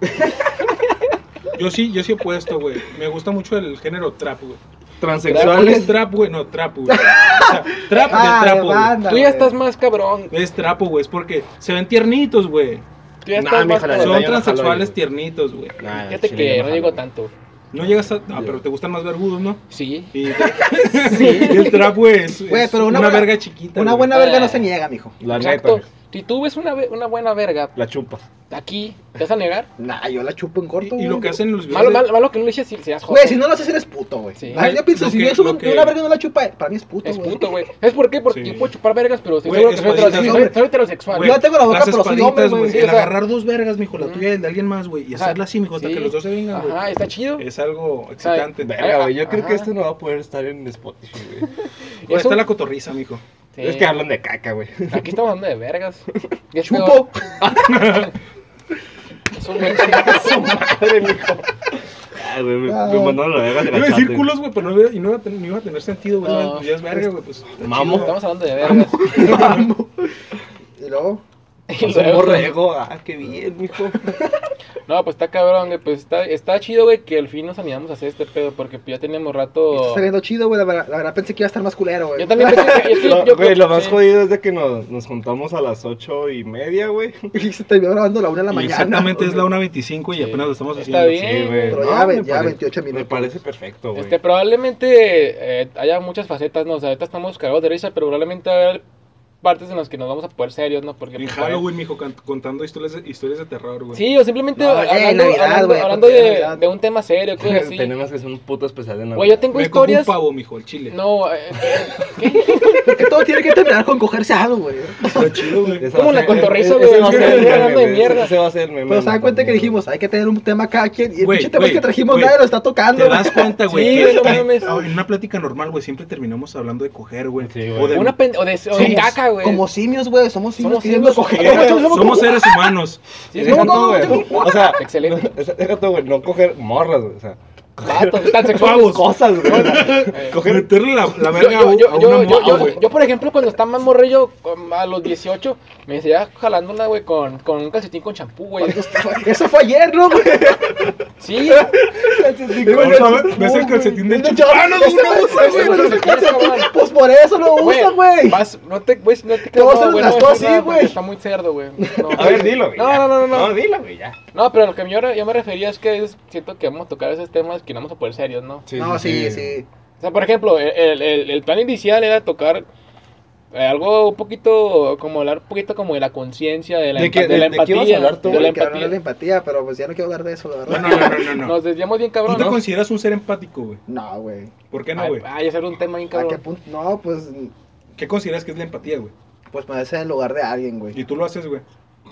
Speaker 1: Yo sí, yo sí he puesto, güey. Me gusta mucho el género trap, güey. ¿Cuál es
Speaker 3: Transexuales.
Speaker 1: trap, güey? No, trap, güey. O sea, trap
Speaker 2: Ah,
Speaker 1: de
Speaker 2: de
Speaker 1: trapo, güey.
Speaker 2: banda,
Speaker 4: Tú
Speaker 2: güey.
Speaker 4: ya estás más cabrón.
Speaker 1: Es trapo, güey. Es porque se ven tiernitos, güey.
Speaker 4: Tú ya
Speaker 3: Nah,
Speaker 4: estás más
Speaker 3: mija, la neta,
Speaker 1: Son
Speaker 4: cabrón.
Speaker 3: yo no jalo ahí,
Speaker 1: transexuales
Speaker 3: güey.
Speaker 1: tiernitos, güey.
Speaker 3: Nah,
Speaker 4: Fíjate
Speaker 3: chile,
Speaker 4: que
Speaker 3: yo
Speaker 4: no digo
Speaker 3: jalo.
Speaker 4: tanto.
Speaker 1: No llegas a... Ah, pero te gustan más vergudos, ¿no?
Speaker 4: Sí.
Speaker 1: Y y el trap, güey, es,
Speaker 2: Güey,
Speaker 1: es
Speaker 2: pero una
Speaker 1: una,
Speaker 2: buena-
Speaker 1: verga chiquita.
Speaker 2: Una
Speaker 1: güey.
Speaker 2: buena verga no se niega, mijo.
Speaker 3: La
Speaker 4: Exacto.
Speaker 3: neta.
Speaker 4: Si tú ves una, ve- una buena verga
Speaker 3: La chupas.
Speaker 4: aquí, ¿te vas a negar?
Speaker 2: Nah, yo la chupo en corto,
Speaker 1: Y, y
Speaker 2: güey.
Speaker 1: lo que hacen los
Speaker 4: Malo,
Speaker 1: videos
Speaker 4: malo, malo que no lo dices si seas joven.
Speaker 2: Güey, si no lo haces, eres puto, güey.
Speaker 4: Sí.
Speaker 2: La gente piensa,
Speaker 1: Lo
Speaker 2: si
Speaker 1: que-
Speaker 2: yo subo
Speaker 1: lo que-
Speaker 2: una verga y no la chupa, para mí es puto,
Speaker 4: Es
Speaker 2: güey.
Speaker 4: puto, güey. ¿Sabes por qué? Porque
Speaker 1: Sí.
Speaker 4: yo puedo chupar vergas, pero estoy
Speaker 1: Güey,
Speaker 4: seguro que soy
Speaker 1: espaditas,
Speaker 4: heterosexual.
Speaker 1: hombre.
Speaker 4: Soy heterosexual.
Speaker 1: Güey,
Speaker 2: Yo tengo la boca,
Speaker 1: las
Speaker 2: pero soy hombre,
Speaker 1: espaditas,
Speaker 2: güey.
Speaker 1: güey.
Speaker 4: Sí,
Speaker 1: El
Speaker 4: o sea-
Speaker 1: agarrar dos vergas, mijo, la
Speaker 4: Ujú.
Speaker 1: tuya y el de alguien más, güey. Y
Speaker 4: Ajá.
Speaker 1: hacerla así, mijo, hasta
Speaker 4: Sí.
Speaker 1: que los dos se vengan, güey.
Speaker 4: Ajá, está chido.
Speaker 1: Es algo
Speaker 4: sea,
Speaker 1: excitante.
Speaker 4: ver-
Speaker 1: Güey,
Speaker 3: Verga, güey. Yo creo que
Speaker 4: Ajá.
Speaker 3: este no va a poder estar en Spotify, güey.
Speaker 4: es
Speaker 1: está
Speaker 4: un-
Speaker 1: la cotorriza, mijo.
Speaker 4: Sí.
Speaker 3: Es que hablan de caca, güey.
Speaker 4: Aquí estamos hablando de vergas. Y es peor.
Speaker 2: Chupo.
Speaker 4: Es un buen chingo.
Speaker 3: Madre, mijo. Ah, güey, me,
Speaker 2: Ah.
Speaker 3: me mandaron la verga de
Speaker 1: Iba
Speaker 3: la
Speaker 1: a
Speaker 3: chat,
Speaker 1: decir
Speaker 3: güey.
Speaker 1: culos, güey, pero no iba, y no iba a tener, no iba a tener sentido, güey.
Speaker 4: No.
Speaker 1: Ya es verga, güey. Pues, está
Speaker 3: Mamo.
Speaker 1: chido.
Speaker 4: Estamos hablando de vergas.
Speaker 2: Y luego,
Speaker 4: Y
Speaker 3: Pasó un
Speaker 4: luego-
Speaker 3: borrego. Ah, qué bien, mijo.
Speaker 4: No, pues está cabrón, güey. Pues está, está chido, güey, que al fin nos animamos a hacer este pedo. Porque pues, ya teníamos
Speaker 2: está
Speaker 4: rato.
Speaker 2: saliendo chido, güey. La verdad, la verdad pensé que iba a estar más culero, güey.
Speaker 4: Yo también pensé que. es que
Speaker 3: Lo,
Speaker 4: yo
Speaker 3: güey,
Speaker 4: creo-
Speaker 3: lo más
Speaker 4: sí.
Speaker 3: jodido es de que nos, nos juntamos a las ocho y media, güey.
Speaker 2: Y se terminó grabando a la una de la
Speaker 1: Y
Speaker 2: mañana.
Speaker 1: Exactamente, es la 1.25 y
Speaker 4: Sí.
Speaker 1: apenas lo estamos
Speaker 4: Está
Speaker 1: haciendo.
Speaker 4: bien.
Speaker 3: Sí, güey.
Speaker 2: Pero ya
Speaker 3: me
Speaker 2: ve- ya pues,
Speaker 3: parece-
Speaker 2: 28 minutos.
Speaker 3: Me parece perfecto, güey.
Speaker 4: Este, probablemente eh, haya muchas facetas, ¿no? O sea, ahorita estamos cargados de risa, pero probablemente va a haber partes en las que nos vamos a poner serios, ¿no? Porque
Speaker 1: En
Speaker 4: pues,
Speaker 1: Halloween, mijo, can- contando historias de, historias de terror, güey.
Speaker 4: Sí, o simplemente
Speaker 2: No, eh,
Speaker 4: hablando,
Speaker 2: Navidad,
Speaker 4: hablando-
Speaker 2: güey,
Speaker 4: hablando
Speaker 2: porque
Speaker 4: de,
Speaker 2: Navidad.
Speaker 4: de un tema serio, cosas así.
Speaker 3: Tenemos que hacer un puto especial de Navidad.
Speaker 4: Güey, yo tengo
Speaker 1: Me cojo un
Speaker 4: historias.
Speaker 1: pavo, mijo, el chile.
Speaker 4: No, eh,
Speaker 2: Porque todo tiene que terminar con cogerse algo, güey.
Speaker 1: Está chido, güey.
Speaker 3: Esa
Speaker 4: como
Speaker 3: va a
Speaker 4: la
Speaker 3: ser-
Speaker 4: cotorriza,
Speaker 3: ese
Speaker 4: güey,
Speaker 3: va a ser el
Speaker 4: que
Speaker 3: meme,
Speaker 4: hablando de
Speaker 3: güey,
Speaker 4: mierda.
Speaker 3: ese va a ser el meme,
Speaker 2: Pero se dan
Speaker 3: ¿no?
Speaker 2: cuenta que dijimos, hay que tener un tema cada quien. Y el
Speaker 1: Güey,
Speaker 2: pinche tema
Speaker 1: güey,
Speaker 2: que trajimos
Speaker 1: güey.
Speaker 2: nadie lo está tocando.
Speaker 1: ¿Te das cuenta, güey?
Speaker 4: Sí,
Speaker 1: que-
Speaker 4: no mames.
Speaker 1: Ah, en una plática normal, güey, siempre terminamos hablando de coger, güey.
Speaker 3: Sí, güey.
Speaker 1: O de-
Speaker 4: una pende- o de, o de
Speaker 2: Somos-
Speaker 4: caca, güey.
Speaker 2: Como simios, güey. Somos simios
Speaker 4: Somos
Speaker 2: queriendo
Speaker 4: simios.
Speaker 2: coger. güey,
Speaker 1: Somos seres humanos.
Speaker 4: Sí,
Speaker 3: Deja
Speaker 4: no,
Speaker 3: tú,
Speaker 4: no,
Speaker 3: güey.
Speaker 4: no, no.
Speaker 3: O sea,
Speaker 4: Excelente.
Speaker 3: deja- deja tú, güey, no coger morras, güey. O sea,
Speaker 4: Vatos, tan sexuales.
Speaker 3: cosas, güey. o sea, Coger
Speaker 1: Meterle la, la
Speaker 4: Yo,
Speaker 1: verga
Speaker 4: yo,
Speaker 1: a
Speaker 4: yo,
Speaker 1: una
Speaker 4: yo,
Speaker 1: morra,
Speaker 4: yo-
Speaker 1: güey.
Speaker 4: yo, por ejemplo, cuando estaba más morrillo, con- a los 18, me decía "Ah, jalando una, güey, con, con un calcetín con champú, güey.
Speaker 2: güey. Eso fue ayer, ¿no, güey?
Speaker 4: Sí,
Speaker 1: Vamos a ver, ves el calcetín del chico.
Speaker 2: Ah, no,
Speaker 4: Ese güey, ese güey, no se quiere, cabrón.
Speaker 2: Pues por eso lo usa, güey.
Speaker 4: vas- No te, güey, no te
Speaker 2: Te vas a
Speaker 4: no,
Speaker 2: hacer
Speaker 4: güey,
Speaker 2: las
Speaker 4: no,
Speaker 2: cosas
Speaker 4: no,
Speaker 2: así,
Speaker 4: no,
Speaker 2: güey.
Speaker 4: Está muy cerdo, güey. No.
Speaker 3: A ver, dilo, güey.
Speaker 4: No,
Speaker 3: ya.
Speaker 4: no, no, no, no.
Speaker 3: No, dilo, güey, ya.
Speaker 4: No, pero lo que yo, yo me refería es que es- siento que vamos a tocar esos temas que no vamos a poner serios, ¿no?
Speaker 2: No, sí, sí.
Speaker 4: O sea, por ejemplo, el- el, el- el plan inicial era tocar eh, algo un poquito, como hablar un poquito como de la conciencia, de la,
Speaker 3: ¿De
Speaker 4: empa-
Speaker 3: qué-
Speaker 4: de la
Speaker 3: de- de qué ibas a
Speaker 4: empatía.
Speaker 3: hablar tú,
Speaker 4: de la
Speaker 2: Que hablar de la
Speaker 4: empatía.
Speaker 2: empatía, pero pues ya no quiero hablar de eso,
Speaker 1: No,
Speaker 2: la verdad.
Speaker 1: no, no, no, no, no.
Speaker 4: Nos desviamos bien
Speaker 1: ¿Tú
Speaker 4: cabrón,
Speaker 1: te
Speaker 4: ¿no?
Speaker 1: consideras un ser empático, güey?
Speaker 2: No, güey.
Speaker 1: ¿Por qué no,
Speaker 4: Ay,
Speaker 1: güey?
Speaker 4: ay, ese era un tema bien
Speaker 2: ¿A qué
Speaker 4: cabrón.
Speaker 2: punto? No, pues.
Speaker 1: ¿Qué consideras que es la empatía, güey?
Speaker 2: Pues ponerse en el lugar de alguien,
Speaker 1: Y
Speaker 2: güey.
Speaker 1: tú lo haces, güey.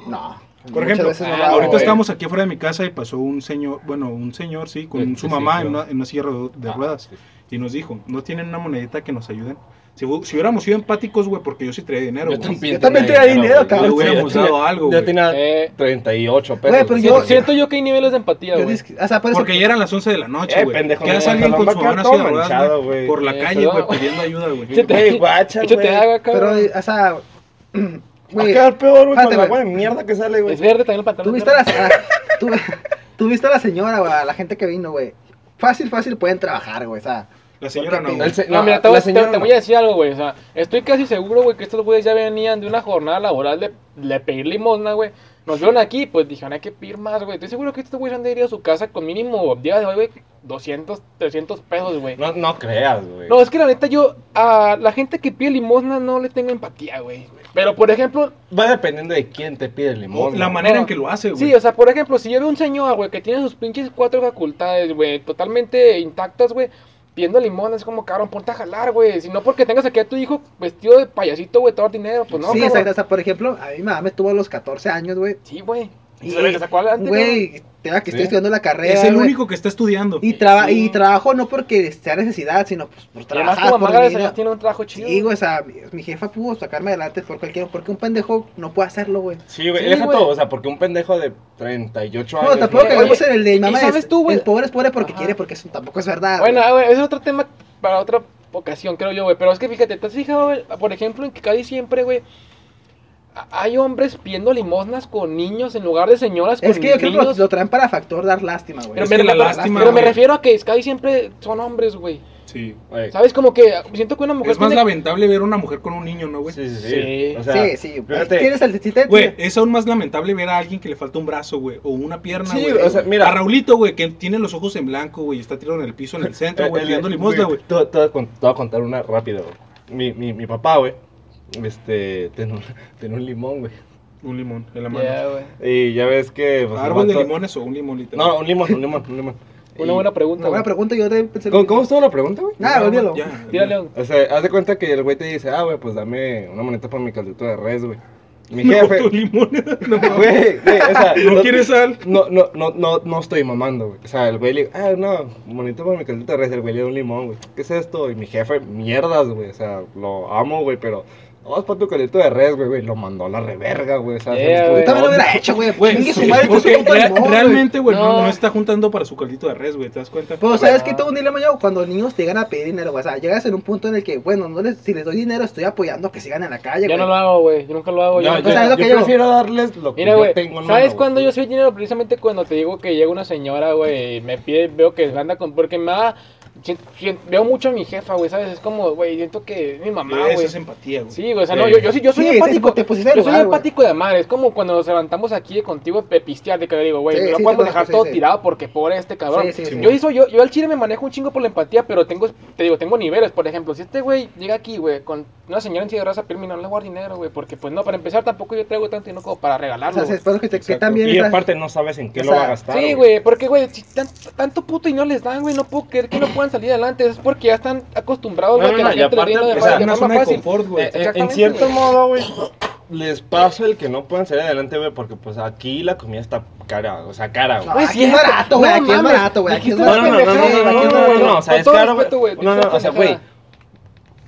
Speaker 2: No.
Speaker 1: Por
Speaker 2: Muchas
Speaker 1: ejemplo,
Speaker 2: veces no
Speaker 4: ah,
Speaker 2: lo hago,
Speaker 1: Ahorita
Speaker 4: güey.
Speaker 1: estábamos aquí afuera de mi casa y pasó un señor, bueno, un señor, sí, con
Speaker 3: Sí,
Speaker 1: su
Speaker 3: sí,
Speaker 1: mamá en,
Speaker 3: sí, claro.
Speaker 1: una, en una silla de- de
Speaker 3: Ah,
Speaker 1: ruedas.
Speaker 3: sí.
Speaker 1: Y nos dijo, no tienen una monedita que nos ayuden. Si, hu- si hubiéramos sido empáticos, güey, porque yo sí traía dinero, güey.
Speaker 2: Yo también tenía dinero,
Speaker 1: Le
Speaker 2: cabrón.
Speaker 1: hubiéramos
Speaker 3: Sí, yo
Speaker 1: dado
Speaker 3: tenía-
Speaker 1: algo,
Speaker 3: Yo
Speaker 1: güey.
Speaker 3: tenía
Speaker 4: Eh,
Speaker 3: 38
Speaker 2: Güey,
Speaker 3: pesos.
Speaker 2: pero
Speaker 4: siento,
Speaker 2: yo-
Speaker 4: siento yo que hay niveles de empatía,
Speaker 2: Yo
Speaker 4: güey.
Speaker 2: disque- O sea, por eso.
Speaker 1: Porque ya eran las 11 de la noche,
Speaker 3: Eh,
Speaker 1: güey.
Speaker 3: pendejo,
Speaker 1: ¿Qué hace
Speaker 3: no,
Speaker 1: alguien
Speaker 3: no,
Speaker 1: con
Speaker 3: no,
Speaker 1: su
Speaker 3: no,
Speaker 1: mano
Speaker 3: todo
Speaker 1: así de ruedas,
Speaker 3: manchado,
Speaker 1: güey?
Speaker 3: güey.
Speaker 1: Por la
Speaker 4: Eh,
Speaker 1: calle, güey,
Speaker 4: perdón.
Speaker 1: pidiendo ayuda, güey.
Speaker 4: Échate-
Speaker 3: Güey, guacha,
Speaker 4: Échate
Speaker 3: güey.
Speaker 4: agua,
Speaker 2: Pero,
Speaker 4: cabrón.
Speaker 2: o sea.
Speaker 3: Va a
Speaker 2: Güey.
Speaker 3: quedar peor, güey, con
Speaker 2: Espérate,
Speaker 3: el
Speaker 2: güey.
Speaker 3: agua de mierda que sale, güey.
Speaker 4: Es verde también el pantalón.
Speaker 2: Tú
Speaker 4: es
Speaker 2: viste a
Speaker 4: verde.
Speaker 2: la, a la- tú, tú viste a la señora, güey, a la gente que vino, güey. Fácil, fácil pueden trabajar, güey, o sea.
Speaker 1: La señora no,
Speaker 2: Porque-
Speaker 1: güey.
Speaker 3: El se-
Speaker 4: No, mira, te,
Speaker 3: la
Speaker 4: voy- te-
Speaker 3: señora
Speaker 4: te
Speaker 3: no.
Speaker 4: voy a decir algo, güey. O sea, estoy casi seguro, güey, que estos güeyes ya venían de una jornada laboral de, de pedir limosna, güey. Nos vieron aquí, pues dijeron, hay que pedir más, güey. Estoy seguro que estos güeyes han de ir a su casa con mínimo, día de hoy, güey, 200, 300 pesos, güey.
Speaker 3: No, no creas, güey.
Speaker 4: No, es que la neta, yo a la gente que pide limosna no le tengo empatía, güey. Pero, por ejemplo,
Speaker 3: Va dependiendo de quién te pide el
Speaker 1: O
Speaker 3: limón.
Speaker 1: La
Speaker 3: güey.
Speaker 1: manera
Speaker 4: No.
Speaker 1: en que lo hace, güey.
Speaker 4: Sí, o sea, por ejemplo, si yo veo un señor, güey, que tiene sus pinches cuatro facultades, güey, totalmente intactas, güey, pidiendo limón, es como, cabrón, ponte a jalar, güey. Si no porque tengas aquí a tu hijo vestido de payasito, güey, todo dinero, pues no,
Speaker 2: sí,
Speaker 4: cabrón.
Speaker 2: exacto. O sea, por ejemplo, a mí mi mamá me tuvo a los 14 años, güey.
Speaker 4: Sí, güey.
Speaker 2: Y-
Speaker 4: Se le sacó adelante,
Speaker 2: Güey, tenga que estoy
Speaker 3: Sí.
Speaker 2: estudiando la carrera.
Speaker 1: es el
Speaker 2: güey.
Speaker 1: único que está estudiando.
Speaker 2: Y, traba-
Speaker 4: Pues Sí.
Speaker 2: y trabajo no porque sea necesidad, sino pues por
Speaker 4: cabrón. Y Además,
Speaker 2: trabajar.
Speaker 4: tu mamá
Speaker 2: por
Speaker 4: gracias a
Speaker 2: dinero.
Speaker 4: Dios, tiene un trabajo chido.
Speaker 2: Sí, güey, o sea, mi, mi jefa pudo sacarme adelante por cualquier. Porque un pendejo no puede hacerlo, güey.
Speaker 3: Sí, güey,
Speaker 4: Sí,
Speaker 3: deja
Speaker 4: güey.
Speaker 3: todo, o sea, porque un pendejo de 38 años.
Speaker 2: No, tampoco
Speaker 4: güey.
Speaker 2: que vemos en el de
Speaker 4: ¿Y
Speaker 2: mi mamá.
Speaker 4: sabes
Speaker 2: es-
Speaker 4: tú, güey?
Speaker 2: El pobre es pobre porque
Speaker 4: Ajá.
Speaker 2: quiere, porque eso tampoco es verdad.
Speaker 4: Bueno,
Speaker 2: güey.
Speaker 4: a ver, ese es otro tema para otra ocasión, creo yo, güey. Pero es que fíjate, ¿te has fijado, güey, por ejemplo, en que casi siempre, güey, a- hay hombres pidiendo limosnas con niños en lugar de señoras con
Speaker 2: es que yo creo que lo,
Speaker 4: niños?
Speaker 2: lo traen para factor dar lástima, güey.
Speaker 4: Pero,
Speaker 1: Es
Speaker 4: me,
Speaker 1: que la
Speaker 4: pero-
Speaker 1: lástima,
Speaker 4: pero me
Speaker 1: güey.
Speaker 4: refiero a que Sky siempre son hombres, güey.
Speaker 1: Sí.
Speaker 3: Güey,
Speaker 4: ¿Sabes? Como que siento que una mujer
Speaker 1: Es más
Speaker 4: tiene-
Speaker 1: lamentable ver a una mujer con un niño, ¿no, güey?
Speaker 3: Sí, sí,
Speaker 4: Sí.
Speaker 3: sí. O sea,
Speaker 2: sí, sí.
Speaker 3: fíjate.
Speaker 2: Tienes el si te-
Speaker 1: Güey, es aún más lamentable ver a alguien que le falta un brazo, güey, o una pierna,
Speaker 3: Sí,
Speaker 1: güey.
Speaker 3: o sea, mira.
Speaker 1: A Raulito, güey, que tiene los ojos en blanco, güey, y está tirado en el piso en el centro, güey,
Speaker 3: el-
Speaker 1: pidiendo limosna, güey.
Speaker 3: Te, te voy a con- te voy a contar una rápida, güey. Mi, mi, mi papá, güey, este, tenía un, tenía un limón, güey.
Speaker 1: Un limón en la mano.
Speaker 4: Ya, güey.
Speaker 3: Y ya ves que... pues, el
Speaker 1: ¿Árbol de
Speaker 3: vato-
Speaker 1: limones o un limón, literal?
Speaker 3: No, un limón, un limón, un limón.
Speaker 4: Una
Speaker 3: Y-
Speaker 4: buena pregunta.
Speaker 2: Una buena
Speaker 4: güey.
Speaker 2: pregunta, yo también pensé.
Speaker 3: ¿Cómo, cómo estuvo la pregunta, güey?
Speaker 2: Nada, olvídalo.
Speaker 1: Ya, ya.
Speaker 4: Tírale un.
Speaker 3: O sea, haz de cuenta que el güey te dice, ah, güey, pues dame una moneta para mi caldito de res, güey. Mi
Speaker 1: No,
Speaker 3: jefe...
Speaker 1: tu limón. No, mames.
Speaker 3: Güey, güey, o sea,
Speaker 1: ¿No quieres sal?
Speaker 3: No, no, no, no, no estoy mamando, güey. O sea, el güey le digo, ah, no, bonito para mi caldito de res, el güey le da un limón, güey. ¿Qué es esto? Y mi jefe, mierdas, güey. O sea, lo amo, güey, pero vamos para tu caldito de res, güey, güey. Lo mandó a la reverga, güey. O sea,
Speaker 4: Yeah,
Speaker 3: se
Speaker 4: güey.
Speaker 2: Yo
Speaker 3: puteó.
Speaker 2: también lo hubiera hecho, güey.
Speaker 1: Güey,
Speaker 2: Chingue su
Speaker 1: sí,
Speaker 2: madre, tú
Speaker 1: porque
Speaker 2: eres un puto
Speaker 1: rea-
Speaker 2: limón, güey. Pues,
Speaker 1: realmente, güey, no.
Speaker 4: No.
Speaker 1: no está juntando para su caldito de res, güey, ¿te das cuenta?
Speaker 2: Pero sabes que todo un dilema yo cuando los niños te llegan a pedir dinero, güey. O sea, llegas en un punto en el que, bueno, no les, si les doy dinero, estoy apoyando que sigan en la calle,
Speaker 4: Yo
Speaker 2: güey.
Speaker 4: no lo hago, güey. Yo nunca lo hago. yo
Speaker 3: No,
Speaker 4: nunca-
Speaker 3: yo,
Speaker 2: ¿sabes lo
Speaker 3: yo
Speaker 2: que yo?
Speaker 3: prefiero darles lo que
Speaker 4: Mira,
Speaker 3: yo
Speaker 4: güey.
Speaker 3: tengo en la
Speaker 4: ¿Sabes
Speaker 3: mano,
Speaker 4: cuándo
Speaker 3: güey.
Speaker 4: yo soy dinero? Precisamente cuando te digo que llega una señora, güey, y me pide, veo que anda con. Porque me da. sien- sien- veo mucho a mi jefa, güey, ¿sabes? Es como, güey, siento que es mi mamá,
Speaker 1: Eso
Speaker 4: güey.
Speaker 1: es empatía, güey.
Speaker 4: Sí, güey, o sea, no,
Speaker 3: Sí.
Speaker 4: yo, yo, sí- yo soy
Speaker 2: Sí, te-
Speaker 4: empático.
Speaker 2: te pusiste en
Speaker 4: yo soy
Speaker 2: lugar, güey.
Speaker 4: empático de madre. Es como cuando nos levantamos aquí de contigo de pistear, de que digo, güey,
Speaker 2: Sí,
Speaker 4: no
Speaker 2: sí,
Speaker 4: lo
Speaker 2: te
Speaker 4: podemos
Speaker 2: conozco,
Speaker 4: dejar
Speaker 2: sí,
Speaker 4: todo
Speaker 2: sí.
Speaker 4: tirado porque pobre este cabrón.
Speaker 2: Sí, sí, sí.
Speaker 4: Yo sí soy, yo, yo al chile me manejo un chingo por la empatía, pero tengo, te digo, tengo niveles. Por ejemplo, si este güey llega aquí, güey, con una señora en silla de raza, pero mira, no le guardo dinero, güey, porque pues no, para empezar tampoco yo traigo tanto dinero como para
Speaker 2: O
Speaker 4: regalarlo.
Speaker 2: sea, se
Speaker 4: güey.
Speaker 2: espero que, te, que
Speaker 3: Exacto.
Speaker 2: también.
Speaker 3: Y
Speaker 2: estás-
Speaker 3: aparte no sabes en qué
Speaker 2: O
Speaker 3: lo va a
Speaker 2: sea,
Speaker 3: gastar.
Speaker 4: Sí, güey, porque, güey, si tan- tanto puto y no les dan, güey, no puedo creer que no puedan salir adelante. Es porque ya están acostumbrados,
Speaker 3: No,
Speaker 4: güey,
Speaker 3: no,
Speaker 4: que
Speaker 3: no,
Speaker 4: la
Speaker 3: y
Speaker 4: gente les dé
Speaker 3: aparte,
Speaker 4: dinero de
Speaker 3: o
Speaker 4: forma-
Speaker 3: sea,
Speaker 4: de
Speaker 1: una
Speaker 4: forma
Speaker 1: zona de
Speaker 4: fácil.
Speaker 1: confort, güey.
Speaker 3: Eh, eh, en
Speaker 4: Exactamente,
Speaker 3: cierto
Speaker 4: güey.
Speaker 3: modo, güey, les pasa el que no puedan salir adelante, güey, porque pues aquí la comida está cara, o sea, cara, güey.
Speaker 2: No, aquí es barato, güey. Aquí es barato, güey. Aquí es
Speaker 3: No, no, no, no,
Speaker 2: barato.
Speaker 3: no, no, no, no, no, no, o sea,
Speaker 4: Con
Speaker 3: es
Speaker 4: todo
Speaker 3: caro,
Speaker 4: respeto,
Speaker 3: güey.
Speaker 4: güey,
Speaker 3: No, no,
Speaker 4: pinche
Speaker 3: o sea, güey,
Speaker 4: pendejada.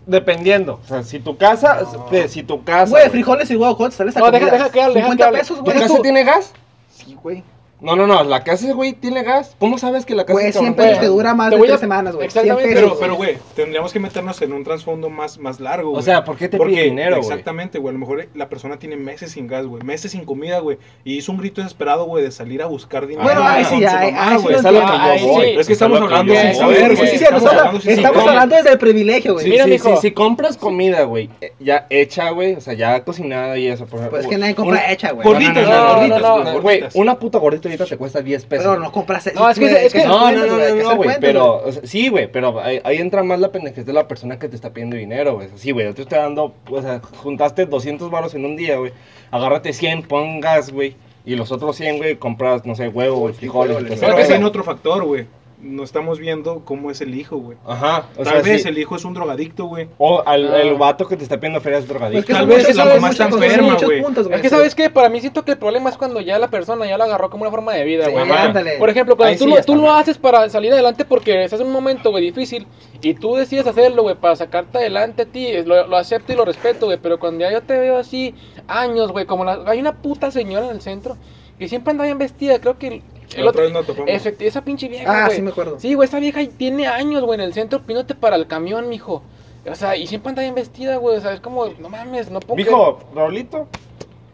Speaker 3: dependiendo, o sea, si tu casa, eh, si tu casa,
Speaker 2: Güey, frijoles y huevo hot sale esta
Speaker 4: No, deja-
Speaker 2: comida.
Speaker 4: deja que hable, deja
Speaker 2: 50
Speaker 4: que hable.
Speaker 2: pesos,
Speaker 3: ¿tu
Speaker 2: güey.
Speaker 3: casa
Speaker 2: Tú-
Speaker 3: tiene gas?
Speaker 2: Sí, güey.
Speaker 3: No, no, no, la casa, güey, tiene gas. ¿Cómo sabes que la casa
Speaker 2: Güey,
Speaker 3: está
Speaker 2: 100
Speaker 3: barata?
Speaker 2: pesos te dura más
Speaker 4: Te
Speaker 2: de
Speaker 4: voy a-
Speaker 2: 3 semanas, güey. 100
Speaker 4: Exactamente,
Speaker 2: pesos.
Speaker 1: Pero, pero, güey, tendríamos que meternos en un trasfondo más, más largo, güey.
Speaker 3: O sea, ¿por qué te
Speaker 1: Porque,
Speaker 3: pide dinero, güey?
Speaker 1: exactamente, güey. A lo mejor la persona tiene meses sin gas, güey. Meses sin comida, güey. Y hizo un grito desesperado, güey, de salir a buscar dinero.
Speaker 2: Bueno,
Speaker 1: güey,
Speaker 2: ahí
Speaker 1: con
Speaker 2: sí,
Speaker 1: su
Speaker 2: ahí-
Speaker 1: mamá,
Speaker 2: ahí sí
Speaker 1: güey.
Speaker 2: lo
Speaker 3: Es a lo
Speaker 4: entiendo.
Speaker 3: que
Speaker 4: Ay,
Speaker 3: yo voy.
Speaker 4: sí.
Speaker 1: Es que estamos
Speaker 3: a lo
Speaker 1: hablando
Speaker 3: yo
Speaker 1: sin
Speaker 3: voy,
Speaker 1: saber,
Speaker 3: güey.
Speaker 2: Sí, sí, sí,
Speaker 1: Estamos
Speaker 2: estamos hablando-
Speaker 1: hablando sin
Speaker 2: estamos
Speaker 1: saber.
Speaker 2: hablando desde el privilegio, güey.
Speaker 4: Sí, Mira,
Speaker 3: si,
Speaker 4: mijo.
Speaker 3: si- si compras comida, güey, eh, ya hecha, güey, o sea, ya cocinada y eso, por
Speaker 2: Pues
Speaker 3: güey,
Speaker 2: que nadie
Speaker 3: una-
Speaker 2: compra hecha, güey.
Speaker 1: Gorditas,
Speaker 3: No,
Speaker 1: güey,
Speaker 3: no, no,
Speaker 1: gorditas,
Speaker 4: no, no,
Speaker 1: güey,
Speaker 3: Güey,
Speaker 1: gorditas.
Speaker 3: una puta gordita ahorita te cuesta 10 pesos.
Speaker 2: Pero no compras
Speaker 4: No, es que- es que-
Speaker 3: No, no, no, no, no, güey, pero, o sea, sí, güey, pero ahí, ahí entra más la pendejez de la persona que te está pidiendo dinero, güey. Sí, güey, yo te estoy dando, o sea, juntaste 200 baros en un día, güey. Agárrate 100, pon gas, güey, y los otros 100, güey, compras, no sé, huevo, güey, frijoles.
Speaker 2: frijoles,
Speaker 3: cosas
Speaker 1: Pero
Speaker 3: así.
Speaker 1: es en otro factor, güey. No estamos viendo cómo es el hijo, güey.
Speaker 3: Ajá, o
Speaker 1: Tal
Speaker 3: sea,
Speaker 1: vez
Speaker 3: sí.
Speaker 1: el hijo es un drogadicto, güey.
Speaker 3: O al,
Speaker 4: Ah.
Speaker 3: el vato que te está pidiendo
Speaker 4: Pues
Speaker 3: ferias drogadictas.
Speaker 1: Tal vez la mamá está enferma, güey.
Speaker 4: Es que sabes que para mí siento que el problema es cuando ya la persona ya la agarró como una forma de vida,
Speaker 2: Sí,
Speaker 4: güey.
Speaker 3: ajá.
Speaker 2: ándale.
Speaker 4: Por ejemplo, cuando
Speaker 3: Ahí
Speaker 4: tú,
Speaker 3: sí
Speaker 4: lo,
Speaker 3: ya
Speaker 4: tú
Speaker 3: está
Speaker 4: lo
Speaker 3: mal.
Speaker 4: haces para salir adelante porque estás en un momento, güey, difícil y tú decides hacerlo, güey, para sacarte adelante a ti, es- lo, lo acepto y lo respeto, güey, pero cuando ya yo te veo así años, güey, como la, hay una puta señora en el centro que siempre anda bien vestida, creo que el, el
Speaker 1: La otra
Speaker 4: otro,
Speaker 1: vez nos topamos.
Speaker 4: efecti- esa pinche vieja,
Speaker 2: Ah,
Speaker 4: güey.
Speaker 2: sí me acuerdo.
Speaker 4: Sí, güey, esa vieja tiene años, güey, en el centro pidiéndote para el camión, mijo. O sea, y siempre anda bien vestida, güey. O sea, es como, no mames, no puedo. creer.
Speaker 3: Mijo, Raulito.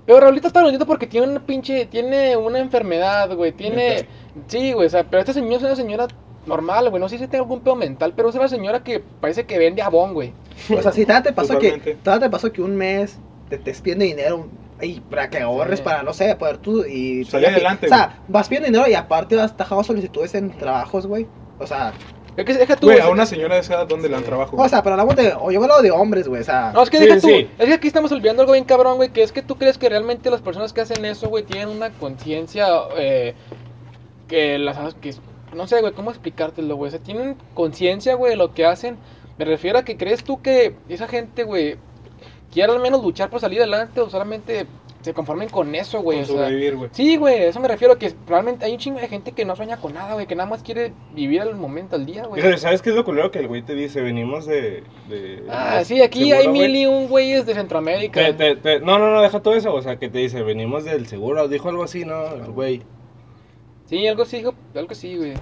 Speaker 4: Pero Raulito está bonito porque tiene una pinche. Tiene una enfermedad, güey. Tiene. Sí, güey, o sea, pero esta señora es una señora normal, güey. No sé si tiene algún pedo mental, pero es una señora que parece que vende abón, güey.
Speaker 2: O sea, si todavía te pasó que,
Speaker 1: Totalmente.
Speaker 2: todavía te pasó que un mes te estés pidiendo dinero y para que ahorres
Speaker 4: Sí.
Speaker 2: para, no sé, poder tú y...
Speaker 1: Salir adelante,
Speaker 2: O sea, vas pidiendo dinero y aparte vas tajado solicitudes en trabajos, güey. O sea,
Speaker 4: Es que deja tú.
Speaker 1: Güey,
Speaker 4: güey,
Speaker 1: a una señora de esa edad, ¿dónde la dan trabajo?
Speaker 2: o sea, pero hablamos de... O yo hablo de hombres, güey, o sea...
Speaker 4: No, es que
Speaker 3: Sí,
Speaker 4: deja tú.
Speaker 3: sí.
Speaker 4: Es que aquí estamos olvidando algo bien cabrón, güey. Que es que tú crees que realmente las personas que hacen eso, güey, tienen una conciencia. Eh, que las. Que, no sé, güey, cómo explicártelo, güey. O sea, tienen conciencia, güey, de lo que hacen. Me refiero a que crees tú que esa gente, güey, quiera al menos luchar por salir adelante o solamente se conformen con eso, güey.
Speaker 1: Con
Speaker 4: o sea.
Speaker 1: sobrevivir, güey.
Speaker 4: Sí, güey, a eso me refiero que realmente hay un chingo de gente que no sueña con nada, güey, que nada más quiere vivir al momento, al día, güey.
Speaker 3: Pero, ¿sabes qué es lo culero que el güey te dice? Venimos de. de-
Speaker 4: Ah,
Speaker 3: de-
Speaker 4: sí, aquí
Speaker 3: seguro,
Speaker 4: hay
Speaker 3: güey.
Speaker 4: mil y un güeyes de Centroamérica.
Speaker 3: Te- te- te- no, no, no, deja todo eso. O sea, que te dice, venimos del seguro. Dijo algo así, ¿no?
Speaker 4: Ah.
Speaker 3: El güey.
Speaker 4: Sí, algo sí, hijo, algo sí, güey.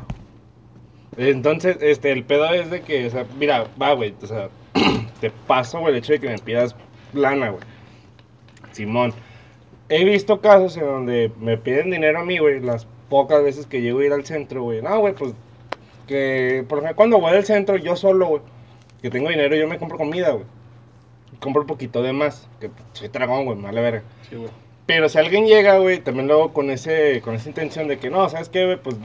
Speaker 3: Entonces, este, el pedo es de que, o sea, mira, va, güey. O sea, te paso, güey, el hecho de que me pidas lana, güey. Simón. He visto casos en donde me piden dinero a mí, güey. Las pocas veces que llego a ir al centro, güey. No, güey, pues. Que, por ejemplo, cuando voy al centro, yo solo, güey. Que tengo dinero, yo me compro comida, güey. Compro un poquito de más. Que soy tragón, güey, me vale verga.
Speaker 1: Sí, güey.
Speaker 3: Pero si alguien llega, güey, también luego con ese con esa intención de que no, ¿sabes qué, güey? Pues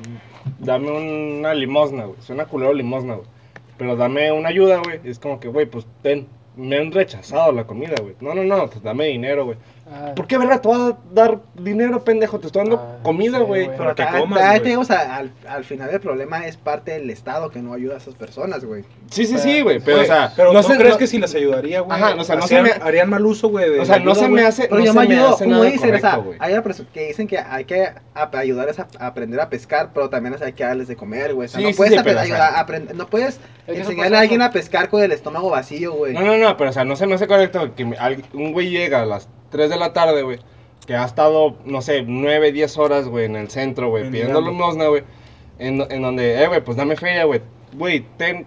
Speaker 3: dame una limosna, güey. Suena culero limosna, güey. Pero dame una ayuda, güey. Es como que, güey, pues ten, me han rechazado la comida, güey. No, no, no, pues dame dinero, güey.
Speaker 4: Ah,
Speaker 3: ¿Por qué, verdad? Te vas a dar dinero, pendejo. Te estoy dando
Speaker 4: Ah,
Speaker 3: comida,
Speaker 4: sí,
Speaker 3: güey.
Speaker 4: güey.
Speaker 1: Para que
Speaker 2: Ta-
Speaker 1: comas,
Speaker 2: ta-
Speaker 1: güey.
Speaker 2: te digo, o sea, al, al final el problema es parte del Estado que no ayuda a esas personas, güey.
Speaker 3: Sí, sí,
Speaker 4: Ah,
Speaker 3: sí, güey. Pero,
Speaker 1: Güey,
Speaker 3: o sea,
Speaker 1: pero ¿no,
Speaker 3: se-
Speaker 1: crees que si las ayudaría, güey?
Speaker 3: Ajá, o sea, no
Speaker 1: Hacían-
Speaker 3: se me-
Speaker 1: Harían mal uso, güey. de
Speaker 3: O sea,
Speaker 1: la
Speaker 3: no
Speaker 1: ayuda,
Speaker 3: se me
Speaker 1: güey.
Speaker 3: hace.
Speaker 2: Pero
Speaker 3: no
Speaker 2: yo
Speaker 3: se
Speaker 2: me ayudo,
Speaker 3: hace
Speaker 2: como
Speaker 3: nada
Speaker 2: dicen, o sea,
Speaker 3: correcto, güey.
Speaker 2: hay una persona que dicen que hay que ap- ayudarles a, a aprender a pescar, pero también o sea, hay que darles de comer, güey. O sea,
Speaker 3: Sí,
Speaker 2: no,
Speaker 3: sí,
Speaker 2: puedes
Speaker 3: sí,
Speaker 2: ap-
Speaker 3: pero, o sea,
Speaker 2: ayudar a aprender- no puedes
Speaker 4: que eso
Speaker 2: enseñarle
Speaker 4: pasa-
Speaker 2: a alguien a pescar con el estómago vacío, güey.
Speaker 3: No, no, no, pero o sea, no se me hace correcto que me- al- un güey llega a las 3 de la tarde, güey, que ha estado, no sé, 9, 10 horas, güey, en el centro, güey,
Speaker 1: Mendigando.
Speaker 3: pidiendo limosna, güey, en, do- en donde, eh, güey, pues dame feria, güey, güey, ten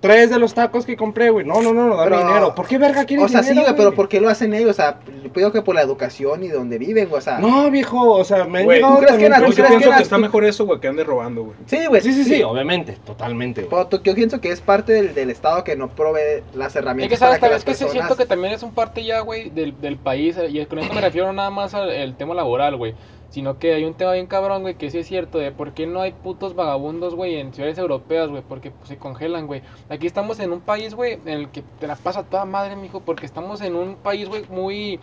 Speaker 3: tres de los tacos que compré, güey. No, no, no, no, dame
Speaker 2: Pero-
Speaker 3: dinero. ¿Por qué verga quieres
Speaker 2: O sea, sí,
Speaker 3: dinero?
Speaker 2: güey,
Speaker 3: güey?
Speaker 2: pero ¿por qué lo hacen ellos? O sea, yo creo que por la educación y donde viven, güey, o sea.
Speaker 3: No, viejo, o sea, me han
Speaker 1: Güey,
Speaker 3: llegado
Speaker 2: ¿tú crees
Speaker 3: también-
Speaker 2: que la-
Speaker 1: Yo
Speaker 2: ¿tú
Speaker 1: sí
Speaker 2: crees
Speaker 1: pienso
Speaker 2: que
Speaker 1: que
Speaker 2: las-
Speaker 1: está mejor eso, güey, que ande robando, güey.
Speaker 2: Sí, güey.
Speaker 3: Sí, sí, sí, obviamente, totalmente, güey.
Speaker 2: Pero tú- yo pienso que es parte del, del Estado que no provee las
Speaker 4: Es
Speaker 2: herramientas
Speaker 4: que sabes,
Speaker 2: para
Speaker 4: tal
Speaker 2: que las
Speaker 4: vez que sí
Speaker 2: personas...
Speaker 4: siento que también es un parte ya, güey, del, del país. eh, Y con esto me refiero no nada más al el tema laboral, güey. Sino que hay un tema bien cabrón, güey, que sí es cierto, de por qué no hay putos vagabundos, güey, en ciudades europeas, güey, porque pues, se congelan, güey. Aquí estamos en un país, güey, en el que te la pasa toda madre, mijo, porque estamos en un país, güey, muy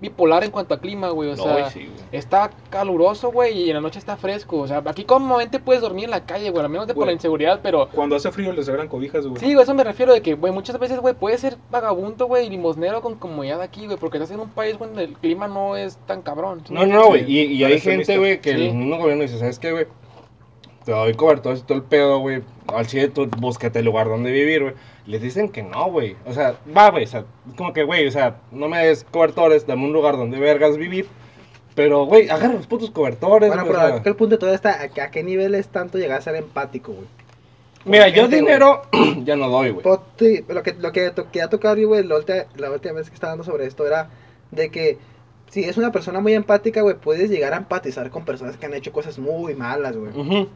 Speaker 4: bipolar en cuanto a clima,
Speaker 2: Pues,
Speaker 4: güey. O
Speaker 6: No,
Speaker 4: sea,
Speaker 6: y sí, güey.
Speaker 4: Está caluroso, güey, y en la noche está fresco. O sea, aquí cómodamente puedes dormir en la calle, güey, a menos de por la
Speaker 1: Güey.
Speaker 4: inseguridad, pero...
Speaker 1: Cuando hace frío les regalan cobijas, güey.
Speaker 4: Sí, güey, eso me refiero de que, güey, muchas veces, güey, puedes ser vagabundo, güey, limosnero con comodidad aquí, güey, porque estás en un país, güey, donde el clima no es tan cabrón. ¿sí?
Speaker 3: No, no, güey. Y, y hay
Speaker 1: parece
Speaker 3: gente,
Speaker 1: listo.
Speaker 3: güey, que
Speaker 4: Sí.
Speaker 3: el mismo gobierno dice, ¿sabes qué, güey? Te doy cobertores y todo el pedo, güey. Al chile tú búscate el lugar donde vivir, güey. Les dicen que no, güey. O sea, va, güey. O sea, es como que, güey, o sea, no me des cobertores, dame un lugar donde vergas vivir. Pero, güey, agarra los putos cobertores,
Speaker 2: Bueno,
Speaker 3: güey,
Speaker 2: pero
Speaker 3: o sea.
Speaker 2: creo que el punto de todo está, ¿a qué- ¿a qué nivel es tanto llegar a ser empático, güey?
Speaker 3: Mira, yo
Speaker 2: gente,
Speaker 3: dinero ya no doy, güey.
Speaker 2: Pero sí, lo que, lo que to- que ha tocado, güey, la última, la última vez que estaba hablando sobre esto era de que si es una persona muy empática, güey, puedes llegar a empatizar con personas que han hecho cosas muy malas, güey.
Speaker 3: Ujú.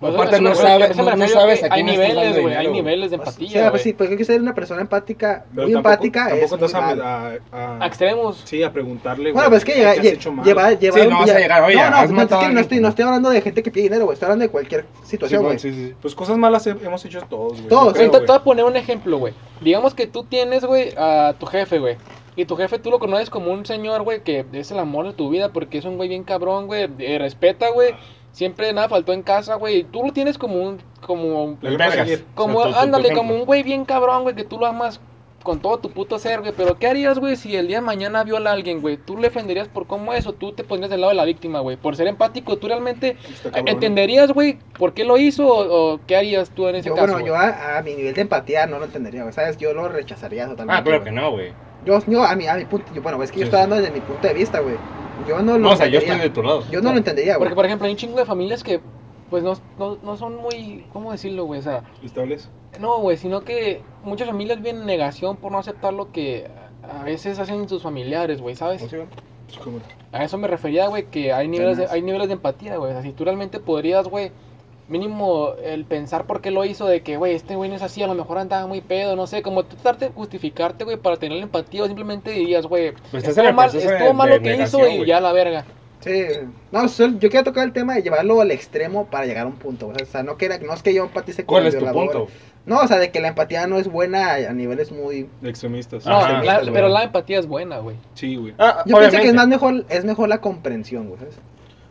Speaker 4: Pues,
Speaker 3: Aparte,
Speaker 4: eso me
Speaker 3: no
Speaker 4: refiero-
Speaker 3: sabes,
Speaker 4: eso
Speaker 3: no,
Speaker 4: me
Speaker 3: no
Speaker 4: refiero
Speaker 3: sabes
Speaker 4: que
Speaker 3: a quién
Speaker 4: Hay
Speaker 3: le estás
Speaker 4: niveles,
Speaker 3: dando
Speaker 4: güey, hay
Speaker 3: dinero, güey.
Speaker 4: niveles de
Speaker 2: O sea,
Speaker 4: empatía,
Speaker 2: pues sí,
Speaker 4: güey.
Speaker 2: pues creo que ser una persona empática,
Speaker 1: Pero
Speaker 2: muy
Speaker 1: tampoco-
Speaker 2: empática
Speaker 1: tampoco
Speaker 2: es
Speaker 1: estás
Speaker 2: muy
Speaker 1: a-
Speaker 2: mal.
Speaker 1: a- a-
Speaker 4: A Extremos.
Speaker 1: Sí, a preguntarle,
Speaker 2: Bueno, pues es que
Speaker 1: ¿qué
Speaker 2: llega-
Speaker 1: has
Speaker 2: lle-
Speaker 1: hecho mal?
Speaker 2: llevar, llevar
Speaker 3: no vas a llegar, oye,
Speaker 2: no, no,
Speaker 3: has
Speaker 2: pues, es
Speaker 3: matado a
Speaker 2: que no
Speaker 3: alguien.
Speaker 2: estoy, no estoy hablando de gente que pide dinero, güey, estoy hablando de cualquier situación, güey.
Speaker 3: Sí, sí, sí.
Speaker 1: Pues cosas malas he- hemos hecho todos, güey.
Speaker 2: Todos,
Speaker 1: yo creo,
Speaker 4: Güey, te, te
Speaker 1: güey.
Speaker 4: voy a poner un ejemplo, güey. Digamos que tú tienes, güey, a tu jefe, güey. Y tu jefe tú lo conoces como un señor, güey, que es el amor de tu vida porque es un güey bien cabrón, güey. eh, respeta, güey. Siempre nada faltó en casa, güey. y Tú lo tienes como un... Como,
Speaker 1: Le voy a
Speaker 3: Vergas.
Speaker 1: conseguir.
Speaker 4: como
Speaker 3: O sea, tu- tu
Speaker 4: ándale,
Speaker 3: ejemplo.
Speaker 4: como un güey bien cabrón, güey, que tú lo amas con todo tu puto ser, güey. Pero ¿qué harías, güey, si el día de mañana viola a alguien, güey? ¿Tú le defenderías por cómo es o tú te pondrías del lado de la víctima, güey? Por ser empático, ¿tú realmente
Speaker 1: Está cabrón.
Speaker 4: entenderías, güey, por qué lo hizo o, o qué harías tú en ese
Speaker 2: Yo,
Speaker 4: caso?
Speaker 2: bueno,
Speaker 4: güey?
Speaker 2: yo a, a mi nivel de empatía no lo entendería, güey, ¿sabes? Yo lo rechazaría totalmente.
Speaker 3: Ah, claro que
Speaker 2: güey.
Speaker 3: no, güey.
Speaker 2: Yo, yo a, mi, a mi punto, yo- bueno, es que yo
Speaker 3: Sí,
Speaker 2: estoy
Speaker 3: sí.
Speaker 2: hablando desde mi punto de vista, güey. Yo no lo
Speaker 3: No, o sea, yo estoy
Speaker 2: entendería.
Speaker 3: de tu lado.
Speaker 2: Yo no lo entendería, güey.
Speaker 4: Porque, por ejemplo, hay un chingo de familias que, pues, no, no, no son muy, ¿cómo decirlo, güey? O sea,
Speaker 1: ¿Estables?
Speaker 4: no, güey, sino que muchas familias viven en negación por no aceptar lo que a veces hacen sus familiares, güey, ¿sabes?
Speaker 3: Sí, güey.
Speaker 1: Sí, como-
Speaker 4: A eso me refería, güey, que hay niveles, de,
Speaker 2: Tenaz.
Speaker 4: hay niveles de empatía, güey. O sea, si tú realmente podrías, güey, mínimo el pensar por qué lo hizo, de que, güey, este güey no es así, a lo mejor andaba muy pedo, no sé, como tú tratarte de justificarte, güey, para tener la empatía, o simplemente dirías, güey,
Speaker 3: Pues estás en
Speaker 4: estuvo
Speaker 3: el
Speaker 4: mal,
Speaker 3: proceso de-
Speaker 4: estuvo mal
Speaker 3: de
Speaker 4: lo que hizo
Speaker 3: negación,
Speaker 4: y
Speaker 3: güey.
Speaker 4: ya la verga.
Speaker 2: Sí, no, sol- yo quería tocar el tema de llevarlo al extremo para llegar a un punto. güey. O sea, no, que era- no es que yo empatice con
Speaker 3: ¿Cuál
Speaker 2: el
Speaker 3: es tu
Speaker 2: violador.
Speaker 3: punto?
Speaker 2: No, o sea, de que la empatía no es buena a, a niveles muy.
Speaker 1: De extremistas.
Speaker 4: No,
Speaker 3: Ajá.
Speaker 4: la-
Speaker 3: güey.
Speaker 4: pero la empatía es buena, güey.
Speaker 1: Sí, güey.
Speaker 3: Ah,
Speaker 2: Yo pienso que es
Speaker 3: obviamente.
Speaker 2: más mejor, es mejor la comprensión, güey. ¿sabes?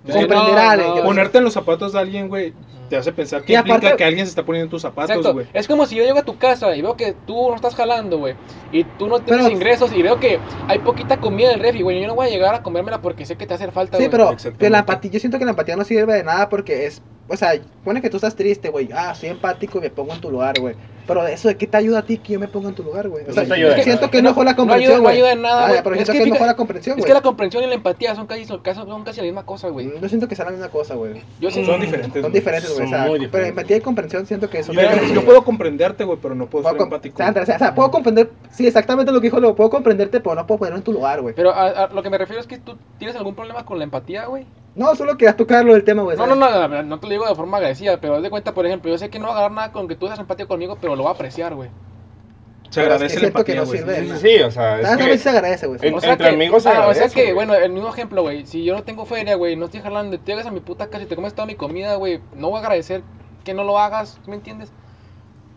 Speaker 4: Sí,
Speaker 2: Comprender
Speaker 4: no,
Speaker 2: a alguien.
Speaker 4: no,
Speaker 2: que-
Speaker 4: poner-
Speaker 1: Ponerte en los zapatos de alguien, güey, te hace pensar que
Speaker 2: Y
Speaker 1: implica
Speaker 2: aparte-
Speaker 1: que alguien se está poniendo en tus zapatos,
Speaker 4: Exacto.
Speaker 1: güey.
Speaker 4: Es como si yo llego a tu casa y veo que tú no estás jalando, güey. Y tú no tienes
Speaker 2: Pero-
Speaker 4: ingresos y veo que hay poquita comida en el refri, güey. Yo no voy a llegar a comérmela porque sé que te hace falta,
Speaker 2: Sí,
Speaker 4: güey.
Speaker 2: pero,
Speaker 1: exactamente.
Speaker 2: pero la empatía, yo siento que la empatía no sirve de nada porque es. O sea, pone que tú estás triste, güey. Ah, soy empático y me pongo en tu lugar, güey. Pero eso de qué te ayuda a ti que yo me ponga en tu lugar, güey. O
Speaker 3: Eso
Speaker 2: sea,
Speaker 3: te ayuda de
Speaker 2: siento
Speaker 3: nada.
Speaker 2: que no fue la
Speaker 4: No ayuda-
Speaker 2: comprensión,
Speaker 4: no
Speaker 2: güey.
Speaker 4: ayuda en nada,
Speaker 2: Ah,
Speaker 4: güey.
Speaker 2: pero
Speaker 4: Es
Speaker 2: siento
Speaker 4: que
Speaker 2: que, no
Speaker 4: fíjate-
Speaker 2: fue la comprensión,
Speaker 4: Es
Speaker 2: güey.
Speaker 4: que la comprensión y la empatía son casi, son casi, son casi la misma cosa, güey. Este
Speaker 2: Yo siento que es la misma cosa, güey.
Speaker 4: Yo sí.
Speaker 1: Son diferentes.
Speaker 2: Mm, Son
Speaker 1: güey.
Speaker 2: diferentes, güey. O
Speaker 3: son
Speaker 2: sea,
Speaker 3: muy
Speaker 2: pero
Speaker 3: diferentes.
Speaker 2: empatía y comprensión siento que
Speaker 1: Yo,
Speaker 2: son
Speaker 1: yo puedo comprenderte, güey, pero no puedo
Speaker 2: Puedo
Speaker 1: ser
Speaker 2: com-
Speaker 1: empático.
Speaker 2: Sandra, o sea, o sea, puedo comprender, sí, exactamente lo que dijo Leo, puedo comprenderte, pero no puedo ponerlo en tu lugar, güey.
Speaker 4: Pero a, a lo que me refiero es que tú tienes algún problema con la empatía, güey.
Speaker 2: No, solo quería tocarlo del tema, güey.
Speaker 4: No, no,
Speaker 2: ¿sabes?
Speaker 4: no, no, no te lo digo de forma agradecida, pero haz de cuenta, por ejemplo, yo sé que no va a agarrar nada con que tú seas empático conmigo, pero lo va a apreciar, güey.
Speaker 1: Se
Speaker 2: Pero
Speaker 1: agradece
Speaker 2: es que
Speaker 1: la
Speaker 2: siento que
Speaker 1: empatía,
Speaker 2: no
Speaker 1: güey.
Speaker 2: sirve.
Speaker 3: Sí, sí, sí, o sea,
Speaker 2: Ah, también
Speaker 3: es
Speaker 2: se
Speaker 3: que...
Speaker 2: agradece, güey.
Speaker 3: en- entre amigos se
Speaker 4: ah, O sea
Speaker 3: agradece,
Speaker 4: que,
Speaker 3: güey.
Speaker 4: bueno, el mismo ejemplo, güey. Si yo no tengo feria, güey, no estoy jalando, y te llegas a mi puta casa y te comes toda mi comida, güey, no voy a agradecer que no lo hagas, ¿me entiendes?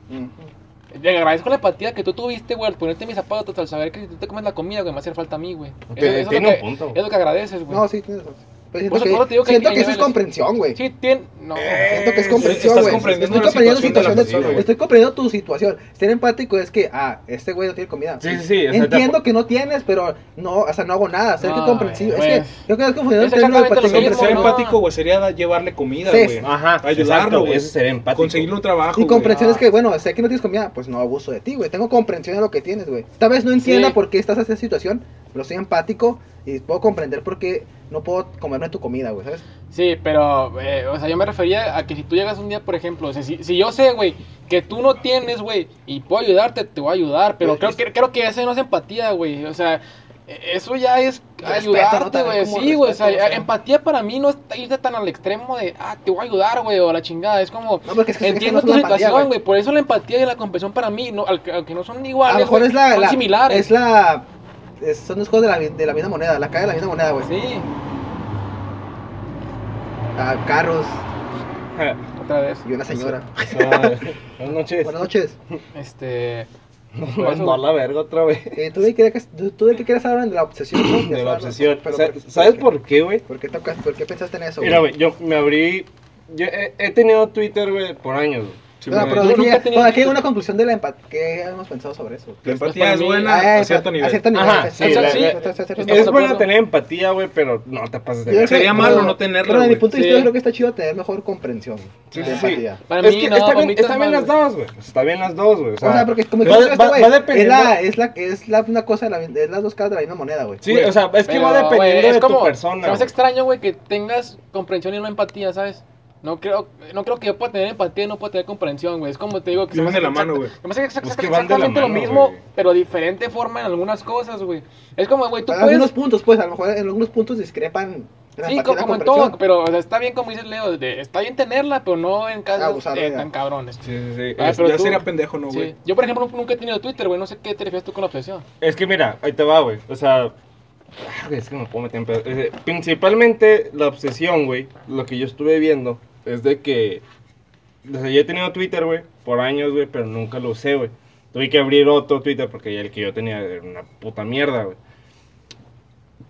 Speaker 2: Mm.
Speaker 4: Le agradezco la empatía que tú tuviste, güey, al ponerte mis zapatos, al saber que si tú te comes la comida, güey, me hace falta a mí, güey. Eso-
Speaker 3: Te-
Speaker 4: eso es
Speaker 3: tiene
Speaker 4: lo
Speaker 3: un
Speaker 4: que-
Speaker 3: punto, güey.
Speaker 4: Es lo que agradeces, güey.
Speaker 2: No, sí, tienes razón. Pero siento
Speaker 4: Por eso-
Speaker 2: que,
Speaker 4: por eso te digo que
Speaker 2: siento
Speaker 4: hay
Speaker 2: que eso es
Speaker 4: niveles.
Speaker 2: comprensión, güey.
Speaker 4: Sí, tiene. No.
Speaker 2: Siento que es
Speaker 3: Eh,
Speaker 2: comprensión,
Speaker 1: estás
Speaker 2: güey.
Speaker 1: comprendiendo
Speaker 2: Estoy
Speaker 1: la situación de
Speaker 2: comprendiendo
Speaker 1: la
Speaker 2: situación de
Speaker 1: persona, güey.
Speaker 2: Estoy comprendiendo tu situación. Ser empático es que, ah, este güey no tiene comida.
Speaker 3: Sí, sí, sí, o sea,
Speaker 2: Entiendo que no tienes, pero no, o sea, no hago nada. Ser que
Speaker 4: Ay,
Speaker 2: comprensivo. Es
Speaker 4: güey.
Speaker 2: que yo creo que confundiendo
Speaker 4: Es
Speaker 2: el término de empatía y
Speaker 4: exactamente lo mismo,
Speaker 1: Ser
Speaker 2: comprensión.
Speaker 4: ¿no?
Speaker 1: empático, güey, sería da- llevarle comida,
Speaker 2: Sí.
Speaker 1: güey.
Speaker 3: Ajá,
Speaker 1: Ayudarlo,
Speaker 3: exacto,
Speaker 1: güey.
Speaker 3: Eso sería empático.
Speaker 1: Conseguirle un trabajo,
Speaker 2: Y
Speaker 1: güey.
Speaker 2: comprensión
Speaker 4: Ah.
Speaker 2: es que, bueno, sé que no tienes comida, pues no abuso de ti, güey. Tengo comprensión de lo que tienes, güey. Tal vez no entienda
Speaker 4: Sí.
Speaker 2: por qué estás en esta situación, pero soy empático y puedo comprender por qué no puedo comerme tu comida, güey, ¿sabes?
Speaker 4: Sí, pero, eh, o sea, yo me refería a que si tú llegas un día, por ejemplo, o sea, si, si yo sé, güey, que tú no tienes, güey, y puedo ayudarte, te voy a ayudar, pero
Speaker 2: Pero
Speaker 4: creo
Speaker 2: es-
Speaker 4: que, creo que ese no es empatía, güey, o sea, e- eso ya es
Speaker 2: Respeto, ¿no?
Speaker 4: ayudarte,
Speaker 2: También
Speaker 4: güey,
Speaker 2: como
Speaker 4: sí, güey, o
Speaker 2: respeto,
Speaker 4: sea,
Speaker 2: o sea.
Speaker 4: empatía para mí no es irte tan al extremo de, ah, te voy a ayudar, güey, o la chingada, es como...
Speaker 2: No, porque es que es que no
Speaker 4: Entiendo tu
Speaker 2: es una empatía,
Speaker 4: situación, güey. Por eso la empatía y la comprensión para mí, no, al- aunque no son
Speaker 2: A
Speaker 4: iguales,
Speaker 2: lo mejor
Speaker 4: güey,
Speaker 2: es la,
Speaker 4: son
Speaker 2: la-
Speaker 4: similares.
Speaker 2: es la es- son los juegos de la, vi- de la misma moneda, la cara de la misma moneda, güey.
Speaker 4: Sí,
Speaker 2: Ah, carros
Speaker 3: Ah,
Speaker 4: otra vez.
Speaker 2: y una señora.
Speaker 3: Buenas noches.
Speaker 2: Buenas noches.
Speaker 4: Este. por eso,
Speaker 3: Mandó a la verga otra vez.
Speaker 2: Eh, ¿tú, de qué, tú- tú de qué quieres hablar? De la obsesión. ¿no?
Speaker 3: De
Speaker 2: Ya
Speaker 3: la
Speaker 2: sabes,
Speaker 3: obsesión.
Speaker 2: pero
Speaker 3: Sa-
Speaker 2: qué-
Speaker 3: ¿Sabes por qué, güey?
Speaker 2: ¿Por qué, tocas, ¿Por qué pensaste en eso?
Speaker 3: Mira, güey, yo me abrí. Yo he, he tenido Twitter, güey, por años. güey.
Speaker 2: No, pero
Speaker 4: Yo
Speaker 2: aquí,
Speaker 4: nunca he tenido-
Speaker 2: bueno, aquí hay una conclusión de la empatía. ¿Qué hemos pensado sobre eso?
Speaker 1: La
Speaker 4: para
Speaker 1: empatía es
Speaker 4: mí-
Speaker 1: buena
Speaker 2: Ah,
Speaker 1: a cierto nivel.
Speaker 2: A cierto nivel.
Speaker 3: Ajá,
Speaker 2: a
Speaker 3: sí,
Speaker 2: cierto-
Speaker 3: la-
Speaker 2: sí,
Speaker 3: la-
Speaker 2: a cierto- a cierto-
Speaker 4: Estamos
Speaker 3: Es
Speaker 4: de
Speaker 3: bueno
Speaker 4: acuerdo.
Speaker 3: tener empatía, güey, pero no te pases de
Speaker 2: Yo creo
Speaker 3: verga.
Speaker 2: que-
Speaker 1: Sería malo
Speaker 2: pero-
Speaker 1: no tenerla,
Speaker 2: Pero desde mi
Speaker 1: güey.
Speaker 2: punto de vista,
Speaker 4: Sí.
Speaker 2: yo creo que está chido tener mejor comprensión.
Speaker 3: Sí,
Speaker 2: de
Speaker 3: sí, sí.
Speaker 2: empatía.
Speaker 4: Para
Speaker 3: Es
Speaker 4: mí,
Speaker 3: que
Speaker 4: no,
Speaker 3: está bien,
Speaker 4: ahorita
Speaker 3: está
Speaker 4: es
Speaker 3: bien
Speaker 4: mal,
Speaker 3: las
Speaker 4: güey.
Speaker 3: dos, güey. Está bien las dos, güey. O sea,
Speaker 2: O sea, porque como que
Speaker 3: va-
Speaker 2: este
Speaker 3: va-
Speaker 2: güey,
Speaker 3: va
Speaker 2: es
Speaker 3: dependiendo-
Speaker 2: la, es la, es la una cosa, de la, es las dos caras de la misma moneda, güey.
Speaker 3: Sí, o sea, es que va
Speaker 4: Pero, güey,
Speaker 3: dependiendo
Speaker 4: es
Speaker 3: de
Speaker 4: como,
Speaker 3: tu persona.
Speaker 4: Se me hace
Speaker 3: güey.
Speaker 4: extraño, güey, que tengas comprensión y no empatía, ¿sabes? No creo, no creo que yo pueda tener empatía y no pueda tener comprensión, güey. Es como te digo que... se me
Speaker 1: Van de
Speaker 4: hace
Speaker 1: la mano,
Speaker 4: exacta-
Speaker 1: güey.
Speaker 4: se me hace exacta-
Speaker 3: Es que van de la
Speaker 4: exactamente
Speaker 3: mano,
Speaker 4: lo mismo,
Speaker 3: güey.
Speaker 4: pero diferente forma en algunas cosas, güey. Es como, güey, tú
Speaker 3: Ah,
Speaker 2: En
Speaker 4: puedes...
Speaker 2: algunos puntos, pues, a lo mejor en algunos puntos discrepan. la
Speaker 4: Sí,
Speaker 2: empatía y
Speaker 4: co-
Speaker 2: la
Speaker 4: como en
Speaker 2: comprensión.
Speaker 4: todo, pero o sea, está bien como dice Leo, de- está bien tenerla, pero no en casos
Speaker 2: Abusar de
Speaker 4: eh,
Speaker 2: ella.
Speaker 4: tan cabrones.
Speaker 3: Sí, sí, sí.
Speaker 4: Ah,
Speaker 3: Es-
Speaker 4: pero
Speaker 1: ya
Speaker 4: tú-
Speaker 1: sería pendejo, ¿no, güey?
Speaker 4: Sí. Yo, por ejemplo, nunca he tenido Twitter, güey, no sé qué te refieres tú con la obsesión.
Speaker 3: Es que mira, ahí te va, güey. O sea, ah, güey, es que me puedo meter en pedo. Es de- Principalmente la obsesión, güey. Lo que yo estuve viendo es de que. O sea, yo he tenido Twitter, güey, por años, güey, pero nunca lo usé, güey. Tuve que abrir otro Twitter porque ya el que yo tenía era una puta mierda, güey.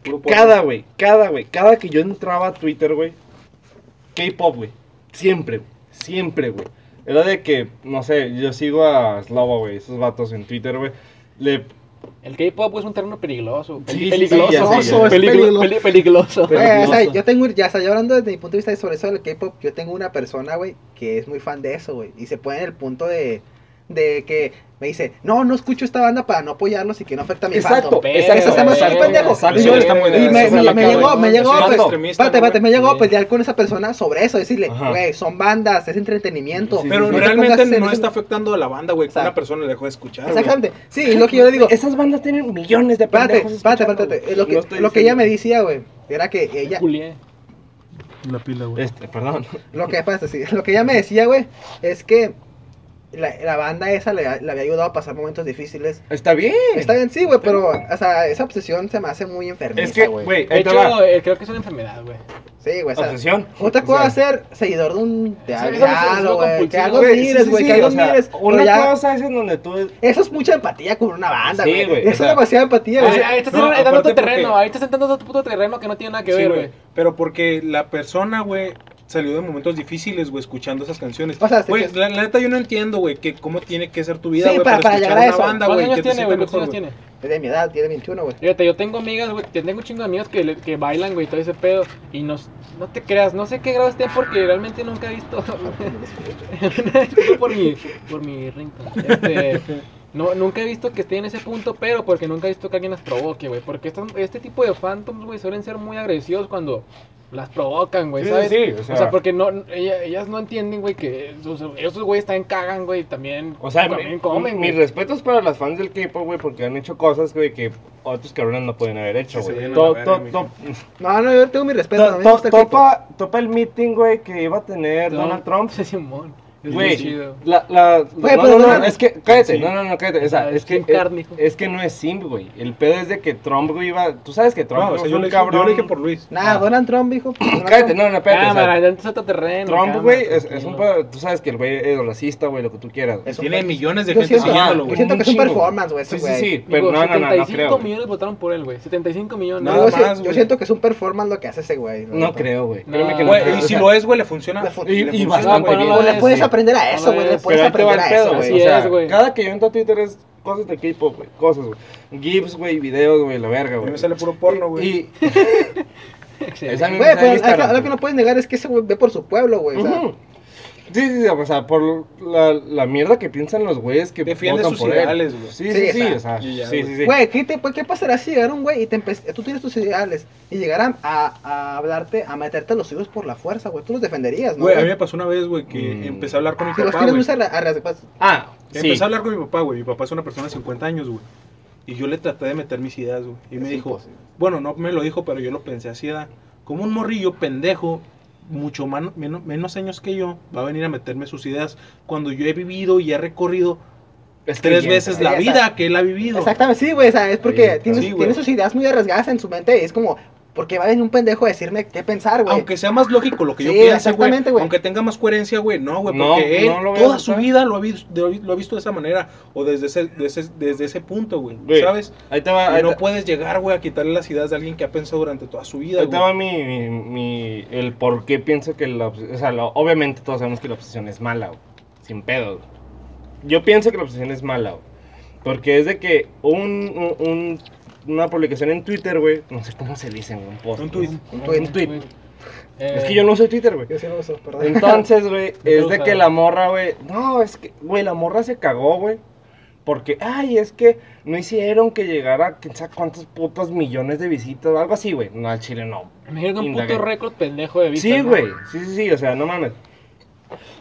Speaker 1: Puro porno.
Speaker 3: Cada, güey, cada, güey, cada que yo entraba a Twitter, güey, K-pop, güey, siempre, güey, siempre, güey. Era de que, no sé, yo sigo a Slava, güey, esos vatos en Twitter, güey. Le
Speaker 4: El K-pop es un término peligroso.
Speaker 3: Sí, sí, sí,
Speaker 4: peligroso.
Speaker 3: ya sé,
Speaker 2: ya sé.
Speaker 4: Peligro- peli- peligroso.
Speaker 2: Güey, o sea,
Speaker 3: peligroso.
Speaker 2: yo tengo, ya, o sea, yo hablando desde mi punto de vista sobre eso del K-pop, yo tengo una persona, güey, que es muy fan de eso, güey, y se pone en el punto de, de que me dice, no, no escucho esta banda para no apoyarlos y que no afecta a mi
Speaker 3: Exacto,
Speaker 2: fandom.
Speaker 3: exacto.
Speaker 2: Eso está más
Speaker 3: exacto,
Speaker 2: pendejo.
Speaker 3: exacto,
Speaker 2: Y yo-
Speaker 3: está muy
Speaker 2: Y me,
Speaker 3: eso
Speaker 2: me-
Speaker 3: está
Speaker 2: me
Speaker 3: cabrón.
Speaker 2: llegó, me llegó,
Speaker 1: Eso es
Speaker 2: pues,
Speaker 1: extremista,
Speaker 2: espérate,
Speaker 1: ¿no,
Speaker 2: espérate, me
Speaker 1: güey?
Speaker 2: llegó a
Speaker 1: Sí.
Speaker 2: pelear con esa persona sobre eso, decirle,
Speaker 3: Ajá.
Speaker 2: güey, son bandas, es entretenimiento.
Speaker 3: Sí, sí,
Speaker 1: Pero
Speaker 3: sí.
Speaker 2: No te
Speaker 1: realmente
Speaker 2: pongas en
Speaker 1: no
Speaker 2: ese-
Speaker 1: está afectando a la banda, güey. que
Speaker 2: Exacto.
Speaker 1: Una persona le dejó de escuchar, güey.
Speaker 2: Exactamente, sí, es lo que yo le digo,
Speaker 3: Esas bandas tienen millones de
Speaker 2: espérate,
Speaker 3: pendejos
Speaker 2: espérate,
Speaker 3: escuchando,
Speaker 2: espérate,
Speaker 3: güey.
Speaker 2: lo que,
Speaker 3: No estoy
Speaker 2: lo que ella me
Speaker 3: diciendo-
Speaker 2: decía, güey, era que ella,
Speaker 4: Julié.
Speaker 7: La pila, güey.
Speaker 3: Este, perdón.
Speaker 2: Lo que pasa, sí, lo que ella me decía, güey, es que la, la banda esa le, le había ayudado a pasar momentos difíciles.
Speaker 3: Está bien.
Speaker 2: Está bien, sí, güey, pero, o sea, esa obsesión se me hace muy enfermiza,
Speaker 3: Es que,
Speaker 2: güey.
Speaker 3: güey,
Speaker 4: De
Speaker 3: ahí te
Speaker 4: hecho,
Speaker 3: va.
Speaker 4: eh, creo que es una enfermedad, güey.
Speaker 2: Sí, güey, o sea,
Speaker 3: Obsesión.
Speaker 2: otra
Speaker 3: O
Speaker 2: cosa
Speaker 3: sea,
Speaker 2: es ser seguidor de un... De
Speaker 4: Sí,
Speaker 2: algo,
Speaker 4: eso es obsesivo
Speaker 2: güey, que
Speaker 4: compulsivo,
Speaker 2: algo
Speaker 3: güey, sí,
Speaker 2: mires,
Speaker 3: sí,
Speaker 2: güey,
Speaker 3: sí,
Speaker 2: que algo
Speaker 3: o sea,
Speaker 2: mires, pero
Speaker 3: Una
Speaker 2: ya-
Speaker 3: cosa es en donde tú.
Speaker 2: Eso es mucha empatía con una banda,
Speaker 3: Sí,
Speaker 2: güey.
Speaker 3: güey, o
Speaker 2: eso
Speaker 3: sea,
Speaker 2: es demasiada empatía, güey.
Speaker 4: Ahí ahí estás
Speaker 1: no,
Speaker 4: entrando en otro
Speaker 1: aparte porque-
Speaker 4: terreno, ahí estás entrando en otro puto terreno que no tiene nada que
Speaker 1: Sí,
Speaker 4: ver,
Speaker 1: güey.
Speaker 4: güey.
Speaker 1: Pero porque la persona, güey, salió de momentos difíciles, güey, escuchando esas canciones.
Speaker 2: O sea, sí,
Speaker 1: Güey,
Speaker 2: sí.
Speaker 1: la, la neta yo no entiendo, güey, que cómo tiene que ser tu vida,
Speaker 2: Sí,
Speaker 1: güey,
Speaker 2: para- para
Speaker 1: escuchar
Speaker 2: llegar a
Speaker 1: una
Speaker 2: eso.
Speaker 1: banda,
Speaker 4: ¿Cuántos
Speaker 1: güey,
Speaker 4: años
Speaker 1: que te
Speaker 4: tiene,
Speaker 1: sienta
Speaker 4: güey? ¿Cuántos
Speaker 1: mejor,
Speaker 4: años
Speaker 1: güey.
Speaker 4: tiene?
Speaker 2: Es de mi edad, tiene 21, güey.
Speaker 4: Fíjate, yo tengo amigas, güey, que tengo un chingo de amigas que, le- que bailan, güey, todo ese pedo. Y no, no te creas, no sé qué grado esté porque realmente nunca he visto. No por mi, por mi ringtone. Este, no, nunca he visto que esté en ese punto, pero porque nunca he visto que alguien las provoque, güey. Porque estas- este tipo de phantoms, güey, suelen ser muy agresivos cuando las provocan, güey,
Speaker 3: Sí, sí,
Speaker 4: ¿sabes?
Speaker 3: sí, o
Speaker 4: Pues o, sea,
Speaker 3: sea-
Speaker 4: porque no, ella- ellas no entienden, güey, que esos, esos güeyes también cagan, güey, también,
Speaker 3: O sea,
Speaker 4: también
Speaker 3: mi-
Speaker 4: comen,
Speaker 3: mis
Speaker 4: güey.
Speaker 3: respetos para las fans del K-pop, güey, porque han hecho cosas, güey, que otros cabrones no pueden haber hecho,
Speaker 1: Que se
Speaker 3: güey.
Speaker 1: vayan a
Speaker 3: To-
Speaker 1: la
Speaker 3: to-
Speaker 1: verga,
Speaker 3: to-
Speaker 2: No, no, yo tengo mi respeto. a mí
Speaker 3: to-
Speaker 2: me
Speaker 3: to-
Speaker 2: gusta el K-pop.
Speaker 3: Topa topa el meeting, güey, que iba a tener Donald Trump.
Speaker 4: Sí, Simón. Es muy
Speaker 3: Güey,
Speaker 4: chido.
Speaker 3: la, la,
Speaker 2: Güey, pero
Speaker 3: no, no, no,
Speaker 2: Donald-
Speaker 3: es que, cállate,
Speaker 1: Sí.
Speaker 3: no, no, no, cállate, o sea,
Speaker 4: Ah,
Speaker 3: es que,
Speaker 4: Jim Carney,
Speaker 3: es,
Speaker 4: hijo.
Speaker 3: es que no es simp, güey, el pedo es de que Trump, güey, iba, tú sabes que Trump,
Speaker 1: No, o
Speaker 3: güey,
Speaker 1: sea,
Speaker 3: fue
Speaker 1: yo
Speaker 3: un
Speaker 1: le, yo
Speaker 3: cabrón,
Speaker 1: le dije por Luis.
Speaker 4: Ah.
Speaker 2: Nah, Donald Trump, hijo. Donald
Speaker 3: cállate,
Speaker 2: Trump.
Speaker 3: no, no, espérate, o sea,
Speaker 4: Cámara, entonces otro terreno.
Speaker 3: Trump,
Speaker 4: cámara,
Speaker 3: güey, es, es un
Speaker 4: tranquilo.
Speaker 3: pedo, tú sabes que el güey es racista, güey, lo que tú quieras, güey.
Speaker 2: Es un
Speaker 1: Tiene
Speaker 2: per-
Speaker 1: millones de
Speaker 2: Yo
Speaker 1: gente
Speaker 2: siento,
Speaker 1: siguiéndolo,
Speaker 2: yo
Speaker 1: güey.
Speaker 2: siento que es un
Speaker 3: Un chingo.
Speaker 2: performance, güey, ese
Speaker 3: Sí, sí,
Speaker 2: güey.
Speaker 3: sí,
Speaker 4: Digo,
Speaker 3: pero no, no, no, no
Speaker 4: 75
Speaker 3: creo, güey.
Speaker 4: millones votaron por él, güey. 75 millones. Ah,
Speaker 1: No,
Speaker 2: Yo,
Speaker 1: Nada
Speaker 2: sí-
Speaker 1: más,
Speaker 2: yo
Speaker 1: güey.
Speaker 2: siento que es un performance lo que hace ese güey. la
Speaker 3: No
Speaker 2: neta.
Speaker 3: creo, güey,
Speaker 4: No.
Speaker 3: créeme que no
Speaker 1: Güey,
Speaker 3: creo.
Speaker 1: y si
Speaker 3: O sea,
Speaker 1: lo es, güey, le funciona.
Speaker 2: Le fun-
Speaker 3: Y-
Speaker 1: le
Speaker 3: y
Speaker 1: funciona,
Speaker 3: bastante
Speaker 1: güey.
Speaker 3: bien.
Speaker 4: no,
Speaker 2: Le
Speaker 4: Sí.
Speaker 2: puedes aprender a eso,
Speaker 4: Ahora
Speaker 2: güey. Le
Speaker 4: es-
Speaker 2: puedes
Speaker 3: Pero ahí te va
Speaker 2: aprender
Speaker 3: el
Speaker 2: a
Speaker 3: pedo,
Speaker 2: eso,
Speaker 3: güey.
Speaker 4: Así
Speaker 3: O
Speaker 2: güey.
Speaker 4: es,
Speaker 3: sea,
Speaker 4: güey.
Speaker 3: cada que yo entro a Twitter es cosas de K-pop, güey. Cosas, güey. GIFs, güey, videos, güey, la verga,
Speaker 1: A mí
Speaker 3: güey.
Speaker 1: me sale puro porno, güey.
Speaker 3: Y
Speaker 4: Sí.
Speaker 3: esa
Speaker 2: Güey,
Speaker 3: mensaje
Speaker 2: pero
Speaker 3: Instagram,
Speaker 2: pues, algo que no puedes negar es que ese güey ve por su pueblo, güey. o sea,
Speaker 3: Ujú. Sí, sí, sí, o sea, por la, la mierda que piensan los güeyes que
Speaker 1: Defiende
Speaker 3: votan
Speaker 1: sus
Speaker 3: por él.
Speaker 1: ideales, güey.
Speaker 3: Sí,
Speaker 2: Sí,
Speaker 3: sí, sí,
Speaker 2: o sea,
Speaker 3: o sea,
Speaker 1: y ya,
Speaker 3: sí, sí, sí.
Speaker 2: Güey, ¿qué, te- pues, ¿qué pasará si llegara un güey y te empe- tú tienes tus ideales y llegaran a, a hablarte, a meterte a los hijos por la fuerza, güey? Tú los defenderías, ¿no?
Speaker 1: Güey, a
Speaker 2: güey?
Speaker 1: mí me pasó una vez, güey, que
Speaker 3: Mm.
Speaker 1: empecé a hablar con mi
Speaker 2: si los
Speaker 1: papá,
Speaker 2: tienes
Speaker 1: güey.
Speaker 2: muy arra- arras-
Speaker 3: Ah, sí.
Speaker 1: Empecé a hablar con mi papá, güey. Mi papá es una persona de 50 años, güey. Y yo le traté de meter mis ideas, güey. Y me
Speaker 2: Es
Speaker 1: dijo,
Speaker 2: imposible.
Speaker 1: bueno, no me lo dijo, pero yo lo pensé así, era, como un morrillo pendejo, mucho man- men- menos años que yo, va a venir a meterme sus ideas cuando yo he vivido y he recorrido
Speaker 3: Es que
Speaker 1: tres
Speaker 3: ya-
Speaker 1: veces la
Speaker 2: Sí,
Speaker 1: vida
Speaker 2: exacto.
Speaker 1: que él ha vivido.
Speaker 2: Exactamente, sí, güey, o sea, es porque
Speaker 3: Ahí,
Speaker 2: tiene,
Speaker 1: sí, güey.
Speaker 2: tiene sus ideas muy arriesgadas en su mente y es como, ¿por qué va a venir un pendejo a decirme qué pensar, güey?
Speaker 1: Aunque sea más lógico lo que yo
Speaker 2: Sí,
Speaker 1: piense, güey.
Speaker 2: exactamente, güey.
Speaker 1: Aunque tenga más coherencia, güey. No, güey,
Speaker 3: No,
Speaker 1: porque
Speaker 3: no
Speaker 1: él
Speaker 3: lo voy a
Speaker 1: toda su
Speaker 3: notar.
Speaker 1: vida lo ha, vis- de- lo ha visto, de esa manera. O desde ese, de ese- desde ese punto, güey.
Speaker 3: Güey,
Speaker 1: ¿Sabes?
Speaker 3: Ahí te va,
Speaker 1: Y
Speaker 3: Ah, ahí
Speaker 1: no
Speaker 3: te-
Speaker 1: puedes llegar, güey, a quitarle las ideas de alguien que ha pensado durante toda su vida,
Speaker 3: ahí te
Speaker 1: güey.
Speaker 3: va mi, mi, mi- el por qué pienso que la obs- o sea, lo- obviamente todos sabemos que la obsesión es mala, güey, sin pedo. güey. Yo pienso que la obsesión es mala, güey, porque es de que un, un- un- una publicación en Twitter, güey, no sé cómo se dicen, güey, un post,
Speaker 1: Un tuit.
Speaker 3: un
Speaker 2: tuit.
Speaker 3: un tuit. Es que yo no uso Twitter, güey.
Speaker 2: Yo sí lo uso, perdón.
Speaker 3: Entonces, güey,
Speaker 4: te
Speaker 3: es de
Speaker 4: gusta.
Speaker 3: que la morra, güey. No, es que, güey, la morra se cagó, güey. Porque, ay, es que no hicieron que llegara, quién sabe cuántos putos millones de visitas o algo así, güey. No, al chile no.
Speaker 4: Eh, Me dieron un
Speaker 3: Indagué.
Speaker 4: puto récord pendejo de vistas.
Speaker 3: Sí,
Speaker 4: ¿no?
Speaker 3: güey. Sí, sí, sí, o sea, no mames.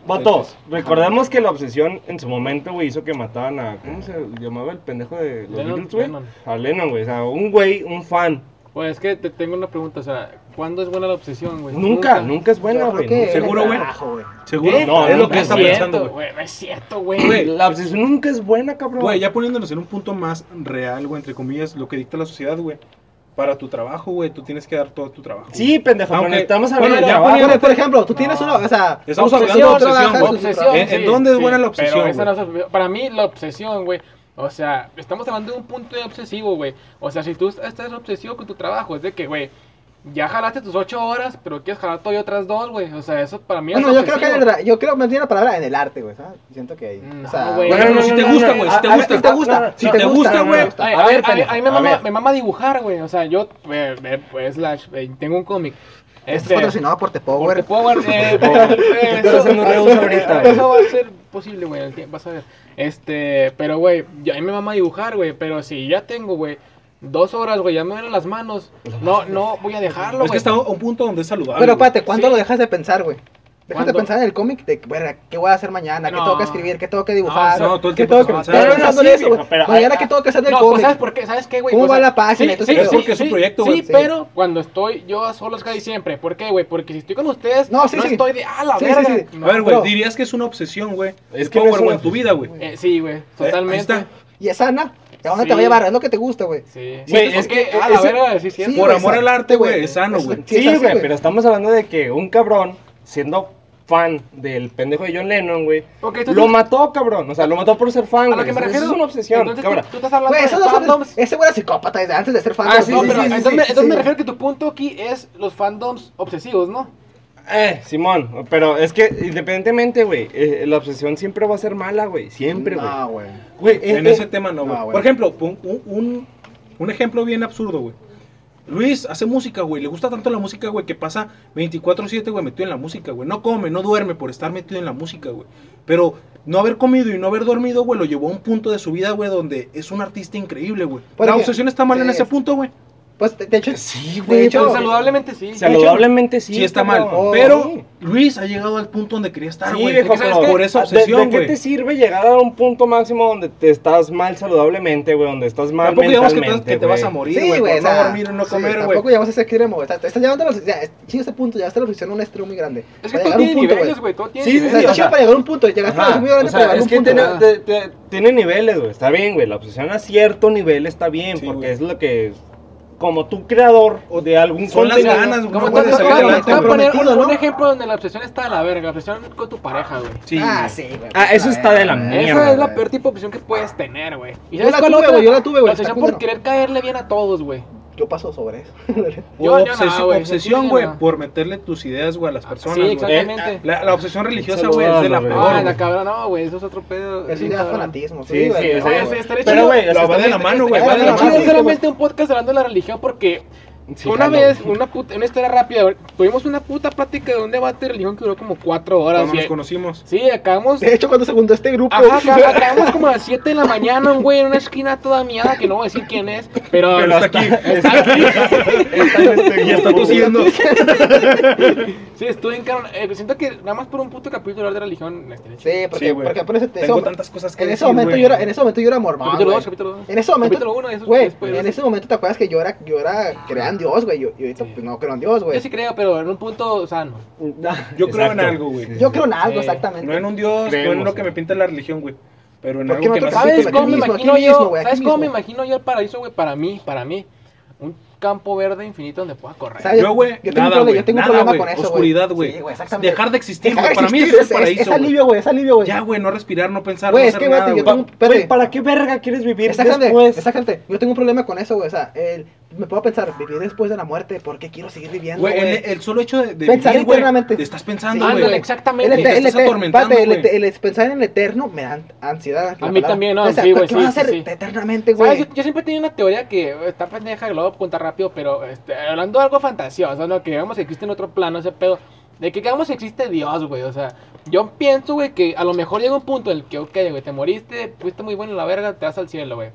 Speaker 3: Vato,
Speaker 1: Entonces,
Speaker 3: recordemos que la obsesión en su momento, güey, hizo que mataban a. ¿Cómo se llamaba el pendejo de los
Speaker 4: Lennon,
Speaker 3: Beatles, güey?
Speaker 4: Lennon.
Speaker 3: A Lennon, güey. O sea, un güey, un fan.
Speaker 4: Pues es que te tengo una pregunta, o sea, ¿cuándo es buena la obsesión, güey?
Speaker 3: Nunca, nunca es buena,
Speaker 2: Yo
Speaker 3: güey.
Speaker 2: creo que-
Speaker 3: nunca.
Speaker 1: Seguro, güey.
Speaker 2: Carajo, güey.
Speaker 1: Seguro.
Speaker 3: ¿Eh?
Speaker 1: No, es lo
Speaker 3: nunca
Speaker 1: que
Speaker 4: No
Speaker 1: está
Speaker 4: es
Speaker 1: pensando,
Speaker 4: cierto,
Speaker 1: güey.
Speaker 4: güey. No es cierto, güey.
Speaker 1: Güey,
Speaker 3: La obsesión nunca es buena, cabrón.
Speaker 1: Güey, ya poniéndonos en un punto más real, güey, entre comillas, lo que dicta la sociedad, güey. Para tu trabajo, güey, tú tienes que dar todo tu trabajo.
Speaker 3: Sí, pendejo,
Speaker 1: Aunque-
Speaker 3: pero estamos
Speaker 1: bueno,
Speaker 3: hablando
Speaker 1: ya
Speaker 3: de trabajo.
Speaker 1: poniendo-
Speaker 2: Por, por ejemplo, tú tienes
Speaker 4: No.
Speaker 2: una, o sea,
Speaker 1: Estamos
Speaker 2: obsesión,
Speaker 1: hablando de obsesión,
Speaker 2: trabajas
Speaker 1: güey.
Speaker 2: en tu trabajo.
Speaker 1: ¿En- en dónde es buena la obsesión,
Speaker 4: Pero esa
Speaker 1: güey?
Speaker 4: no es obsesión. para mí, la obsesión, güey. O sea, estamos hablando de un punto de obsesivo, güey. O sea, si tú estás obsesivo con tu trabajo, es de que, güey, ya jalaste tus ocho horas, pero quieres jalar todavía otras dos, güey. O sea, eso para mí
Speaker 2: Bueno,
Speaker 4: es
Speaker 2: Ah, yo creo que en el
Speaker 4: obsesivo.
Speaker 2: ra- yo creo más bien la palabra en el arte, güey, ¿sabes? Siento que ahí.
Speaker 4: No,
Speaker 2: o sea,
Speaker 4: güey.
Speaker 1: Bueno,
Speaker 4: No,
Speaker 1: no,
Speaker 4: no,
Speaker 1: si
Speaker 4: no,
Speaker 1: te
Speaker 4: no,
Speaker 1: gusta,
Speaker 4: no,
Speaker 1: güey,
Speaker 2: a-
Speaker 1: si te
Speaker 2: a ver,
Speaker 1: gusta.
Speaker 2: si te gusta,
Speaker 1: Si te gusta, güey.
Speaker 2: no,
Speaker 4: Ay,
Speaker 3: A
Speaker 4: A ver,
Speaker 3: ver,
Speaker 4: a mí-
Speaker 3: pendejo,
Speaker 4: a mí me
Speaker 3: a
Speaker 4: mama-
Speaker 3: ver.
Speaker 4: me mama dibujar, güey. O sea, yo, eh, eh, pues, slash, eh, tengo un cómic. Este,
Speaker 2: Esto Este es patrocinado por The Power.
Speaker 4: Porque Power, eh, eh,
Speaker 3: Estoy
Speaker 4: eso-
Speaker 3: haciendo
Speaker 4: eso-
Speaker 3: reus ahorita, güey.
Speaker 4: Eso va a ser posible, güey, al tiempo, vas a ver. Este, pero, güey, ya- a mí me mama dibujar, güey, pero si ya tengo, güey, dos horas, güey, ya me duelen las manos. No, no voy a dejarlo,
Speaker 1: Es que
Speaker 4: güey.
Speaker 1: está a un punto donde es saludable.
Speaker 2: Pero
Speaker 1: güey.
Speaker 2: espérate, ¿cuándo
Speaker 4: Sí.
Speaker 2: lo dejas de pensar, güey? Dejas de
Speaker 4: ¿Cuándo?
Speaker 2: pensar en el cómic de, verga, ¿qué voy a hacer mañana? ¿Qué
Speaker 4: No.
Speaker 2: tengo que escribir? ¿Qué tengo que dibujar?
Speaker 1: No, no, todo el
Speaker 2: ¿Qué
Speaker 1: tiempo
Speaker 2: tengo que
Speaker 1: estás
Speaker 2: estás
Speaker 1: pensando.
Speaker 2: pensando en
Speaker 3: Sí,
Speaker 2: eso, güey?
Speaker 3: viejo, pero
Speaker 2: Mañana,
Speaker 3: hay-
Speaker 2: ¿qué tengo que hacer del
Speaker 4: No, pues,
Speaker 2: cómic?
Speaker 4: ¿sabes por qué? ¿Sabes qué, güey?
Speaker 2: ¿Cómo
Speaker 4: O
Speaker 2: va
Speaker 4: sea,
Speaker 2: la página y todo
Speaker 4: Sí,
Speaker 2: ese
Speaker 1: pedo?
Speaker 4: sí, sí,
Speaker 1: Porque es un
Speaker 4: sí,
Speaker 1: proyecto,
Speaker 4: sí,
Speaker 1: güey.
Speaker 2: Sí.
Speaker 4: pero cuando estoy yo a solos casi siempre. ¿Por qué, güey? Porque si estoy con ustedes,
Speaker 2: No,
Speaker 4: no,
Speaker 2: sí, sí.
Speaker 4: estoy de, ah, la
Speaker 2: Sí, sí,
Speaker 4: verga.
Speaker 2: sí.
Speaker 1: A ver, güey,
Speaker 2: Bro.
Speaker 1: dirías que es una obsesión, güey.
Speaker 3: Es
Speaker 1: Es que
Speaker 3: que no es
Speaker 1: power,
Speaker 3: una
Speaker 1: güey, en tu vida, güey.
Speaker 4: Eh, sí, güey, totalmente.
Speaker 1: ahí está.
Speaker 2: Y es sana. ¿Y a dónde te
Speaker 4: Sí.
Speaker 2: va a llevar? Es lo que te gusta, güey.
Speaker 4: Sí.
Speaker 3: Güey,
Speaker 4: es,
Speaker 3: es
Speaker 4: que,
Speaker 3: que-
Speaker 4: ah, la
Speaker 3: ese-
Speaker 4: verga, sí, sí.
Speaker 2: Sí,
Speaker 1: Por
Speaker 2: güey,
Speaker 1: amor al arte, güey, es sano,
Speaker 2: Es-
Speaker 1: güey.
Speaker 2: Sí, es
Speaker 3: Sí,
Speaker 2: así,
Speaker 3: güey,
Speaker 2: güey.
Speaker 3: pero estamos hablando de que un cabrón, siendo fan del pendejo de John Lennon, güey,
Speaker 4: Ok, entonces-
Speaker 3: lo mató, cabrón. O sea, lo mató por ser
Speaker 4: A
Speaker 3: fan, güey.
Speaker 4: lo que me
Speaker 3: Eso
Speaker 4: refiero
Speaker 3: Es una obsesión,
Speaker 4: Entonces,
Speaker 3: cabrón.
Speaker 4: tú, tú estás hablando
Speaker 2: Güey,
Speaker 4: de
Speaker 2: esos no son-
Speaker 4: fandoms.
Speaker 2: ese güey era psicópata desde antes de ser fan.
Speaker 3: Ah,
Speaker 2: de los
Speaker 3: sí,
Speaker 4: no,
Speaker 3: sí,
Speaker 2: hombres.
Speaker 4: pero
Speaker 3: sí, sí,
Speaker 4: entonces, me, entonces me
Speaker 2: sí.
Speaker 4: refiero que tu punto aquí es los fandoms obsesivos, ¿no?
Speaker 3: Eh, Simón, pero es que independientemente, güey, eh, la obsesión siempre va a ser mala, güey. Siempre, güey.
Speaker 2: No, güey.
Speaker 3: Güey, eh,
Speaker 1: En
Speaker 3: eh,
Speaker 1: ese tema no,
Speaker 2: no,
Speaker 1: güey.
Speaker 2: güey.
Speaker 1: Por ejemplo, un, un- un- un ejemplo bien absurdo, güey. Luis hace música, güey. Le gusta tanto la música, güey, que pasa 24-7, güey, metido en la música, güey. No come, no duerme por estar metido en la música, güey. Pero no haber comido y no haber dormido, güey, lo llevó a un punto de su vida, güey, donde es un artista increíble, güey.
Speaker 2: Por
Speaker 1: La
Speaker 2: ejemplo,
Speaker 1: obsesión está mal
Speaker 2: sí,
Speaker 1: en ese
Speaker 2: es-
Speaker 1: punto, güey.
Speaker 2: Pues, de de hecho,
Speaker 3: Sí,
Speaker 2: de
Speaker 3: güey.
Speaker 2: hecho,
Speaker 3: pero
Speaker 4: Pero saludablemente sí.
Speaker 3: Saludablemente sí.
Speaker 1: Sí, está mal.
Speaker 3: cabrón.
Speaker 2: Oh.
Speaker 1: Pero Luis ha llegado al punto donde quería estar,
Speaker 3: Sí,
Speaker 1: güey.
Speaker 3: viejo,
Speaker 1: ¿Sabes
Speaker 3: pero-
Speaker 1: qué? por esa
Speaker 3: ¿de-
Speaker 1: obsesión,
Speaker 3: ¿De, qué
Speaker 1: güey.
Speaker 3: te sirve llegar a un punto máximo donde te estás mal saludablemente, güey? Donde estás mal
Speaker 1: Tampoco digamos que te,
Speaker 3: mentalmente,
Speaker 1: que te vas a
Speaker 3: güey?
Speaker 1: morir,
Speaker 2: sí,
Speaker 1: güey,
Speaker 2: güey.
Speaker 1: por
Speaker 2: o sea,
Speaker 1: no dormir y no
Speaker 2: sí,
Speaker 1: comer, güey.
Speaker 2: Tampoco llevamos a ese extremo, güey. O sea, te estás llevando a los. Ya, chingo este punto, llevaste a la obsesión a un extremo muy grande.
Speaker 4: Es que
Speaker 2: Para
Speaker 4: todo
Speaker 2: llegar a un
Speaker 4: tiene
Speaker 2: punto,
Speaker 4: niveles, güey. Todo tiene
Speaker 3: Sí,
Speaker 2: O
Speaker 4: niveles.
Speaker 2: sea, está
Speaker 3: o sea,
Speaker 2: chido para llegar a un punto, llegaste a la
Speaker 3: Ajá,
Speaker 2: obsesión muy grande
Speaker 3: o
Speaker 2: para
Speaker 3: sea,
Speaker 2: llegar a
Speaker 3: es
Speaker 2: un
Speaker 3: que
Speaker 2: punto.
Speaker 3: tiene,
Speaker 2: ¿verdad?
Speaker 3: te- te- tiene niveles, güey. Está bien, güey. La obsesión a cierto nivel está bien,
Speaker 1: Sí,
Speaker 3: porque
Speaker 1: güey.
Speaker 3: es lo que, como tu creador o de algún
Speaker 1: Son las
Speaker 3: contenido-
Speaker 1: ganas, güey.
Speaker 4: Como
Speaker 1: No
Speaker 4: te
Speaker 1: puedes
Speaker 4: te- te-
Speaker 1: salir
Speaker 4: te-
Speaker 2: adelante,
Speaker 4: te voy a poner
Speaker 2: comprometido,
Speaker 4: un
Speaker 2: ¿no?
Speaker 4: ejemplo donde la obsesión está de la verga, la obsesión con tu pareja, güey.
Speaker 1: Sí, güey.
Speaker 2: Ah, sí, güey.
Speaker 3: Ah, eso está de la mierda.
Speaker 4: Esa es la
Speaker 3: güey.
Speaker 4: peor tipo de obsesión que puedes tener, güey. ¿Y
Speaker 2: Yo
Speaker 4: sabes
Speaker 2: la
Speaker 4: cuál
Speaker 2: tuve,
Speaker 4: otra?
Speaker 2: güey, yo la tuve, güey,
Speaker 4: La
Speaker 2: está
Speaker 4: obsesión
Speaker 2: culero.
Speaker 4: por querer caerle bien a todos, güey.
Speaker 2: Yo paso sobre eso.
Speaker 1: O
Speaker 4: Yo- yo no,
Speaker 1: obsesión,
Speaker 4: güey,
Speaker 1: obsesión,
Speaker 4: yo
Speaker 1: güey,
Speaker 4: no.
Speaker 1: por meterle tus ideas, güey, a las personas,
Speaker 4: Sí,
Speaker 1: güey.
Speaker 4: exactamente.
Speaker 1: La, la obsesión religiosa, güey,
Speaker 3: Saludos,
Speaker 1: es de la
Speaker 3: la
Speaker 1: peor,
Speaker 3: verdad.
Speaker 4: Ah,
Speaker 1: güey.
Speaker 4: la cabrón, no, güey, eso es otro pedo.
Speaker 2: Eso
Speaker 4: bien
Speaker 2: ya es
Speaker 4: cabrón.
Speaker 2: fanatismo.
Speaker 3: Sí, sí,
Speaker 2: güey.
Speaker 3: sí,
Speaker 4: Oye,
Speaker 3: güey.
Speaker 4: estaría
Speaker 3: Pero,
Speaker 4: chido.
Speaker 3: güey, o sea,
Speaker 1: No, va de la
Speaker 3: está-
Speaker 1: mano, güey,
Speaker 3: está-
Speaker 1: va de la
Speaker 3: está-
Speaker 2: mano.
Speaker 4: solamente un podcast hablando de la religión porque
Speaker 3: Sí,
Speaker 4: una
Speaker 3: jalo.
Speaker 4: vez, una, puta, una historia rápida, güey, tuvimos una puta plática de un debate de religión que duró como cuatro horas.
Speaker 1: Cuando nos
Speaker 4: güey.
Speaker 1: conocimos.
Speaker 4: Sí, acabamos
Speaker 2: De hecho, cuando se juntó este grupo,
Speaker 4: Ajá, acá- acá acabamos como a las 7 de la mañana, un güey, en una esquina toda miada, que no voy a decir quién es, pero,
Speaker 1: Pero está aquí.
Speaker 4: está aquí.
Speaker 1: Y está tosiendo.
Speaker 4: Sí, estuve en Canon. eh, siento que nada más por un puto capítulo hablar de religión. este,
Speaker 2: Sí, porque,
Speaker 1: Sí, güey.
Speaker 2: porque apenas ese-
Speaker 1: Tengo
Speaker 2: eso-
Speaker 1: tantas cosas que
Speaker 2: en ese
Speaker 1: decir,
Speaker 2: momento
Speaker 1: güey.
Speaker 2: yo era, en ese momento yo era mormón.
Speaker 4: Capítulo
Speaker 2: güey.
Speaker 4: 2, capítulo 2.
Speaker 2: En ese momento,
Speaker 4: Capítulo 1, eso
Speaker 2: güey,
Speaker 4: después.
Speaker 2: en ese momento te acuerdas que yo era, yo era, crean Dios, güey, yo, yo ahorita,
Speaker 4: Sí.
Speaker 2: pues, no creo en Dios, güey.
Speaker 4: Yo sí creo, pero en un punto sano.
Speaker 1: Yo creo en
Speaker 3: Exacto.
Speaker 1: algo, güey.
Speaker 2: Yo creo en algo,
Speaker 4: Sí.
Speaker 2: exactamente.
Speaker 1: No en un dios, no en
Speaker 3: Creemos,
Speaker 1: lo que me
Speaker 3: güey.
Speaker 1: pinta la religión, güey. Pero en
Speaker 2: Porque
Speaker 1: algo que
Speaker 2: nosotros-
Speaker 1: más.
Speaker 2: Pues Aquí
Speaker 4: ¿Sabes cómo me
Speaker 2: mismo, aquí
Speaker 4: imagino
Speaker 2: mismo,
Speaker 4: yo?
Speaker 2: güey, aquí
Speaker 4: ¿Sabes cómo me
Speaker 2: mismo.
Speaker 4: imagino yo el paraíso, güey? Para mí, para mí. Un campo verde infinito donde pueda correr.
Speaker 2: ¿Sabes?
Speaker 1: Yo, güey,
Speaker 2: yo tengo un
Speaker 1: nada,
Speaker 2: problema-
Speaker 1: güey.
Speaker 2: yo tengo un
Speaker 1: nada,
Speaker 2: problema
Speaker 1: güey.
Speaker 2: con eso, güey.
Speaker 1: Oscuridad, güey.
Speaker 2: Sí, güey, exactamente.
Speaker 1: Dejar de existir,
Speaker 2: Dejar
Speaker 1: güey.
Speaker 2: de
Speaker 1: Para mí
Speaker 2: existir,
Speaker 1: eso es el
Speaker 2: es,
Speaker 1: paraíso. güey.
Speaker 2: alivio, güey, es alivio, güey.
Speaker 1: Ya, güey, no respirar, no pensar,
Speaker 2: Güey,
Speaker 1: no
Speaker 2: es
Speaker 1: hacer
Speaker 2: que, güey,
Speaker 1: nada,
Speaker 2: yo
Speaker 1: güey.
Speaker 2: tengo un...
Speaker 3: Güey,
Speaker 2: espérate.
Speaker 3: ¿para qué verga quieres vivir
Speaker 2: Exactamente,
Speaker 3: después?
Speaker 2: exactamente. Yo tengo un problema con eso, güey. O sea, el- me puedo pensar, vivir después de la muerte, ¿por qué quiero seguir viviendo,
Speaker 1: Güey, el,
Speaker 2: güey?
Speaker 1: el solo hecho de, de
Speaker 2: Pensar
Speaker 1: vivir, güey,
Speaker 2: internamente.
Speaker 1: te estás
Speaker 2: Sí,
Speaker 1: pensando,
Speaker 4: Ándale,
Speaker 1: güey.
Speaker 2: El,
Speaker 4: exactamente.
Speaker 1: te
Speaker 2: ete- el,
Speaker 1: estás
Speaker 2: ete-
Speaker 1: atormentando,
Speaker 2: espérate, el
Speaker 1: güey.
Speaker 2: ete- el pensar en el eterno me da ansiedad. la
Speaker 4: A mí
Speaker 2: palabra.
Speaker 4: también, no,
Speaker 2: O sea,
Speaker 4: sí, güey,
Speaker 2: ¿Qué vas a
Speaker 4: sí,
Speaker 2: hacer
Speaker 4: sí, sí.
Speaker 2: eternamente,
Speaker 4: ¿Sabes?
Speaker 2: güey?
Speaker 4: Yo, yo siempre he tenido una teoría que eh, está pendeja y lo voy a contar rápido, pero este, hablando de algo fantasioso, ¿no? Que digamos que existe en otro plano ese pedo. De que digamos existe Dios, güey. O sea, yo pienso, güey, que a lo mejor llega un punto en el que, ok, güey, te moriste, fuiste muy bueno en la verga, te vas al cielo, güey.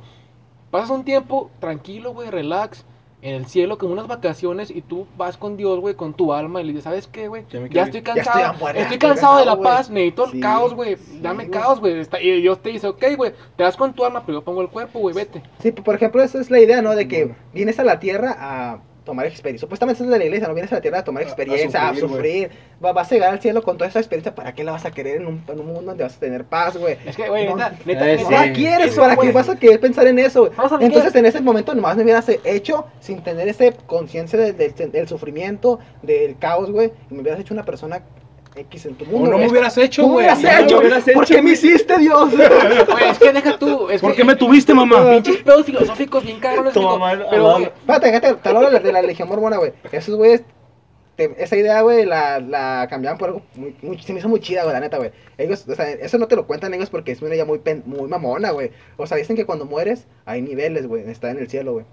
Speaker 4: Pasas un tiempo tranquilo, güey, relax, en el cielo, como unas vacaciones, y tú vas con Dios, güey, con tu alma, y le dices, ¿sabes qué, güey?
Speaker 1: Ya me
Speaker 4: Ya
Speaker 1: quiero
Speaker 4: estoy
Speaker 2: Ya estoy
Speaker 4: cansado.
Speaker 2: a muerte,
Speaker 4: estoy
Speaker 2: estoy
Speaker 4: cansado de la
Speaker 2: cansado, güey.
Speaker 4: paz, necesito el
Speaker 2: Sí,
Speaker 4: caos, güey.
Speaker 2: sí,
Speaker 4: Dame
Speaker 2: güey.
Speaker 4: caos, güey. está- Y Dios te dice, ok, güey, te vas con tu alma, pero yo pongo el cuerpo, güey, vete.
Speaker 2: Sí, pues, por ejemplo, esa es la idea, ¿no? De que vienes a la tierra a tomar experiencia. Supuestamente eso es de la iglesia, ¿no? Vienes a la tierra a tomar
Speaker 1: A- a
Speaker 2: experiencia, a
Speaker 1: sufrir,
Speaker 2: sufrir. Va- vas a llegar al cielo con toda esa experiencia. ¿Para qué la vas a querer en un, en un mundo donde vas a tener paz, güey?
Speaker 4: Es que, güey,
Speaker 2: No.
Speaker 4: neta, neta,
Speaker 3: Eh,
Speaker 2: No
Speaker 4: neta,
Speaker 3: sí.
Speaker 2: la quieres,
Speaker 4: eso,
Speaker 2: ¿para
Speaker 4: güey.
Speaker 2: qué vas a querer pensar en eso? güey?
Speaker 4: Vamos a ver
Speaker 2: Entonces
Speaker 4: qué-
Speaker 2: en ese momento nomás me hubieras hecho sin tener ese conciencia del, del- del sufrimiento, del caos, güey, y me hubieras hecho una persona X en tu
Speaker 1: O
Speaker 2: mundo.
Speaker 1: no me
Speaker 2: güey.
Speaker 1: hubieras hecho,
Speaker 2: Tú me
Speaker 1: güey.
Speaker 2: hubieras
Speaker 1: No me
Speaker 2: hecho,
Speaker 1: hubieras
Speaker 2: ¿Por
Speaker 1: hecho.
Speaker 2: qué me hiciste Dios?
Speaker 4: Güey, es que deja tú. Es
Speaker 1: ¿Por
Speaker 4: que-
Speaker 1: qué me tuviste, mamá?
Speaker 4: Pinches pedos filosóficos bien cabrones.
Speaker 3: Tu
Speaker 4: digo,
Speaker 3: mamá,
Speaker 4: pero,
Speaker 3: mamá.
Speaker 4: güey,
Speaker 2: Espérate, déjate, te hablo de la, de la religión mormona, güey. Esos güeyes, te- esa idea, güey, la, la cambiaban por algo. Muy, muy- se me hizo muy chida, güey, la neta, güey. Ellos, o sea, eso no te lo cuentan ellos porque es una idea muy, pen- muy mamona, güey. O sea, dicen que cuando mueres hay niveles, güey. Está en el cielo, güey.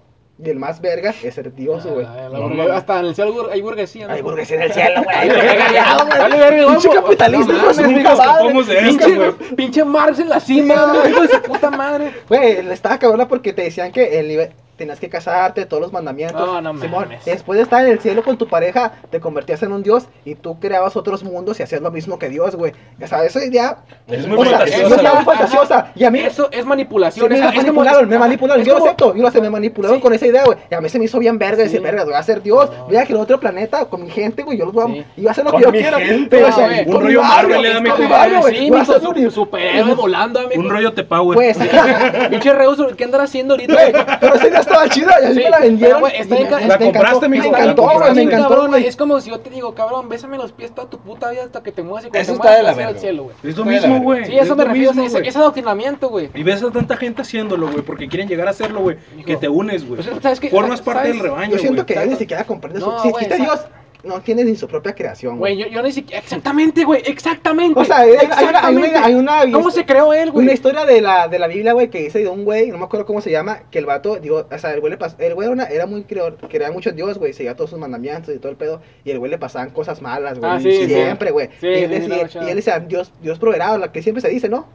Speaker 2: Y el más vergas es ser
Speaker 1: Ah,
Speaker 2: Dios, güey.
Speaker 4: Ah, la- la-
Speaker 3: No,
Speaker 4: la-
Speaker 3: no.
Speaker 4: Hasta en el cielo hay burguesía. ¿no?
Speaker 2: Hay burguesía en el cielo, güey. Ay,
Speaker 4: Cagado,
Speaker 2: verga,
Speaker 4: güey.
Speaker 2: güey.
Speaker 4: Dale, verga,
Speaker 2: Pinche
Speaker 4: vamos.
Speaker 2: capitalismo,
Speaker 4: No
Speaker 2: hijo de su
Speaker 4: mames,
Speaker 2: puta madre.
Speaker 1: Escapamos de esta, güey.
Speaker 4: Pinche, pinche Marx en la cima, güey, hijo de su puta madre.
Speaker 2: Güey, le estaba cabrona porque te decían que el nivel- tenías que casarte, todos los mandamientos.
Speaker 4: No, no
Speaker 2: Simón,
Speaker 4: mames.
Speaker 2: después de estar en el cielo con tu pareja, te convertías en un dios y tú creabas otros mundos y hacías lo mismo que Dios, güey. O sea, esa idea
Speaker 1: Es
Speaker 2: o
Speaker 1: muy
Speaker 2: sea,
Speaker 1: fantasiosa,
Speaker 2: es
Speaker 1: güey.
Speaker 2: muy fantasiosa. Y a mí
Speaker 4: Eso es
Speaker 2: sí,
Speaker 4: manipulación.
Speaker 2: me
Speaker 4: es- es como-
Speaker 2: manipularon, me manipularon.
Speaker 4: es
Speaker 2: Yo lo
Speaker 4: como-
Speaker 2: acepto, yo lo acepto, me manipularon
Speaker 4: Sí.
Speaker 2: con esa idea, güey. Y a mí se me hizo bien verga
Speaker 4: Sí.
Speaker 2: decir, verga, voy a ser Dios,
Speaker 4: No.
Speaker 2: voy a crear otro planeta con mi gente, güey. Yo los voy a,
Speaker 4: Sí.
Speaker 2: y voy a hacer lo
Speaker 3: Con
Speaker 2: que yo
Speaker 3: mi
Speaker 2: quiera.
Speaker 3: gente,
Speaker 2: Pero, o sea,
Speaker 4: güey.
Speaker 2: con
Speaker 1: Un
Speaker 2: mi
Speaker 1: rollo
Speaker 2: barrio,
Speaker 1: Marvel, le da
Speaker 2: con
Speaker 1: mi
Speaker 2: mi
Speaker 1: compadre,
Speaker 2: barrio, güey.
Speaker 4: Sí,
Speaker 2: Voy a
Speaker 4: mijo,
Speaker 2: hacer un-
Speaker 4: su- superhéroe volando, amigo.
Speaker 1: Un rollo te power.
Speaker 2: Güey, esa idea-
Speaker 4: Pinche Reus, ¿qué andará haciendo ahorita?
Speaker 2: Güey, pero esa idea estaba chida y así
Speaker 4: Sí,
Speaker 2: me la vendieron.
Speaker 4: pero, güey, está
Speaker 2: y
Speaker 4: bien
Speaker 2: me-
Speaker 4: ca-
Speaker 2: me
Speaker 4: la
Speaker 2: encantó,
Speaker 1: compraste,
Speaker 2: Me
Speaker 1: mijo, la
Speaker 2: encantó,
Speaker 1: compraste.
Speaker 2: güey, me
Speaker 4: Bien
Speaker 2: encantó,
Speaker 4: cabrón,
Speaker 2: güey.
Speaker 4: Es como si yo te digo, cabrón, bésame los pies toda tu puta vida hasta que te mueras y cuando
Speaker 3: Eso
Speaker 4: te
Speaker 3: está
Speaker 4: mueras
Speaker 3: de la
Speaker 4: vas a ir al
Speaker 3: verga.
Speaker 4: cielo, güey.
Speaker 1: Es lo mismo, güey.
Speaker 4: Sí, eso
Speaker 1: Es
Speaker 4: me
Speaker 1: lo
Speaker 4: refiero,
Speaker 1: mismo,
Speaker 4: ese,
Speaker 1: güey.
Speaker 4: ese adoctrinamiento, güey.
Speaker 1: Y ves a tanta gente haciéndolo, güey, porque quieren llegar a hacerlo, güey.
Speaker 4: Hijo.
Speaker 1: Que te unes, güey.
Speaker 4: O sea, Pues, ¿sabes qué?
Speaker 1: Formas parte
Speaker 4: ¿Sabes?
Speaker 1: del rebaño,
Speaker 2: Yo siento
Speaker 1: güey.
Speaker 2: que ellos ni
Speaker 4: exacto.
Speaker 2: siquiera comprende
Speaker 4: No,
Speaker 2: su. Si
Speaker 4: güey,
Speaker 2: existe Dios,
Speaker 4: exacto.
Speaker 2: no tiene ni su propia creación,
Speaker 4: Güey,
Speaker 2: güey.
Speaker 4: yo, yo ni siquiera. Exactamente, güey, exactamente.
Speaker 2: O sea, hay- hay una- hay una-
Speaker 4: Exactamente.
Speaker 2: hay una-
Speaker 4: ¿Cómo se creó él, güey?
Speaker 2: Una historia de la, de la Biblia, güey, que dice de un güey, no me acuerdo cómo se llama, que el vato, digo, o sea, el güey le pas- el güey era, una- era muy creador, creía mucho en Dios, güey, seguía todos sus mandamientos y todo el pedo, y el güey le pasaban cosas malas, güey,
Speaker 4: Ah, sí,
Speaker 2: siempre, güey. y,
Speaker 4: Sí,
Speaker 2: él
Speaker 4: sí,
Speaker 2: decía-
Speaker 4: la verdad.
Speaker 2: y él decía, Dios, Dios proveerá, la que siempre se dice, ¿no?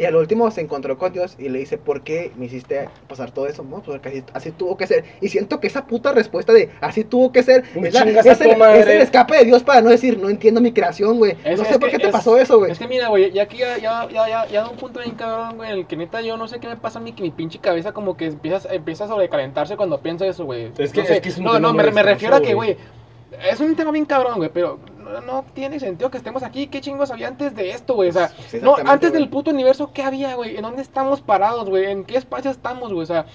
Speaker 2: Y al último se encontró con Dios y le dice, ¿por qué me hiciste pasar todo eso? No, porque así, así tuvo que ser. Y siento que esa puta respuesta de así tuvo que ser
Speaker 3: Un
Speaker 2: es, la-
Speaker 3: chingas
Speaker 2: es
Speaker 3: a tu
Speaker 2: el,
Speaker 3: madre.
Speaker 2: es el escape de Dios para no decir, no entiendo mi creación, güey.
Speaker 4: Es-
Speaker 2: No
Speaker 4: es
Speaker 2: sé por
Speaker 4: que-
Speaker 2: qué te
Speaker 4: es-
Speaker 2: pasó eso, güey.
Speaker 4: Es que mira, güey, ya aquí ya, ya, ya, ya, ya da un punto bien cabrón, güey, en el que neta yo no sé qué me pasa a mí, que mi pinche cabeza como que empieza, empieza a sobrecalentarse cuando pienso eso, güey.
Speaker 3: Es que-
Speaker 4: no sé.
Speaker 3: es que es un
Speaker 4: No,
Speaker 3: tema
Speaker 4: no,
Speaker 3: muy
Speaker 4: me, me
Speaker 3: extenso,
Speaker 4: refiero a que,
Speaker 3: güey.
Speaker 4: güey, es un tema bien cabrón, güey, pero no, no tiene sentido que estemos aquí. ¿Qué chingos había antes de esto, güey? O sea,
Speaker 2: Sí,
Speaker 4: no,
Speaker 2: exactamente,
Speaker 4: antes
Speaker 2: güey.
Speaker 4: del puto universo, ¿qué había, güey? ¿En dónde estamos parados, güey? ¿En qué espacio estamos, güey? O sea,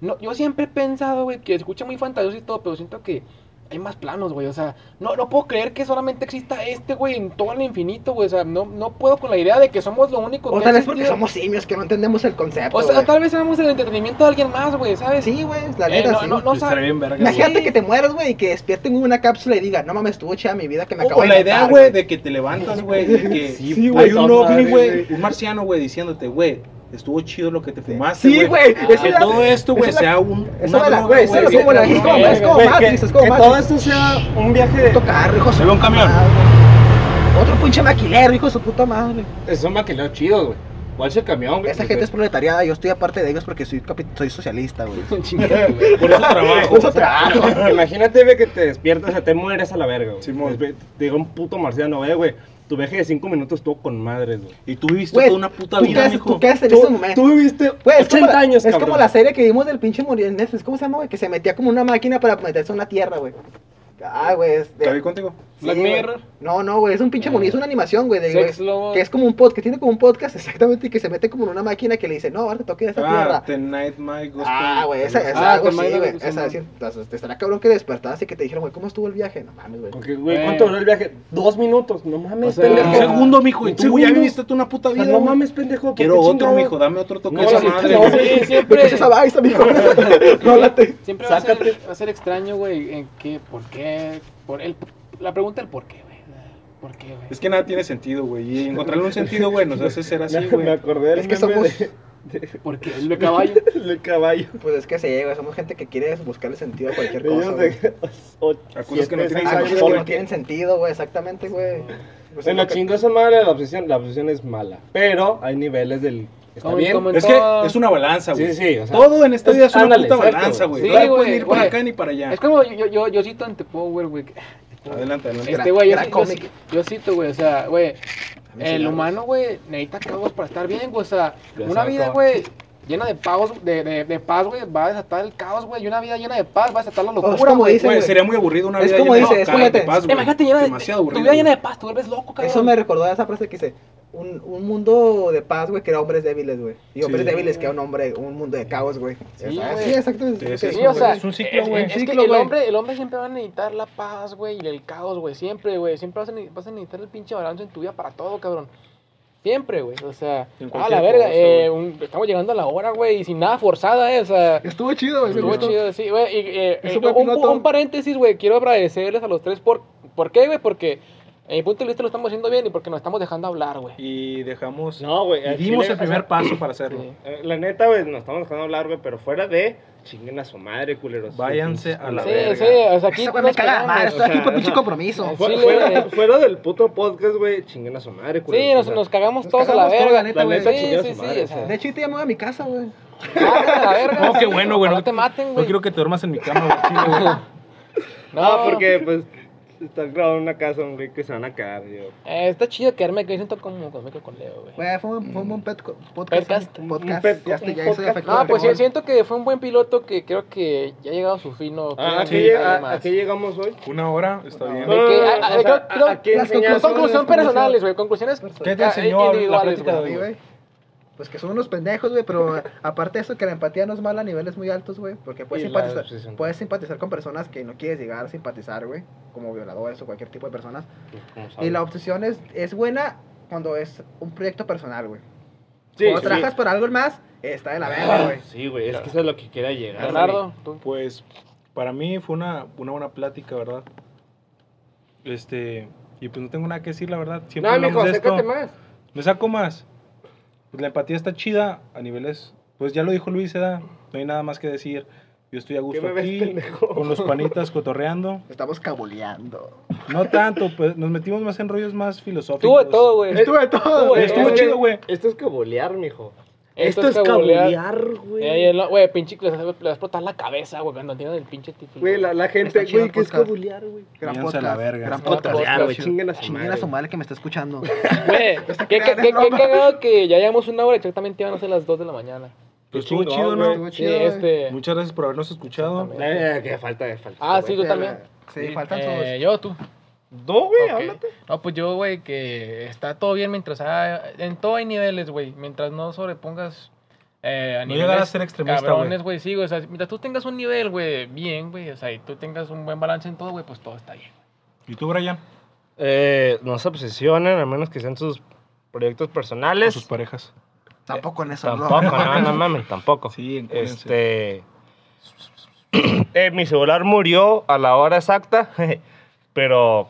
Speaker 4: no, yo siempre he pensado, güey, que escucha muy fantasioso y todo, pero siento que hay más planos, güey. O sea, no, no puedo creer que solamente exista este, güey, en todo el infinito, güey. O sea, no, no puedo con la idea de que somos lo único
Speaker 2: O
Speaker 4: que ha
Speaker 2: tal vez porque
Speaker 4: existido.
Speaker 2: somos simios que no entendemos el concepto.
Speaker 4: O sea,
Speaker 2: güey.
Speaker 4: tal vez seamos el entretenimiento de alguien más, güey, ¿sabes?
Speaker 2: Sí, güey, la
Speaker 4: Eh,
Speaker 2: neta,
Speaker 4: no,
Speaker 2: sí.
Speaker 4: no, no,
Speaker 1: Estaría
Speaker 4: sabe.
Speaker 1: bien verga, güey.
Speaker 2: Imagínate
Speaker 4: sí.
Speaker 2: que te mueras, güey, y que despierten una cápsula y diga, no mames, estuvo chida mi vida que me acabo
Speaker 1: O
Speaker 2: de
Speaker 1: la idea,
Speaker 2: inventar,
Speaker 1: güey, de que te levantas, güey, y que
Speaker 3: Sí,
Speaker 1: hay
Speaker 3: güey,
Speaker 1: un
Speaker 3: toda
Speaker 1: ovni,
Speaker 3: madre,
Speaker 1: güey,
Speaker 3: güey.
Speaker 1: un marciano, güey, diciéndote, güey, estuvo chido lo que te fumaste,
Speaker 2: Sí, güey.
Speaker 1: Que
Speaker 2: esa es la-
Speaker 1: todo esto, güey,
Speaker 2: esa es la-
Speaker 1: sea un.
Speaker 2: esa
Speaker 1: una
Speaker 2: es la-
Speaker 1: droga,
Speaker 2: güey, esa es la-
Speaker 1: güey.
Speaker 2: como la- es como- es como
Speaker 3: Güey,
Speaker 2: Matrix,
Speaker 3: que-
Speaker 2: es como
Speaker 3: que
Speaker 2: Matrix.
Speaker 3: todo esto sea un viaje de...
Speaker 2: Puto carro, hijo de su
Speaker 7: Solo un
Speaker 2: puta
Speaker 7: camión.
Speaker 2: madre. Otro pinche maquilero, hijo de su puta madre.
Speaker 3: Son maquilados chidos, güey. Watch el camión, güey.
Speaker 2: Esa gente es proletariada, yo estoy aparte de ellos porque soy, capi- soy socialista, güey.
Speaker 1: Por eso trabajo.
Speaker 2: Eso trabajo.
Speaker 3: Imagínate, güey, que te despiertas, o sea, te mueres a la verga, güey.
Speaker 1: Simón.
Speaker 3: Pues, ve, Te digo un puto marciano, eh, güey. Tu viaje de 5 minutos estuvo con madres, güey.
Speaker 1: Y tú viviste
Speaker 2: Güey,
Speaker 1: toda una puta
Speaker 2: ¿Tú qué
Speaker 1: vida,
Speaker 2: haces,
Speaker 1: mijo.
Speaker 2: tú qué haces en
Speaker 3: Tú-
Speaker 2: ese momento?
Speaker 3: Tú viviste
Speaker 2: Güey, es
Speaker 3: 80
Speaker 2: como la-
Speaker 3: años,
Speaker 2: Es
Speaker 3: cabrón.
Speaker 2: como la serie que vimos del pinche morir en Netflix. ¿Cómo se llama, güey? Que se metía como una máquina para meterse a una tierra, güey. Ah, güey. es de-
Speaker 1: ¿Te vi contigo?
Speaker 2: sí,
Speaker 4: Black
Speaker 2: güey.
Speaker 4: Mirror.
Speaker 2: No, no, güey. Es un pinche morir. Es una animación, güey. de-
Speaker 4: Sex
Speaker 2: güey,
Speaker 4: Lobo.
Speaker 2: Que es como un podcast. Que tiene como un podcast exactamente. Y que se mete como en una máquina que le dice, no, ahora te toca ir a esta
Speaker 1: Ah,
Speaker 2: tierra.
Speaker 1: Tonight My Gospel.
Speaker 2: Ah, güey, esa es
Speaker 4: Ah,
Speaker 2: algo
Speaker 4: te
Speaker 2: así,
Speaker 4: mando
Speaker 2: güey.
Speaker 4: un
Speaker 2: Esa
Speaker 4: saludo.
Speaker 2: es entonces, te estará cabrón que despertaste y que te dijeron, güey, ¿cómo estuvo el viaje? No mames, güey.
Speaker 3: Porque, güey,
Speaker 4: Güey.
Speaker 3: ¿cuánto duró el viaje? Dos minutos, no mames,
Speaker 4: O sea,
Speaker 3: pendejo.
Speaker 1: Un segundo, mijo, y
Speaker 3: Un
Speaker 1: tú güey, ya
Speaker 3: segundo.
Speaker 1: viviste toda una puta
Speaker 3: O sea,
Speaker 1: vida.
Speaker 3: no
Speaker 1: güey.
Speaker 3: mames, pendejo. ¿por
Speaker 1: Quiero
Speaker 3: qué
Speaker 1: otro,
Speaker 3: chingado?
Speaker 1: mijo, dame otro toque
Speaker 3: No,
Speaker 1: de esa
Speaker 3: sí,
Speaker 1: madre,
Speaker 3: no,
Speaker 1: güey.
Speaker 4: Sí,
Speaker 2: ¿Qué
Speaker 4: siempre.
Speaker 2: es pues esa vaina, mijo? No, late.
Speaker 4: Siempre va a, ser,
Speaker 3: Sácate.
Speaker 4: va a ser extraño, güey, en qué, por qué, por el, la pregunta del por qué, güey. ¿Por qué, güey?
Speaker 1: Es que nada tiene sentido, güey. Y encontrarle un sentido, güey, nos hace ser así,
Speaker 3: Me
Speaker 1: güey.
Speaker 3: acordé del
Speaker 2: Es que
Speaker 3: meme
Speaker 2: somos-
Speaker 3: de-
Speaker 4: ¿Por qué? El de caballo.
Speaker 3: del caballo.
Speaker 2: Pues es que se llega, somos gente que quiere buscarle sentido a cualquier cosa.
Speaker 3: Ellos
Speaker 2: güey.
Speaker 3: de... o-
Speaker 1: A cosas que no
Speaker 3: siete,
Speaker 1: tienen
Speaker 3: seis
Speaker 1: sentido,
Speaker 2: Ah,
Speaker 3: años
Speaker 2: cosas que
Speaker 1: güey.
Speaker 2: no tienen sentido, güey, exactamente, güey. Pues
Speaker 3: Se
Speaker 2: es lo
Speaker 3: la
Speaker 2: que-
Speaker 3: chingó esa madre la obsesión. La obsesión es mala. Pero hay niveles del. Está
Speaker 4: Como-
Speaker 3: bien.
Speaker 4: como en
Speaker 1: Es que
Speaker 4: todo-
Speaker 1: es una balanza,
Speaker 3: Sí,
Speaker 1: güey.
Speaker 3: sí, o sea,
Speaker 1: Todo en esta
Speaker 3: es-
Speaker 1: vida es una
Speaker 3: ándale,
Speaker 1: puta
Speaker 3: exacto,
Speaker 1: balanza,
Speaker 3: güey.
Speaker 1: güey.
Speaker 4: Sí,
Speaker 1: no puedes
Speaker 4: güey,
Speaker 1: ir para
Speaker 4: güey.
Speaker 1: acá ni para allá.
Speaker 4: Es como yo, yo, yo, yo cito ante Power, güey.
Speaker 1: Adelante, adelante.
Speaker 4: Este, güey, yo,
Speaker 2: Gran
Speaker 4: yo-
Speaker 2: cómic.
Speaker 4: yo cito, güey, o sea, güey,
Speaker 2: mí sí
Speaker 4: el
Speaker 2: me
Speaker 4: humano, güey, necesita cagos para estar bien, güey, o sea,
Speaker 3: Ya
Speaker 4: una
Speaker 3: sabe
Speaker 4: vida,
Speaker 3: cómo.
Speaker 4: güey, llena de, pavos, de, de, de paz, güey, va a desatar el caos, güey, y una vida llena de paz va a desatar la
Speaker 2: es
Speaker 4: locura,
Speaker 2: como
Speaker 4: güey.
Speaker 2: dice,
Speaker 1: Güey,
Speaker 2: güey.
Speaker 1: sería muy aburrido una
Speaker 2: Es
Speaker 1: vida
Speaker 2: como
Speaker 1: llena
Speaker 2: dice,
Speaker 1: de
Speaker 2: es como
Speaker 1: cállate,
Speaker 2: te-
Speaker 1: paz, güey.
Speaker 4: Imagínate llena de,
Speaker 1: Demasiado
Speaker 4: tu
Speaker 1: aburrido.
Speaker 4: vida llena
Speaker 1: güey.
Speaker 4: de paz, tú vuelves loco, cabrón.
Speaker 2: Eso me recordó a esa frase que dice, un, un mundo de paz, güey, que era hombres débiles, güey. Y hombres
Speaker 1: Sí.
Speaker 2: débiles que era un hombre, un mundo de caos, güey.
Speaker 4: Sí,
Speaker 2: Es-
Speaker 4: güey.
Speaker 2: ah, Sí, exactamente.
Speaker 1: Sí,
Speaker 2: es lo que
Speaker 4: Sí,
Speaker 1: güey,
Speaker 4: o
Speaker 2: dijo,
Speaker 4: sea,
Speaker 1: es un ciclo,
Speaker 4: es-
Speaker 1: güey.
Speaker 4: es que
Speaker 2: Ciclo,
Speaker 4: el
Speaker 2: güey.
Speaker 4: hombre, el hombre siempre va a necesitar la paz, güey, y el caos, güey, siempre, güey, siempre vas a, ne- vas a necesitar el pinche balance en tu vida para todo, cabrón. Siempre, güey, o sea,
Speaker 1: En
Speaker 4: a
Speaker 1: cualquier
Speaker 4: la verga,
Speaker 1: cosa,
Speaker 4: eh, un- estamos llegando a la hora, güey, y sin nada forzada, eh, o sea,
Speaker 2: Estuvo chido, güey. me
Speaker 4: Estuvo
Speaker 2: gustó.
Speaker 4: chido, sí, güey. y, eh,
Speaker 2: Eso
Speaker 4: eh,
Speaker 2: fue
Speaker 4: un,
Speaker 2: piloto.
Speaker 4: un paréntesis, güey. Quiero agradecerles a los tres. ¿Por, ¿por qué, güey? Porque en mi punto de vista lo estamos haciendo bien y porque nos estamos dejando hablar, güey.
Speaker 1: Y dejamos.
Speaker 3: No, güey.
Speaker 1: Y
Speaker 3: al
Speaker 1: dimos
Speaker 3: chile,
Speaker 1: el primer
Speaker 3: o
Speaker 1: paso para
Speaker 4: Sí.
Speaker 1: hacerlo.
Speaker 3: sea, eh, La neta, güey, nos estamos dejando hablar, güey, pero fuera de. Chinguen a su madre, culeros.
Speaker 1: Váyanse a la
Speaker 4: Sí,
Speaker 1: verga.
Speaker 4: sí, o sea, aquí
Speaker 2: Esa güey me
Speaker 4: nos
Speaker 2: caga la
Speaker 4: quedamos,
Speaker 2: madre, estoy
Speaker 4: o
Speaker 2: aquí
Speaker 4: sea,
Speaker 2: por pinche compromiso.
Speaker 4: Sí,
Speaker 3: Fuera,
Speaker 4: güey.
Speaker 3: fuera- fuera del puto podcast, güey, chinguen a su madre, culeros.
Speaker 4: Sí, nos,
Speaker 3: o sea,
Speaker 4: nos cagamos
Speaker 2: Nos
Speaker 4: todos a la
Speaker 2: cagamos todos,
Speaker 4: verga.
Speaker 2: la neta, güey.
Speaker 4: sí,
Speaker 3: Chingada
Speaker 4: sí,
Speaker 3: su
Speaker 4: sí,
Speaker 3: madre,
Speaker 4: o sea,
Speaker 2: De hecho, yo te llamaba a mi casa, güey.
Speaker 4: cagate a la verga.
Speaker 1: No, qué bueno, güey.
Speaker 4: No te maten,
Speaker 1: No
Speaker 4: güey.
Speaker 1: quiero que te duermas en mi cama, güey. chile, güey.
Speaker 3: No, porque, pues. Están grabando una casa, un güey, que se van a cagar, yo.
Speaker 4: Eh, está chido quedarme aquí. Siento como conmigo con Leo, güey.
Speaker 2: Güey, fue un, fue un buen pet- podcast.
Speaker 4: Podcast.
Speaker 2: Un
Speaker 3: Un
Speaker 2: podcast.
Speaker 3: pet-
Speaker 2: ya estoy,
Speaker 3: un
Speaker 2: ya estoy
Speaker 3: podcast.
Speaker 2: afectado.
Speaker 4: No,
Speaker 2: al
Speaker 4: pues sí,
Speaker 2: alcohol.
Speaker 4: siento que fue un buen piloto que creo que ya ha llegado a su fin. ¿no?
Speaker 3: Ah, ¿a
Speaker 4: Creo
Speaker 3: qué
Speaker 4: que
Speaker 3: lleg-
Speaker 4: hay
Speaker 3: a-
Speaker 4: más.
Speaker 3: ¿A qué llegamos hoy?
Speaker 1: Una hora, está bien.
Speaker 4: No, que- a- a-
Speaker 3: Ah, O sea,
Speaker 4: creo-
Speaker 3: a- a qué Pues,
Speaker 2: las
Speaker 3: enseñanzas-
Speaker 4: Pues Conclusión personales, güey. Conclusiones
Speaker 1: ¿Qué te
Speaker 4: ah,
Speaker 1: enseñó la
Speaker 4: individuales,
Speaker 1: plática de
Speaker 4: güey.
Speaker 1: hoy?
Speaker 2: Sí, güey. Pues que son unos pendejos, güey, pero aparte de eso, que la empatía no es mala a niveles muy altos, güey, porque puedes
Speaker 3: Y la
Speaker 2: simpatizar,
Speaker 3: obsesión.
Speaker 2: puedes simpatizar con personas que no quieres llegar a simpatizar, güey, como violadores o cualquier tipo de personas.
Speaker 3: ¿Cómo sabes?
Speaker 2: Y la obsesión es, es buena cuando es un proyecto personal, güey.
Speaker 3: Sí,
Speaker 2: cuando
Speaker 3: sí.
Speaker 2: trabajas para algo más, está de la verga, güey.
Speaker 3: Sí, güey, es que eso es lo que quiera llegar. güey.
Speaker 4: Leonardo, tú.
Speaker 1: Pues para mí fue una, una buena plática, ¿verdad? Este, y pues no tengo nada que decir, la verdad. Siempre
Speaker 3: No,
Speaker 1: hablamos
Speaker 3: mijo,
Speaker 1: de esto.
Speaker 3: acércate más.
Speaker 1: Me saco más. Pues la empatía está chida a niveles. Pues ya lo dijo Luis, ¿verdad? No hay nada más que decir. Yo estoy a gusto
Speaker 3: me ves,
Speaker 1: aquí,
Speaker 3: pendejo?
Speaker 1: con los panitas cotorreando.
Speaker 2: Estamos cabuleando.
Speaker 1: No tanto, pues nos metimos más en rollos más filosóficos.
Speaker 4: Tuvo de todo, güey.
Speaker 3: Estuvo
Speaker 2: Estuve todo,
Speaker 4: güey.
Speaker 2: güey.
Speaker 1: Estuvo
Speaker 3: Es que-
Speaker 1: chido, güey.
Speaker 3: Esto es cabolear, mijo.
Speaker 4: Esto
Speaker 3: Esto
Speaker 4: es
Speaker 3: es
Speaker 4: cabolear.
Speaker 3: cabolear,
Speaker 4: Eh, eh,
Speaker 3: güey.
Speaker 4: no, Güey, pinche, le va a explotar la cabeza, güey, cuando tiran el pinche título.
Speaker 3: Güey, la, la gente,
Speaker 2: Está chido
Speaker 3: güey,
Speaker 2: el
Speaker 3: que es
Speaker 2: podcast.
Speaker 3: cabolear, güey.
Speaker 2: Gran
Speaker 1: Váyanse a
Speaker 2: podcast.
Speaker 1: la verga.
Speaker 2: Gran
Speaker 4: No, podcast,
Speaker 2: podcast.
Speaker 3: güey, chinguen a su
Speaker 2: Chinguen a
Speaker 3: madre.
Speaker 2: su madre que me está escuchando.
Speaker 4: Güey, qué, qué, qué, qué cagado que ya llevamos una hora, exactamente iban a ser las 2 de la mañana.
Speaker 1: Pues
Speaker 3: Qué
Speaker 1: estuvo
Speaker 3: chingón,
Speaker 1: chido, ¿no?
Speaker 3: güey.
Speaker 4: Sí, este.
Speaker 1: Muchas gracias por habernos escuchado.
Speaker 4: Exactamente.
Speaker 3: Eh, eh, que falta de falta.
Speaker 4: Ah, sí, tú
Speaker 3: güey.
Speaker 4: también.
Speaker 2: Sí, faltan
Speaker 4: Eh,
Speaker 2: todos.
Speaker 4: yo, tú.
Speaker 3: Dos,
Speaker 4: Ok.
Speaker 3: güey, háblate.
Speaker 4: No, pues yo, güey, que está todo bien mientras. haya- en todo hay niveles, güey. Mientras no sobrepongas. Eh, a
Speaker 1: No
Speaker 4: niveles
Speaker 1: llegar a ser extremista,
Speaker 4: Cabrones, güey, sí, güey. O sea, mientras tú tengas un nivel, güey, bien, güey. O sea, y tú tengas un buen balance en todo, güey, pues todo está bien.
Speaker 1: ¿Y tú, Brian?
Speaker 3: Eh, no se obsesionen, a menos que sean sus proyectos
Speaker 1: Con
Speaker 3: personales.
Speaker 1: sus parejas.
Speaker 2: Tampoco en eso.
Speaker 3: Tampoco, no, no mames, tampoco.
Speaker 1: Sí, encúrense.
Speaker 3: Este. eh, mi celular murió a la hora exacta, pero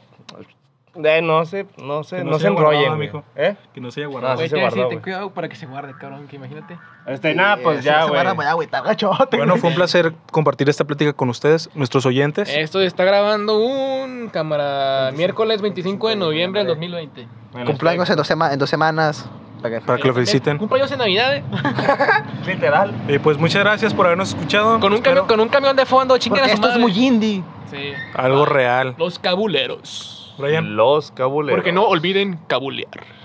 Speaker 3: Eh, no se, no se,
Speaker 1: Que
Speaker 3: no,
Speaker 1: no
Speaker 3: se
Speaker 1: sea
Speaker 3: enrollen,
Speaker 1: guardado,
Speaker 3: güey.
Speaker 1: mijo.
Speaker 3: ¿Eh?
Speaker 1: Que no se haya guardado.
Speaker 3: sí
Speaker 4: Güey,
Speaker 3: se
Speaker 4: te iba a decir,
Speaker 3: guardó,
Speaker 4: ten
Speaker 3: güey.
Speaker 4: cuidado para que se guarde, cabrón, que imagínate.
Speaker 3: Este, nada, pues ya, güey.
Speaker 2: güey, está gachote.
Speaker 1: Bueno, fue un placer compartir esta plática con ustedes, nuestros oyentes.
Speaker 4: Esto se está grabando un cámara miércoles 25 de noviembre del 2020.
Speaker 3: Bueno,
Speaker 2: Cumpleaños en dos, sema- en dos semanas. Para que-
Speaker 1: Para que lo feliciten.
Speaker 4: Cumpleaños en Navidad, eh,
Speaker 3: este, Literal.
Speaker 1: Eh, pues muchas gracias por habernos escuchado.
Speaker 4: Con un,
Speaker 1: Espero
Speaker 4: camión, con un camión de fondo, chinguen a
Speaker 2: Porque
Speaker 4: su
Speaker 2: esto es
Speaker 4: madre.
Speaker 2: muy indie.
Speaker 4: Sí. Ah,
Speaker 1: Algo real.
Speaker 4: Los cabuleros.
Speaker 1: Brian.
Speaker 3: Los cabuleros.
Speaker 4: Porque no olviden cabulear.